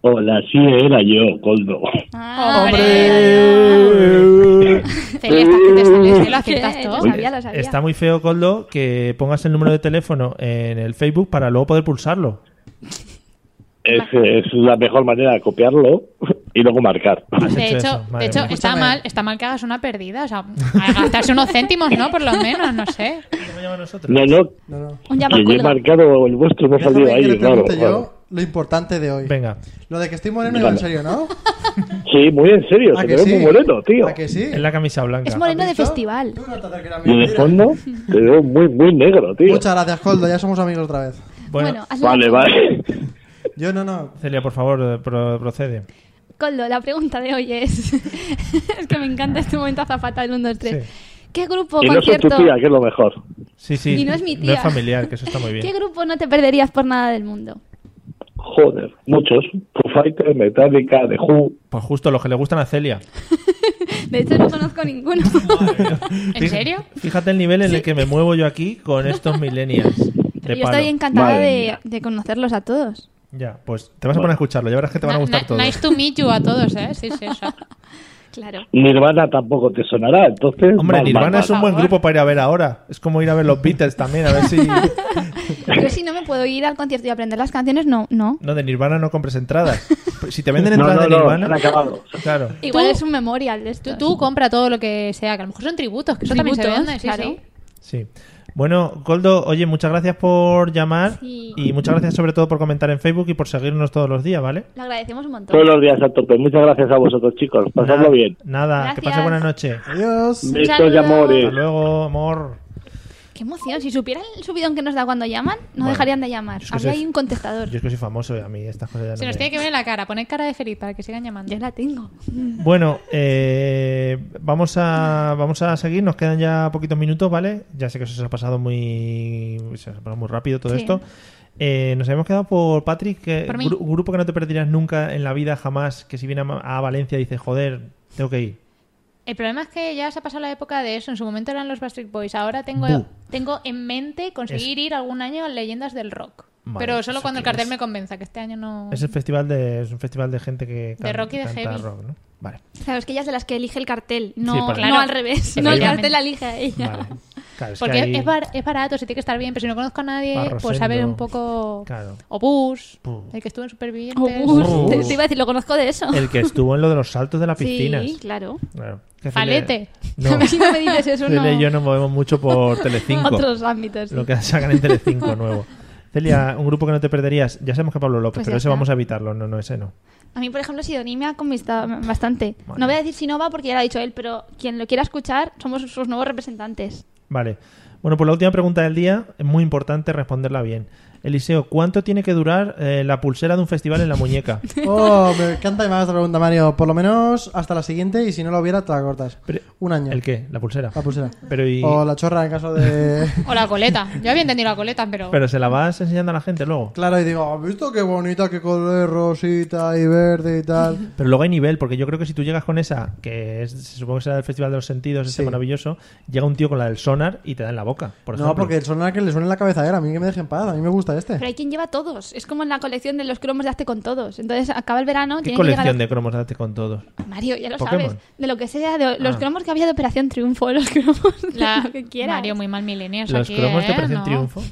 Speaker 6: Hola, sí era yo, Coldo.
Speaker 1: Ah,
Speaker 4: Celia, estás que te sales, que lo
Speaker 3: Sí,
Speaker 4: aciertas
Speaker 3: lo
Speaker 4: todo.
Speaker 3: sabía. sabía.
Speaker 1: Está muy feo, Coldo, que pongas el número de teléfono en el Facebook para luego poder pulsarlo.
Speaker 6: Es, es la mejor manera de copiarlo y luego marcar.
Speaker 1: Has
Speaker 4: De
Speaker 1: hecho
Speaker 4: hecho,
Speaker 1: eso, madre
Speaker 4: de hecho
Speaker 1: mía.
Speaker 4: está
Speaker 2: Escúchame.
Speaker 4: mal, está mal que hagas una perdida, o sea, a gastarse unos céntimos, ¿no? Por lo menos, no sé.
Speaker 6: No, no,
Speaker 2: No, no.
Speaker 3: Un
Speaker 6: que yo he
Speaker 3: llamacuelga.
Speaker 6: marcado el vuestro, me ha
Speaker 2: Déjame
Speaker 6: salido
Speaker 2: que le
Speaker 6: ahí, claro.
Speaker 2: pregunte
Speaker 6: claro.
Speaker 2: yo lo importante de hoy.
Speaker 1: Venga.
Speaker 2: Lo de que estoy moreno iba en
Speaker 6: Vale.
Speaker 2: serio, ¿no?
Speaker 6: Sí, muy en serio,
Speaker 2: ¿A
Speaker 6: te
Speaker 2: que
Speaker 6: veo
Speaker 2: sí?
Speaker 6: muy moreno, tío.
Speaker 2: ¿A que sí?
Speaker 1: En la camisa blanca.
Speaker 3: Es moreno de
Speaker 2: ¿Visto?
Speaker 3: festival.
Speaker 2: Tú no te acercarás a mí,
Speaker 6: Y de
Speaker 2: mira.
Speaker 6: fondo te veo muy, muy negro, tío.
Speaker 2: Muchas gracias, Coldo, ya somos amigos otra vez.
Speaker 1: Bueno,
Speaker 3: Bueno, hazlo.
Speaker 6: Vale, vale.
Speaker 2: Yo no, no.
Speaker 1: Celia, por favor, eh, pro- procede.
Speaker 3: Coldo, la pregunta de hoy es... es que me encanta este momento azafata del 1, 2, 3.
Speaker 1: Sí.
Speaker 3: ¿Qué grupo,
Speaker 6: Y no soy tu
Speaker 3: concierto...
Speaker 6: tía, que es lo mejor.
Speaker 1: Sí, sí.
Speaker 3: Y no es mi tía.
Speaker 1: familiar, que eso está muy bien.
Speaker 3: ¿Qué grupo no te perderías por nada del mundo?
Speaker 6: Joder, muchos. Foo Fighters, Metallica, The Who.
Speaker 1: Pues justo los que le gustan a Celia.
Speaker 3: De hecho, no conozco ninguno.
Speaker 4: ¿En serio?
Speaker 1: Fíjate el nivel en el que me muevo yo aquí con estos millennials. De
Speaker 3: Pero yo
Speaker 1: palo.
Speaker 3: estoy encantada
Speaker 6: Madre
Speaker 3: de,
Speaker 6: mía.
Speaker 3: de conocerlos a todos.
Speaker 1: Ya, pues te vas a poner a escucharlo, ya verás que te van a
Speaker 4: Na-
Speaker 1: gustar
Speaker 4: na-
Speaker 1: todos.
Speaker 4: Nice to meet you a todos, ¿eh? Sí, sí, eso.
Speaker 3: Claro.
Speaker 6: Nirvana tampoco te sonará, entonces...
Speaker 1: Hombre,
Speaker 6: mal, mal,
Speaker 1: Nirvana
Speaker 6: mal.
Speaker 1: es un buen
Speaker 4: favor.
Speaker 1: grupo para ir a ver ahora. Es como ir a ver los Beatles también, a ver si...
Speaker 3: Yo si no me puedo ir al concierto y aprender las canciones, no, no.
Speaker 1: No, de Nirvana no compres entradas. Si te venden
Speaker 6: No, no,
Speaker 1: entradas de
Speaker 6: no,
Speaker 1: Nirvana.
Speaker 6: han acabado.
Speaker 1: Claro.
Speaker 3: Igual es un memorial de esto.
Speaker 4: Tú, tú compra todo lo que sea, que a lo mejor son tributos, que eso
Speaker 3: Tributos,
Speaker 4: también se
Speaker 3: claro.
Speaker 4: vende, sí,
Speaker 1: Sí. Bueno, Goldo, oye, muchas gracias por llamar
Speaker 3: Sí.
Speaker 1: y muchas gracias sobre todo por comentar en Facebook y por seguirnos todos los días, ¿vale?
Speaker 3: Lo agradecemos un montón.
Speaker 6: Todos los días a tope. Muchas gracias a vosotros, chicos. Pasadlo
Speaker 1: Nada-
Speaker 6: bien.
Speaker 1: Nada, que pase
Speaker 3: Gracias.
Speaker 1: buena noche.
Speaker 2: Adiós.
Speaker 6: Besos y
Speaker 3: saludo.
Speaker 6: amores.
Speaker 1: Hasta luego, amor.
Speaker 3: Qué emoción. Si supieran el subidón que nos da cuando llaman, nos
Speaker 1: Bueno,
Speaker 3: dejarían de llamar.
Speaker 1: es que
Speaker 3: Habría
Speaker 1: se-
Speaker 3: ahí un contestador.
Speaker 1: Yo es que soy famoso y a mí estas cosas ya
Speaker 4: sí. Se
Speaker 1: no
Speaker 4: nos
Speaker 1: me-
Speaker 4: tiene que ver la cara, poner cara de feliz para que sigan llamando.
Speaker 3: Yo la tengo.
Speaker 1: Bueno, eh, vamos, a, vamos a seguir, nos quedan ya poquitos minutos, ¿vale? Ya sé que eso se os ha pasado muy, se os ha pasado muy rápido todo
Speaker 3: Sí.
Speaker 1: esto. Eh, nos habíamos quedado por Patrick, que,
Speaker 4: Por mí.
Speaker 1: gru- grupo que no te perderías nunca en la vida jamás, que si viene a, Ma- a Valencia dice, joder, tengo que ir.
Speaker 4: El problema es que ya se ha pasado la época de eso. En su momento eran los Backstreet Boys. Ahora
Speaker 1: Bu.
Speaker 4: tengo, tengo en mente conseguir ir algún año a Leyendas del Rock.
Speaker 1: Madre,
Speaker 4: Pero solo
Speaker 1: ¿eso
Speaker 4: cuando el
Speaker 1: qué
Speaker 4: cartel
Speaker 1: es?
Speaker 4: me convenza, que este año no...
Speaker 1: Es el festival de, es un festival de gente que
Speaker 4: De rock y de
Speaker 1: canta
Speaker 4: heavy.
Speaker 1: rock, ¿no? Vale.
Speaker 3: Claro, es que ella es de las que elige el cartel. No,
Speaker 1: Sí, para-
Speaker 3: no
Speaker 4: Claro.
Speaker 3: al revés.
Speaker 1: Para
Speaker 3: No, el
Speaker 1: ella.
Speaker 3: cartel la elige a ella.
Speaker 1: vale. Claro, es que
Speaker 4: Porque
Speaker 1: ahí-
Speaker 4: es, bar- es barato, se tiene que estar bien, pero si no conozco a nadie,
Speaker 1: Barrosendo.
Speaker 4: pues saber un poco...
Speaker 1: Claro.
Speaker 4: Obús,
Speaker 1: Bu.
Speaker 4: el que estuvo en Supervivientes.
Speaker 3: Obús.
Speaker 1: Obús.
Speaker 3: Te, te iba a decir, lo conozco de eso.
Speaker 1: El que estuvo en lo de los saltos de las piscinas.
Speaker 3: sí, claro.
Speaker 1: Claro. Que
Speaker 4: Falete.
Speaker 1: Cele- No.
Speaker 3: Si no me dices eso, no.
Speaker 1: Celia y yo nos movemos mucho por Telecinco.
Speaker 3: Otros ámbitos. sí.
Speaker 1: Lo que sacan en Telecinco nuevo. Celia, un grupo que no te perderías. Ya sabemos que Pablo López,
Speaker 3: Pues
Speaker 1: pero
Speaker 3: ya
Speaker 1: ese
Speaker 3: está.
Speaker 1: vamos a evitarlo. No, no, ese no.
Speaker 3: A mí, por ejemplo, Sidoní me ha conquistado bastante.
Speaker 1: Vale.
Speaker 3: No voy a decir si no va porque ya lo ha dicho él, pero quien lo quiera escuchar somos sus nuevos representantes.
Speaker 1: Vale. Bueno, pues la última pregunta del día es muy importante responderla bien. Eliseo, ¿cuánto tiene que durar eh, la pulsera de un festival en la muñeca?
Speaker 2: Oh, me encanta que me hagas esta pregunta, Mario. Por lo menos hasta la siguiente y si no la hubiera, te la cortas.
Speaker 1: Pero-
Speaker 2: Un año.
Speaker 1: ¿El qué? La pulsera.
Speaker 2: La pulsera.
Speaker 1: Pero y-
Speaker 2: O la chorra en caso de...
Speaker 4: O la coleta. Yo había entendido la coleta, pero...
Speaker 1: Pero se la vas enseñando a la gente luego.
Speaker 2: Claro, y digo, ¿has visto qué bonita, qué color rosita y verde y tal?
Speaker 1: Pero luego hay nivel, porque yo creo que si tú llegas con esa, que es- se supone que será del Festival de los Sentidos, ese
Speaker 2: Sí.
Speaker 1: maravilloso, llega un tío con la del sonar y te da en la boca. Por
Speaker 2: no,
Speaker 1: ejemplo.
Speaker 2: porque el sonar que le suena en la cabeza era, a mí que me dejen paz, a mí me gusta
Speaker 3: Pero
Speaker 2: este.
Speaker 3: hay quien lleva todos. Es como en la colección de los cromos de Hazte con todos. Entonces acaba el verano.
Speaker 1: ¿Qué
Speaker 3: tiene que llegar
Speaker 1: colección
Speaker 3: a-
Speaker 1: de cromos date con todos?
Speaker 3: Mario, ya lo
Speaker 1: Pokémon?
Speaker 3: sabes. De lo que sea, de los
Speaker 1: Ah.
Speaker 3: cromos que había de Operación Triunfo, los cromos de
Speaker 4: La...
Speaker 3: lo que quieras.
Speaker 4: Mario, muy mal milenios
Speaker 1: Los
Speaker 4: aquí,
Speaker 1: cromos
Speaker 4: ¿eh?
Speaker 1: te parecen
Speaker 4: No.
Speaker 1: triunfo.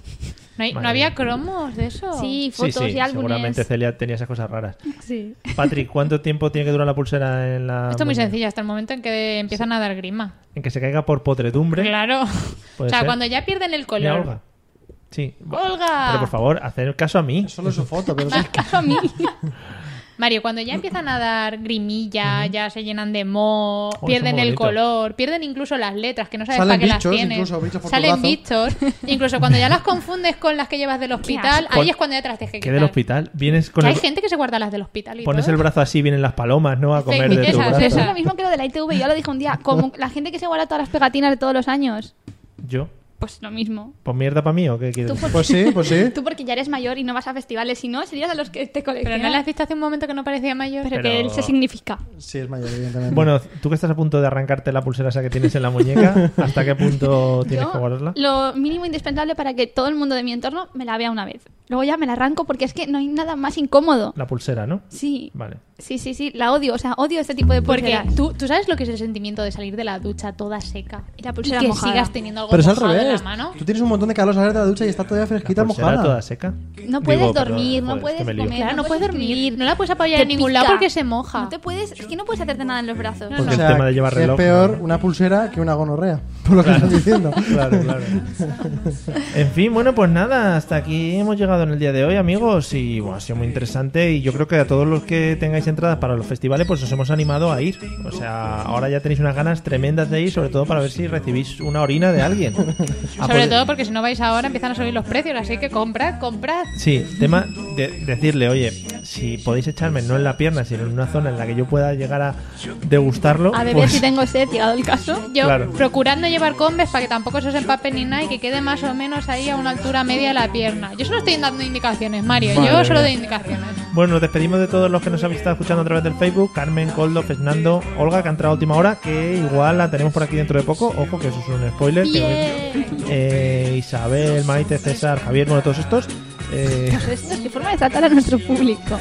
Speaker 4: No, hay- no
Speaker 1: Madre
Speaker 4: había
Speaker 1: mía.
Speaker 4: cromos de eso.
Speaker 3: Sí,
Speaker 1: Sí,
Speaker 3: fotos
Speaker 1: sí,
Speaker 3: y álbumes.
Speaker 1: seguramente Celia tenía esas cosas raras.
Speaker 3: Sí.
Speaker 1: Patrick, ¿cuánto tiempo tiene que durar la pulsera en la.
Speaker 4: Esto es muy
Speaker 1: muñeca?
Speaker 4: sencillo, hasta el momento en que empiezan a dar grima.
Speaker 1: En que se caiga por potredumbre.
Speaker 4: Claro.
Speaker 1: Puede
Speaker 4: o sea,
Speaker 1: ser.
Speaker 4: cuando ya pierden el
Speaker 1: Mira,
Speaker 4: color.
Speaker 1: Olga. Sí.
Speaker 3: Ah.
Speaker 4: Olga.
Speaker 1: Pero por favor, hacer caso a mí.
Speaker 2: Solo su foto, pero sí.
Speaker 3: Caso a mí.
Speaker 4: Mario, cuando ya empiezan a dar grimilla, ya se llenan de moho,
Speaker 1: eso
Speaker 4: pierden
Speaker 1: es muy
Speaker 4: el
Speaker 1: bonito.
Speaker 4: color, pierden incluso las letras, que no sabes
Speaker 2: Salen
Speaker 4: para qué las
Speaker 2: bichos,
Speaker 4: tienes.
Speaker 2: incluso bichos por
Speaker 4: Salen
Speaker 2: tu
Speaker 4: bichos. Incluso cuando ya las confundes con las que llevas del hospital,
Speaker 1: asco.
Speaker 4: ahí es cuando ya te las tienes que
Speaker 1: Que
Speaker 4: quitar.
Speaker 1: del hospital. Vienes con
Speaker 4: Que
Speaker 1: el-
Speaker 4: hay gente que se guarda las del hospital y
Speaker 1: Pones
Speaker 4: todo.
Speaker 1: el brazo así, vienen las palomas, ¿no? A comer de tu
Speaker 4: esas,
Speaker 1: brazo.
Speaker 3: Eso es
Speaker 4: esas.
Speaker 3: lo mismo que lo de la ITV. Yo lo dije un día. Como la gente que se guarda todas las pegatinas de todos los años.
Speaker 1: Yo.
Speaker 3: Pues lo mismo.
Speaker 1: ¿Pues mierda para mí o qué quieres
Speaker 3: Tú
Speaker 1: decir?
Speaker 3: por-
Speaker 2: Pues sí, pues sí.
Speaker 3: Tú porque ya eres mayor y no vas a festivales, si no, serías a los que te
Speaker 4: Pero
Speaker 3: coleccionan.
Speaker 4: no las has visto hace un momento que no parecía mayor.
Speaker 3: Pero
Speaker 1: Pero-
Speaker 3: que él se significa.
Speaker 2: Sí, es mayor, evidentemente.
Speaker 1: Bueno, tú que estás a punto de arrancarte la pulsera esa que tienes en la muñeca, ¿hasta qué punto tienes
Speaker 3: Yo,
Speaker 1: que guardarla?
Speaker 3: lo mínimo indispensable para que todo el mundo de mi entorno me la vea una vez. Luego ya me la arranco porque es que no hay nada más incómodo.
Speaker 1: La pulsera, ¿no?
Speaker 3: Sí,
Speaker 1: Vale.
Speaker 3: sí, sí, sí, la odio. O sea, odio este tipo de
Speaker 4: Porque
Speaker 3: pulseras.
Speaker 4: tú, tú sabes lo que es el sentimiento de salir de la ducha toda seca
Speaker 3: Y la pulsera
Speaker 4: que
Speaker 3: mojada.
Speaker 4: sigas teniendo algo
Speaker 2: Pero es al
Speaker 4: mojado en la
Speaker 2: revés.
Speaker 4: mano.
Speaker 2: Tú tienes un montón de calor salir de la ducha y está todavía
Speaker 1: La
Speaker 2: fresquita,
Speaker 1: pulsera
Speaker 2: mojada.
Speaker 1: toda seca.
Speaker 3: No
Speaker 1: Digo,
Speaker 3: puedes
Speaker 1: perdón,
Speaker 3: dormir, no
Speaker 1: joder, es que
Speaker 3: puedes
Speaker 1: me lío.
Speaker 3: comer,
Speaker 4: Claro, no puedes dormir,
Speaker 3: escribir,
Speaker 4: no la puedes apoyar
Speaker 3: te
Speaker 4: en ningún
Speaker 3: pica.
Speaker 4: lado porque se moja.
Speaker 3: No te puedes, es que no puedes hacerte nada en los brazos.
Speaker 1: Porque
Speaker 2: o
Speaker 1: el
Speaker 2: sea,
Speaker 1: tema de llevar
Speaker 2: que
Speaker 1: reloj.
Speaker 2: es peor una pulsera que una gonorrea, por lo que estás diciendo.
Speaker 1: Claro, claro. En fin, bueno, pues nada, hasta aquí hemos llegado en el día de hoy, amigos, y bueno, ha sido muy interesante y yo creo que a todos los que tengáis entradas para los festivales, pues os hemos animado a ir. O sea, ahora ya tenéis unas ganas tremendas de ir, sobre todo para ver si recibís una orina de alguien. Ah, pues, A
Speaker 4: Sobre
Speaker 1: por-
Speaker 4: todo porque si no vais ahora empiezan a subir los precios, así que comprad, comprad.
Speaker 1: Sí, tema de decirle, oye, si podéis echarme no en la pierna, sino en una zona en la que yo pueda llegar a degustarlo,
Speaker 3: A beber
Speaker 1: pues-
Speaker 3: si tengo sed, llegado el caso.
Speaker 4: Yo
Speaker 1: Claro.
Speaker 4: procurad no llevar combes para que tampoco se os empape ni nada y que quede más o menos ahí a una altura media de la pierna. Yo solo estoy dando indicaciones, Mario.
Speaker 1: Madre
Speaker 4: Yo solo
Speaker 1: mía.
Speaker 4: doy indicaciones.
Speaker 1: Bueno, nos despedimos de todos los que nos habéis estado escuchando a través del Facebook. Carmen, Coldo, Fernando, Olga, que ha entrado a última hora, que igual la tenemos por aquí dentro de poco. Ojo, que eso es un spoiler. que- Eh, Isabel, Maite, César, Javier, bueno, todos estos. Eh,
Speaker 3: Esto, qué forma de tratar a nuestro público.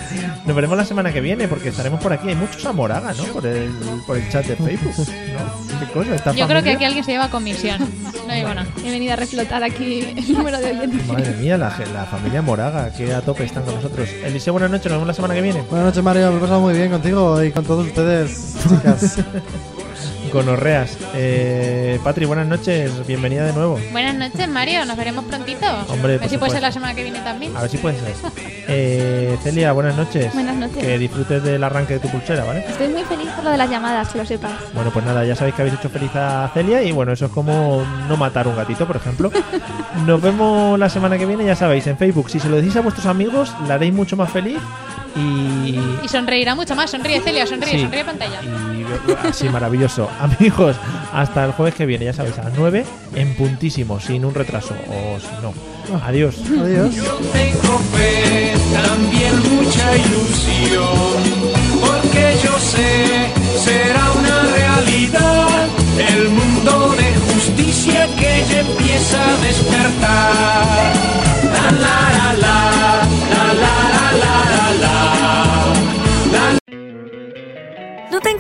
Speaker 1: nos veremos la semana que viene porque estaremos por aquí. Hay muchos Amoraga, ¿no? Por el, por el chat de Facebook. ¿no? ¿Qué coño? Esta
Speaker 4: Yo creo que
Speaker 1: familia-
Speaker 4: aquí alguien se lleva comisión. No digo nada.
Speaker 3: He venido a reflotar aquí el número de oyentes.
Speaker 1: Madre mía, la, ge- la familia Moraga, que a tope están con nosotros. Eliseo, buenas noches, nos vemos la semana que viene.
Speaker 2: Buenas noches, Mario. Me he pasado muy bien contigo y con todos ustedes, chicas.
Speaker 1: Con Orreas. Eh, Patri, buenas noches, bienvenida de nuevo.
Speaker 4: Buenas noches, Mario. Nos veremos prontito.
Speaker 1: Hombre,
Speaker 4: a ver
Speaker 1: por
Speaker 4: si puede
Speaker 1: supuesto.
Speaker 4: ser la semana que viene también.
Speaker 1: A ver si puedes ser. Eh, Celia, buenas noches.
Speaker 3: Buenas noches.
Speaker 1: Que disfrutes del arranque de tu pulsera, ¿vale?
Speaker 3: Estoy muy feliz por lo de las llamadas, que lo sepas.
Speaker 1: Bueno, pues nada, ya sabéis que habéis hecho feliz a Celia y bueno, eso es como no matar un gatito, por ejemplo. Nos vemos la semana que viene, ya sabéis, en Facebook. Si se lo decís a vuestros amigos, la haréis mucho más feliz y...
Speaker 4: Y sonreirá mucho más. Sonríe, Celia, sonríe,
Speaker 1: Sí.
Speaker 4: sonríe pantalla.
Speaker 1: y- sí, maravilloso. Amigos, hasta el jueves que viene, ya sabéis, a las 9 en puntísimo, sin un retraso o si no. Adiós.
Speaker 2: Adiós.
Speaker 7: Tengo fe, también mucha ilusión, porque yo sé, será una realidad, el mundo de justicia que ya empieza a despertar. La, la, la, la, la, la, la, la, la, la.
Speaker 8: ¿No te